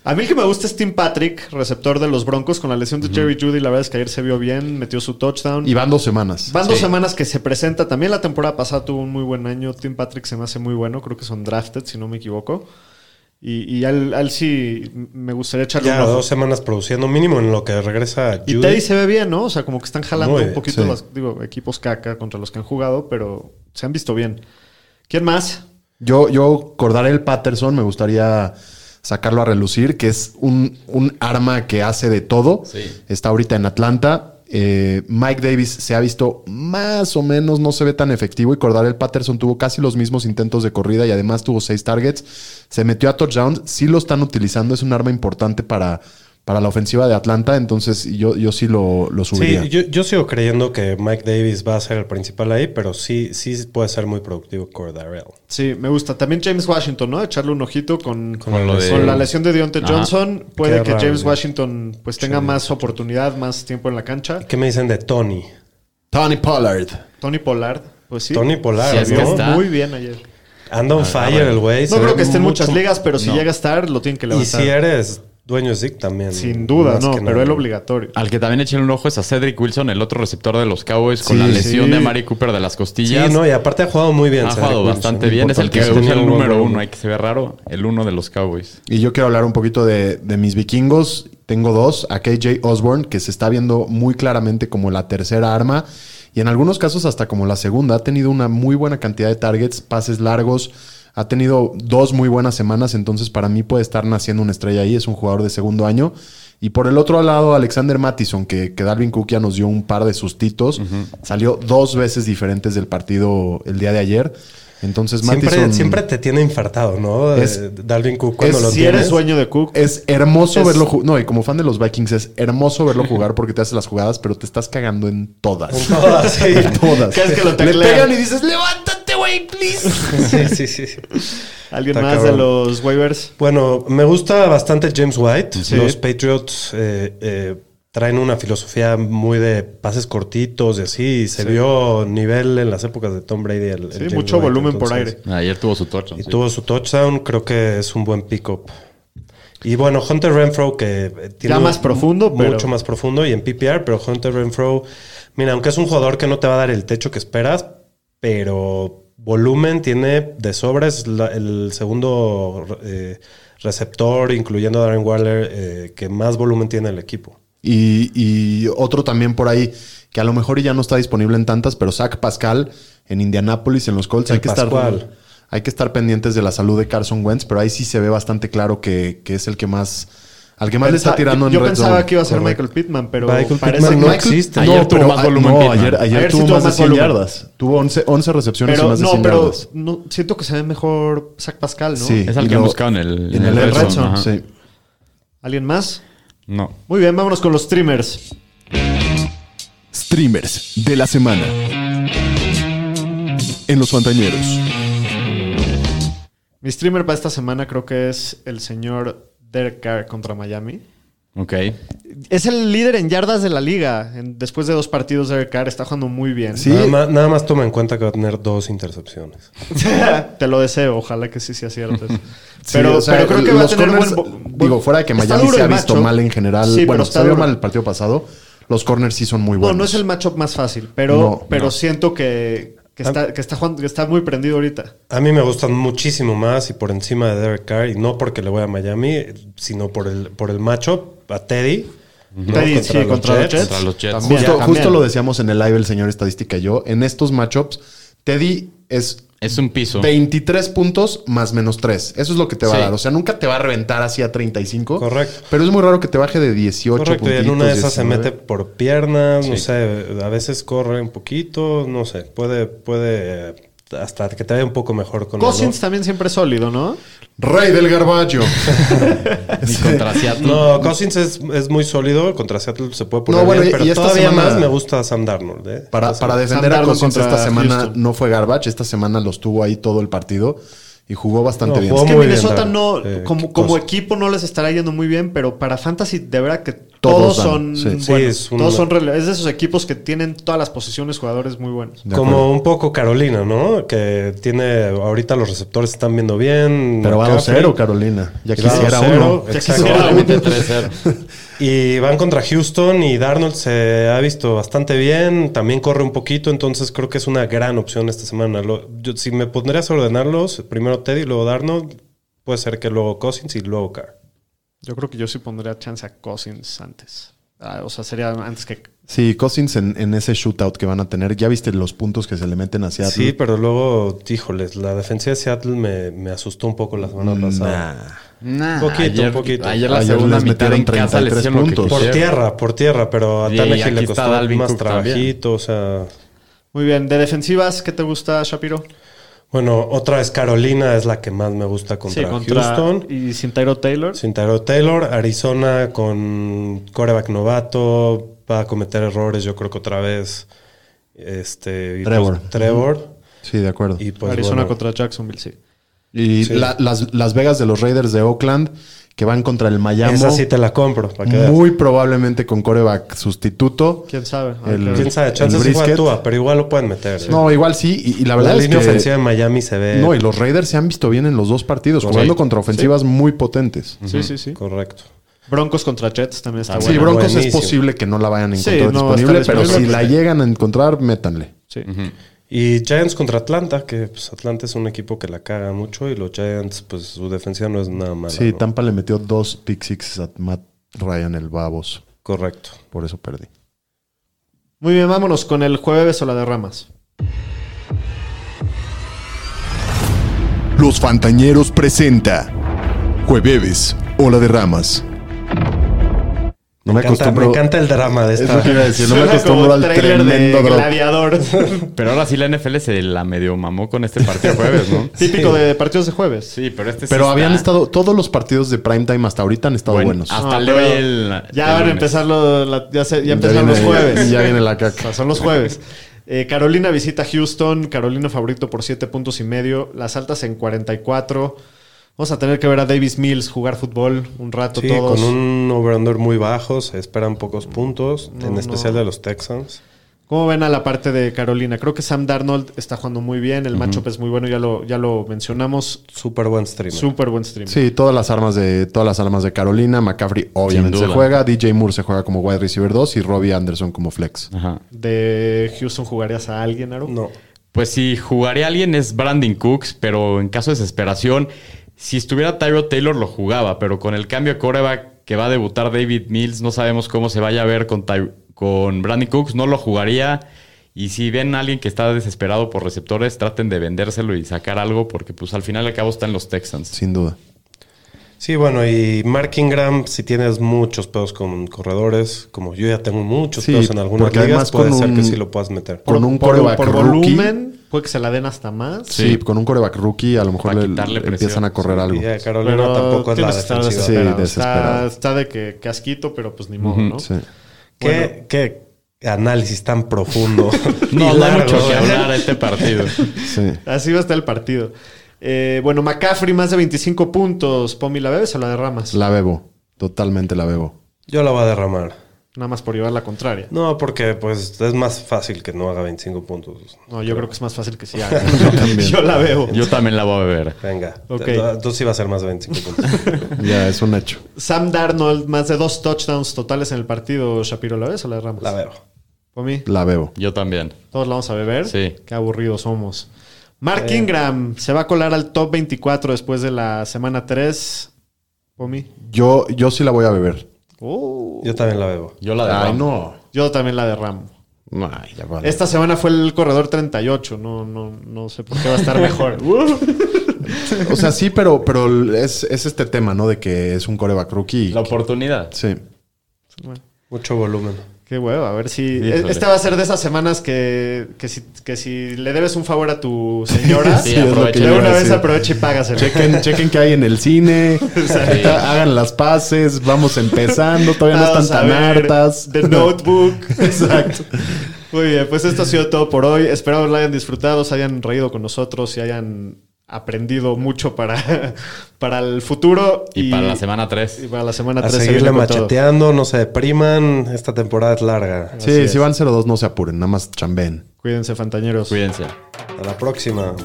Speaker 2: A mí el que me gusta es Tim Patrick, receptor de los Broncos, con la lesión de Jerry Judy. La verdad es que ayer se vio bien, metió su touchdown.
Speaker 8: Y van dos semanas.
Speaker 2: Van dos semanas que se presenta. También la temporada pasada tuvo un muy buen año. Tim Patrick se me hace muy bueno. Creo que son drafted, si no me equivoco. Y, y al, al sí me gustaría echarle
Speaker 4: ya
Speaker 2: un ojo.
Speaker 4: dos semanas produciendo mínimo en lo que regresa
Speaker 2: y
Speaker 4: Judy.
Speaker 2: Teddy se ve bien, ¿no? O sea, como que están jalando
Speaker 4: Muy
Speaker 2: un
Speaker 4: bien,
Speaker 2: poquito
Speaker 8: sí.
Speaker 2: los digo, equipos caca contra los que han jugado, pero se han visto bien. ¿Quién más?
Speaker 8: Yo, yo cordaré el Patterson, me gustaría sacarlo a relucir, que es un, un arma que hace de todo.
Speaker 5: Sí.
Speaker 8: Está ahorita en Atlanta. Eh, Mike Davis se ha visto más o menos, no se ve tan efectivo. Y Cordarel Patterson tuvo casi los mismos intentos de corrida y además tuvo seis targets. Se metió a touchdowns, sí lo están utilizando, es un arma importante para, para la ofensiva de Atlanta. Entonces yo, yo sí lo, lo subiría.
Speaker 4: Sí, yo, yo sigo creyendo que Mike Davis va a ser el principal ahí, pero sí, sí puede ser muy productivo Cordarell.
Speaker 2: Sí, me gusta. También James Washington, ¿no? Echarle un ojito con,
Speaker 5: Con lo de-
Speaker 2: con la lesión de Deontay
Speaker 5: Ajá.
Speaker 2: Johnson. Puede
Speaker 4: Qué
Speaker 2: que
Speaker 4: raro,
Speaker 2: James
Speaker 4: güey.
Speaker 2: Washington pues tenga más oportunidad, más tiempo en la cancha.
Speaker 4: ¿Qué me dicen de Tony?
Speaker 8: Tony Pollard.
Speaker 2: Tony Pollard, pues sí.
Speaker 4: Tony Polar,
Speaker 5: Si es que
Speaker 4: ¿no?
Speaker 5: está.
Speaker 2: Muy bien ayer.
Speaker 4: Anda on fire el güey. se
Speaker 2: Ah, No creo
Speaker 4: ve
Speaker 2: que esté en
Speaker 4: mucho-
Speaker 2: muchas ligas, pero si
Speaker 5: No.
Speaker 2: llega a estar, lo tienen que
Speaker 4: Y
Speaker 2: levantar.
Speaker 4: si eres dueño de Zig también.
Speaker 2: Sin duda,
Speaker 4: más
Speaker 2: no,
Speaker 4: que
Speaker 2: pero
Speaker 4: nada. Ah,
Speaker 2: él obligatorio.
Speaker 5: Al que también echen un ojo es a Cedric Wilson, el otro receptor de los Cowboys, con
Speaker 8: Sí,
Speaker 5: la lesión
Speaker 2: sí.
Speaker 5: de Mari Cooper de las
Speaker 4: Sí,
Speaker 5: costillas.
Speaker 4: no, y aparte ha jugado muy bien.
Speaker 5: ha
Speaker 4: Cedric
Speaker 5: jugado
Speaker 4: Wilson.
Speaker 5: bastante bien. Es el que
Speaker 4: Importantísimo.
Speaker 5: usa el número
Speaker 4: Bueno,
Speaker 5: uno. Hay que se ve raro. El uno de los Cowboys.
Speaker 8: Y yo quiero hablar un poquito de, de mis vikingos. Tengo dos, a KJ Osborne, que se está viendo muy claramente como la tercera arma y en algunos casos hasta como la segunda. Ha tenido una muy buena cantidad de targets, pases largos, ha tenido dos muy buenas semanas, entonces para mí puede estar naciendo una estrella ahí, es un jugador de segundo año. Y por el otro lado, Alexander Mattison, que, que Dalvin Cook ya nos dio un par de sustitos, salió dos veces diferentes del partido el día de ayer. Entonces,
Speaker 4: Siempre,
Speaker 8: Mattison
Speaker 4: siempre te tiene infartado, ¿no?
Speaker 8: Es-
Speaker 4: Eh, Dalvin Cook cuando
Speaker 8: es-
Speaker 4: lo
Speaker 2: Si
Speaker 4: tienes.
Speaker 2: eres dueño de Cook,
Speaker 8: Es hermoso
Speaker 2: Es-
Speaker 8: verlo jugar. No, y como fan de los Vikings, es hermoso verlo jugar porque te haces las jugadas, pero te estás cagando en todas.
Speaker 4: Todas, sí.
Speaker 8: En todas.
Speaker 2: Cada vez que lo
Speaker 8: Le
Speaker 2: taclean.
Speaker 8: pegan y dices, levántate, güey, please.
Speaker 4: sí, sí, sí, sí.
Speaker 2: alguien
Speaker 4: está
Speaker 2: más
Speaker 4: cabrón.
Speaker 2: de los waivers.
Speaker 4: Bueno, me gusta bastante James White.
Speaker 2: Sí.
Speaker 4: Los Patriots eh, eh, traen una filosofía muy de pases cortitos y así. y se vio nivel en las épocas de Tom Brady. El, el
Speaker 2: Sí,
Speaker 4: James
Speaker 2: mucho
Speaker 4: White,
Speaker 2: volumen por
Speaker 4: entonces.
Speaker 2: aire.
Speaker 5: Ah, Ayer tuvo su touchdown.
Speaker 4: Y
Speaker 5: sí.
Speaker 4: tuvo su touchdown. Creo que es un buen pick-up. Y bueno, Hunter Renfro, que eh, tiene.
Speaker 2: Ya más
Speaker 4: un-
Speaker 2: profundo, pero-
Speaker 4: Mucho más profundo y en PPR, pero Hunter Renfro, mira, aunque es un jugador que no te va a dar el techo que esperas, pero volumen tiene de sobres el segundo eh, receptor, incluyendo a Darren Waller, eh, que más volumen tiene el equipo.
Speaker 8: Y, y otro también por ahí, que a lo mejor ya no está disponible en tantas, pero Zach Pascal en Indianápolis, en los Colts,
Speaker 4: El
Speaker 8: hay que
Speaker 4: Pascual.
Speaker 8: estar. Hay que estar pendientes de la salud de Carson Wentz, pero ahí sí se ve bastante claro que, que es el que más. Al que más le está
Speaker 2: Pensa-
Speaker 8: tirando en
Speaker 2: Ah, yo
Speaker 8: red
Speaker 2: pensaba
Speaker 8: zone.
Speaker 2: que iba a ser
Speaker 8: Correcto.
Speaker 2: Michael Pittman, pero
Speaker 4: Michael
Speaker 2: parece
Speaker 4: Pittman
Speaker 2: que
Speaker 4: no
Speaker 2: no
Speaker 4: existe.
Speaker 5: Ayer tuvo más
Speaker 8: ah,
Speaker 5: volumen
Speaker 8: No,
Speaker 5: Pittman.
Speaker 8: ayer, ayer
Speaker 2: Ayer sí
Speaker 8: tuvo
Speaker 2: tuvo
Speaker 8: más de
Speaker 2: más
Speaker 8: 100
Speaker 2: volumen.
Speaker 8: yardas. Tuvo 11, 11 recepciones y
Speaker 2: Pero
Speaker 8: más de
Speaker 2: no,
Speaker 8: 100
Speaker 2: pero
Speaker 8: yardas.
Speaker 2: no, siento que se ve mejor Zach Pascal, ¿no?
Speaker 8: Sí.
Speaker 5: Es al
Speaker 8: Y
Speaker 5: que han
Speaker 8: lo-
Speaker 5: buscado en el,
Speaker 8: En el, red zone,
Speaker 5: ajá.
Speaker 8: sí.
Speaker 2: ¿Alguien más?
Speaker 5: No.
Speaker 2: Muy bien, vámonos con los streamers.
Speaker 6: Streamers de la semana. En los Fantañeros.
Speaker 2: Mi streamer para esta semana creo que es el señor Derek Carr contra Miami.
Speaker 5: Ok.
Speaker 2: Es el líder en yardas de la liga. En- después de dos partidos, Derek Carr está jugando muy bien.
Speaker 8: Sí.
Speaker 4: Nada, más, nada más toma en cuenta que va a tener dos intercepciones.
Speaker 2: Te lo deseo, ojalá que sí sea cierto.
Speaker 8: Sí,
Speaker 2: pero,
Speaker 8: o sea,
Speaker 2: pero creo que va a
Speaker 8: los
Speaker 2: tener
Speaker 8: corners,
Speaker 2: buen- buen-
Speaker 8: Digo, fuera de que
Speaker 2: Está
Speaker 8: Miami
Speaker 2: duro
Speaker 8: se ha
Speaker 2: el
Speaker 8: visto
Speaker 2: matchup.
Speaker 8: mal en general.
Speaker 2: Sí,
Speaker 8: bueno,
Speaker 2: pero está
Speaker 8: se vio
Speaker 2: duro.
Speaker 8: mal el partido pasado. Los corners sí son muy
Speaker 2: No,
Speaker 8: buenos.
Speaker 2: no es el matchup más fácil, pero,
Speaker 8: No,
Speaker 2: pero
Speaker 8: no.
Speaker 2: siento que, que está, que, está jugando- que está muy prendido ahorita.
Speaker 4: A mí me gustan muchísimo más y por encima de Derek Carr, y no porque le voy a Miami, sino por el, por el matchup a Teddy. ¿no?
Speaker 2: Teddy, sí, contra los Jets.
Speaker 5: Contra los Jets.
Speaker 2: También.
Speaker 8: Justo,
Speaker 2: Ya,
Speaker 8: justo lo decíamos en el live el señor estadística y yo. En estos matchups, Teddy es
Speaker 5: Es un piso.
Speaker 8: 23 puntos más menos 3. Eso es lo que te va
Speaker 5: Sí.
Speaker 8: a dar. O sea, nunca te va a reventar así a 35.
Speaker 4: Correcto.
Speaker 8: Pero es muy raro que te baje de 18
Speaker 4: Correcto, y en
Speaker 8: puntitos,
Speaker 4: una de esas se
Speaker 8: 19.
Speaker 4: mete por piernas, no
Speaker 5: Sí.
Speaker 4: sé, a veces corre un poquito, no sé, puede, puede eh, hasta que te vaya un poco mejor con el
Speaker 2: Cousins también siempre es sólido, ¿no?
Speaker 8: Rey del garbacho.
Speaker 5: Ni contra Seattle.
Speaker 4: No, Cousins es, es muy sólido. Contra Seattle se puede poner
Speaker 8: No, bueno,
Speaker 4: bien,
Speaker 8: y-
Speaker 4: pero
Speaker 8: y esta
Speaker 4: todavía
Speaker 8: semana-
Speaker 4: más me gusta Sam Darnold. ¿eh?
Speaker 8: Para,
Speaker 4: Entonces,
Speaker 8: para defender a
Speaker 2: Sam Darnold
Speaker 8: Cousins esta
Speaker 2: contra
Speaker 8: semana
Speaker 2: Houston.
Speaker 8: no fue garbage. Esta semana los tuvo ahí todo el partido y jugó bastante
Speaker 4: No,
Speaker 8: bien.
Speaker 4: jugó
Speaker 2: Es que
Speaker 4: muy bien,
Speaker 2: Minnesota
Speaker 4: la-
Speaker 2: no,
Speaker 4: eh,
Speaker 2: como,
Speaker 4: qué
Speaker 2: como
Speaker 4: cosa.
Speaker 2: equipo no les estará yendo muy bien, pero para Fantasy de verdad que todos,
Speaker 8: Todos
Speaker 2: son
Speaker 8: dan, sí.
Speaker 4: Sí,
Speaker 2: buenos.
Speaker 4: es un-
Speaker 2: todos son rele- es de esos equipos que tienen todas las posiciones jugadores muy buenos.
Speaker 8: De acuerdo.
Speaker 4: como un poco Carolina, ¿no? Que tiene ahorita los receptores están viendo bien.
Speaker 8: Pero va
Speaker 4: McCaffrey,
Speaker 8: 2-0, Carolina. Ya
Speaker 4: y va
Speaker 8: quisiera
Speaker 4: 2-0,
Speaker 8: uno.
Speaker 2: Ya quisiera
Speaker 4: exacto.
Speaker 2: uno.
Speaker 5: Probablemente 3-0.
Speaker 4: Y van contra Houston y Darnold se ha visto bastante bien. También corre un poquito, entonces creo que es una gran opción esta semana. Lo- yo- si me pondrías a ordenarlos, primero Teddy, luego Darnold, puede ser que luego Cousins y luego Carr.
Speaker 2: Yo creo que yo sí pondría chance a Cousins antes. Ah, o sea, sería antes que...
Speaker 8: Sí, Cousins en, en ese shootout que van a tener. Ya viste los puntos que se le meten hacia
Speaker 4: Sí, pero luego, híjoles, la defensa de Seattle me, me asustó un poco la semana pasada.
Speaker 5: Nah,
Speaker 4: Poquito,
Speaker 5: ayer,
Speaker 4: poquito.
Speaker 5: Ayer la
Speaker 8: Ayer
Speaker 5: segunda
Speaker 8: les
Speaker 5: mitad
Speaker 8: metieron
Speaker 5: en casa les
Speaker 8: 33
Speaker 5: hicieron lo que
Speaker 8: puntos.
Speaker 4: Por
Speaker 5: quisieron.
Speaker 4: tierra, por tierra, pero a
Speaker 5: Y
Speaker 4: Tannehill
Speaker 5: aquí
Speaker 4: le
Speaker 5: está
Speaker 4: costó
Speaker 5: Dalvin
Speaker 4: más
Speaker 5: Cook también.
Speaker 4: trabajito, o sea...
Speaker 2: Muy bien, de defensivas, ¿qué te gusta, Shapiro?
Speaker 4: Bueno, otra es Carolina, es la que más me gusta contra, Houston.
Speaker 2: Y sin Tyro Taylor.
Speaker 4: Sin Tyrod Taylor, Arizona con coreback novato, va a cometer errores, yo creo que otra vez. Este, y pues,
Speaker 8: Trevor.
Speaker 4: Trevor.
Speaker 8: Sí, de acuerdo.
Speaker 4: Y pues,
Speaker 2: Arizona
Speaker 4: bueno,
Speaker 2: contra Jacksonville, sí.
Speaker 8: Y
Speaker 4: Sí.
Speaker 8: la- las, las Vegas de los Raiders de Oakland que van contra el Miami.
Speaker 4: Esa sí te la compro. Para que veas.
Speaker 8: muy probablemente con coreback sustituto.
Speaker 2: ¿Quién sabe? Ah, Hay
Speaker 8: El-
Speaker 2: que ver.
Speaker 4: Quién sabe,
Speaker 8: el
Speaker 4: chances sí juega
Speaker 8: brisket.
Speaker 4: Tua, pero igual lo pueden meter. ¿eh?
Speaker 8: No, igual sí. Y, y la verdad
Speaker 4: la
Speaker 8: es
Speaker 4: línea
Speaker 8: que.
Speaker 4: ofensiva de Miami se ve.
Speaker 8: No, y los Raiders se han visto bien en los dos partidos, jugando contra ofensivas muy potentes.
Speaker 2: Sí, sí, sí.
Speaker 4: Correcto.
Speaker 2: Broncos contra Jets también está
Speaker 4: Ah,
Speaker 2: bueno.
Speaker 8: sí, Broncos es
Speaker 4: buenísimo.
Speaker 8: posible que no la vayan a
Speaker 2: Sí,
Speaker 8: encontrar
Speaker 2: no va a estar
Speaker 8: disponible, pero si
Speaker 2: disponible.
Speaker 8: la llegan a encontrar, métanle.
Speaker 2: Sí.
Speaker 4: Y Giants contra Atlanta, que pues Atlanta es un equipo que la caga mucho y los Giants, pues su defensa no es nada mala.
Speaker 8: Sí,
Speaker 4: ¿no?
Speaker 8: Tampa le metió dos pick sixes a Matt Ryan, el babos.
Speaker 4: Correcto.
Speaker 8: Por eso perdí.
Speaker 2: Muy bien, vámonos con el jueves o la de ramas.
Speaker 6: Los Fantañeros presenta Jueves, Ola de Ramas.
Speaker 8: No
Speaker 4: Me encanta, me encanta el drama de
Speaker 8: Es lo
Speaker 4: esta.
Speaker 8: que iba a decir, no me
Speaker 2: Suena
Speaker 8: acostumbro
Speaker 2: como
Speaker 8: al
Speaker 2: tráiler
Speaker 8: tremendo
Speaker 2: de
Speaker 8: drop.
Speaker 2: gladiador.
Speaker 5: Pero ahora sí la NFL se la medio mamó con este partido jueves, ¿no?
Speaker 2: Típico de partidos de jueves.
Speaker 5: Sí, pero este sí
Speaker 8: Pero
Speaker 5: está-
Speaker 8: habían estado, todos los partidos de primetime hasta ahorita han estado
Speaker 5: Bueno, ah.
Speaker 8: buenos.
Speaker 2: No,
Speaker 5: hasta leo
Speaker 2: pero
Speaker 5: el-
Speaker 2: Ya
Speaker 5: el
Speaker 2: van a
Speaker 5: lunes.
Speaker 2: empezar lo- la- ya se- ya empezaron
Speaker 8: viene-
Speaker 2: los jueves.
Speaker 8: ya viene la
Speaker 2: O
Speaker 8: caca.
Speaker 2: sea, son los jueves. Eh, Carolina visita Houston. Carolina favorito por 7 puntos y medio. Las altas en 44. Vamos a tener que ver a Davis Mills jugar fútbol un rato
Speaker 4: Sí,
Speaker 2: todos.
Speaker 4: con un over-under muy bajo, se esperan pocos puntos, en
Speaker 2: no.
Speaker 4: especial de los Texans.
Speaker 2: ¿Cómo ven a la parte de Carolina? Creo que Sam Darnold está jugando muy bien. El matchup es muy bueno. Ya lo, ya lo mencionamos.
Speaker 4: Súper buen streamer.
Speaker 2: Súper buen stream.
Speaker 8: Sí, todas las armas de todas las armas de Carolina, McCaffrey obviamente se
Speaker 5: duda.
Speaker 8: juega, DJ Moore se juega como wide receiver 2 y Robbie Anderson como flex.
Speaker 5: Ajá.
Speaker 2: ¿De Houston jugarías a alguien, Aro?
Speaker 4: no.
Speaker 5: Pues si jugaría alguien es Brandon Cooks, pero en caso de desesperación, si estuviera Tyrod Taylor lo jugaba, pero con el cambio de coreback que va a debutar David Mills, no sabemos cómo se vaya a ver con, Ty- con Brandon Cooks, no lo jugaría. Y si ven a alguien que está desesperado por receptores, traten de vendérselo y sacar algo, porque pues al final y al cabo están los Texans.
Speaker 8: Sin duda.
Speaker 4: Sí, bueno, y Mark Ingram, si tienes muchos pedos con corredores, como yo ya tengo muchos
Speaker 8: Sí,
Speaker 4: pedos en algunas
Speaker 8: porque además
Speaker 4: ligas, puede
Speaker 8: con
Speaker 4: ser que
Speaker 8: un-
Speaker 4: sí lo puedas meter.
Speaker 8: con un
Speaker 2: por,
Speaker 8: quarterback
Speaker 2: por
Speaker 8: rookie.
Speaker 2: volumen, puede que se la den hasta más.
Speaker 8: Sí, con un coreback rookie a lo mejor
Speaker 5: Para
Speaker 8: le,
Speaker 5: quitarle
Speaker 8: le
Speaker 5: presión.
Speaker 8: empiezan a correr algo.
Speaker 4: Y ya Carolina
Speaker 2: Pero
Speaker 4: tampoco es la
Speaker 2: tienes que estar
Speaker 4: defensiva.
Speaker 2: desesperado.
Speaker 8: Sí,
Speaker 2: está,
Speaker 8: desesperado.
Speaker 2: está de que casquito, pero pues ni modo, ¿no?
Speaker 8: Sí.
Speaker 4: ¿Qué, qué análisis tan profundo?
Speaker 5: No,
Speaker 4: Y
Speaker 5: no hay
Speaker 4: largo,
Speaker 5: mucho que
Speaker 4: ¿eh?
Speaker 5: hablar este partido.
Speaker 8: Sí.
Speaker 2: Así va a estar el partido. Eh, bueno, McCaffrey más de 25 puntos. Pomi, ¿la bebes o la derramas?
Speaker 8: La bebo, totalmente la bebo.
Speaker 4: Yo la voy a derramar.
Speaker 2: Nada más por llevar la contraria.
Speaker 4: No, porque pues es más fácil que no haga 25 puntos.
Speaker 2: No, yo creo que es más fácil que sí haga. yo, la veo.
Speaker 5: Yo también la voy a beber.
Speaker 4: Venga.
Speaker 2: Ok.
Speaker 4: Entonces sí va a ser más de 25 puntos.
Speaker 8: Ya, es un hecho.
Speaker 2: Sam Darnold, más de dos touchdowns totales en el partido. ¿Shapiro la ves o la derramos?
Speaker 4: la veo.
Speaker 2: Por mí,
Speaker 8: La bebo.
Speaker 5: Yo también.
Speaker 2: todos la vamos a beber.
Speaker 5: Sí.
Speaker 2: Qué aburridos somos. Mark Ingram se va a colar al top 24 después de la semana 3. Pomi.
Speaker 8: Yo, yo sí la voy a beber.
Speaker 2: Oh.
Speaker 4: Yo también la bebo.
Speaker 5: Yo la derramo.
Speaker 8: no.
Speaker 2: Yo también la derramo.
Speaker 8: No, ya
Speaker 5: Este-
Speaker 8: vale.
Speaker 2: Esta semana fue el corredor 38. No, no, no sé por qué va a estar mejor. Uh.
Speaker 8: O sea, sí, pero, pero es, es este tema, ¿no? De que es un coreback rookie. y-
Speaker 5: La oportunidad.
Speaker 8: Sí.
Speaker 4: Mucho volumen.
Speaker 2: Qué huevo, a ver si. e-,
Speaker 5: Híjole.
Speaker 2: Esta va a ser de esas semanas que, que, si, que si le debes un favor a tu señora,
Speaker 5: Sí,
Speaker 8: es lo
Speaker 5: aprovecha.
Speaker 8: que yo
Speaker 2: de
Speaker 8: iba a
Speaker 2: una vez
Speaker 8: decir.
Speaker 2: aprovecha y págaselo.
Speaker 8: Chequen, chequen que hay en el cine. Hagan las paces. Vamos empezando. Todavía no
Speaker 2: Vamos
Speaker 8: están
Speaker 2: a
Speaker 8: tan
Speaker 2: ver
Speaker 8: hartas.
Speaker 2: The Notebook.
Speaker 8: Exacto.
Speaker 2: Muy bien, pues esto ha sido todo por hoy. Espero lo hayan disfrutado, se hayan reído con nosotros y hayan aprendido mucho para, para el futuro.
Speaker 5: Y, para la semana
Speaker 2: y
Speaker 5: 3.
Speaker 2: para la semana
Speaker 4: A
Speaker 2: 3.
Speaker 4: seguirle macheteando, no se depriman. Esta temporada es larga.
Speaker 8: Sí, si van 0-2, no se apuren. Nada más chambeen.
Speaker 2: Cuídense, fantañeros.
Speaker 5: Cuídense.
Speaker 4: A la próxima.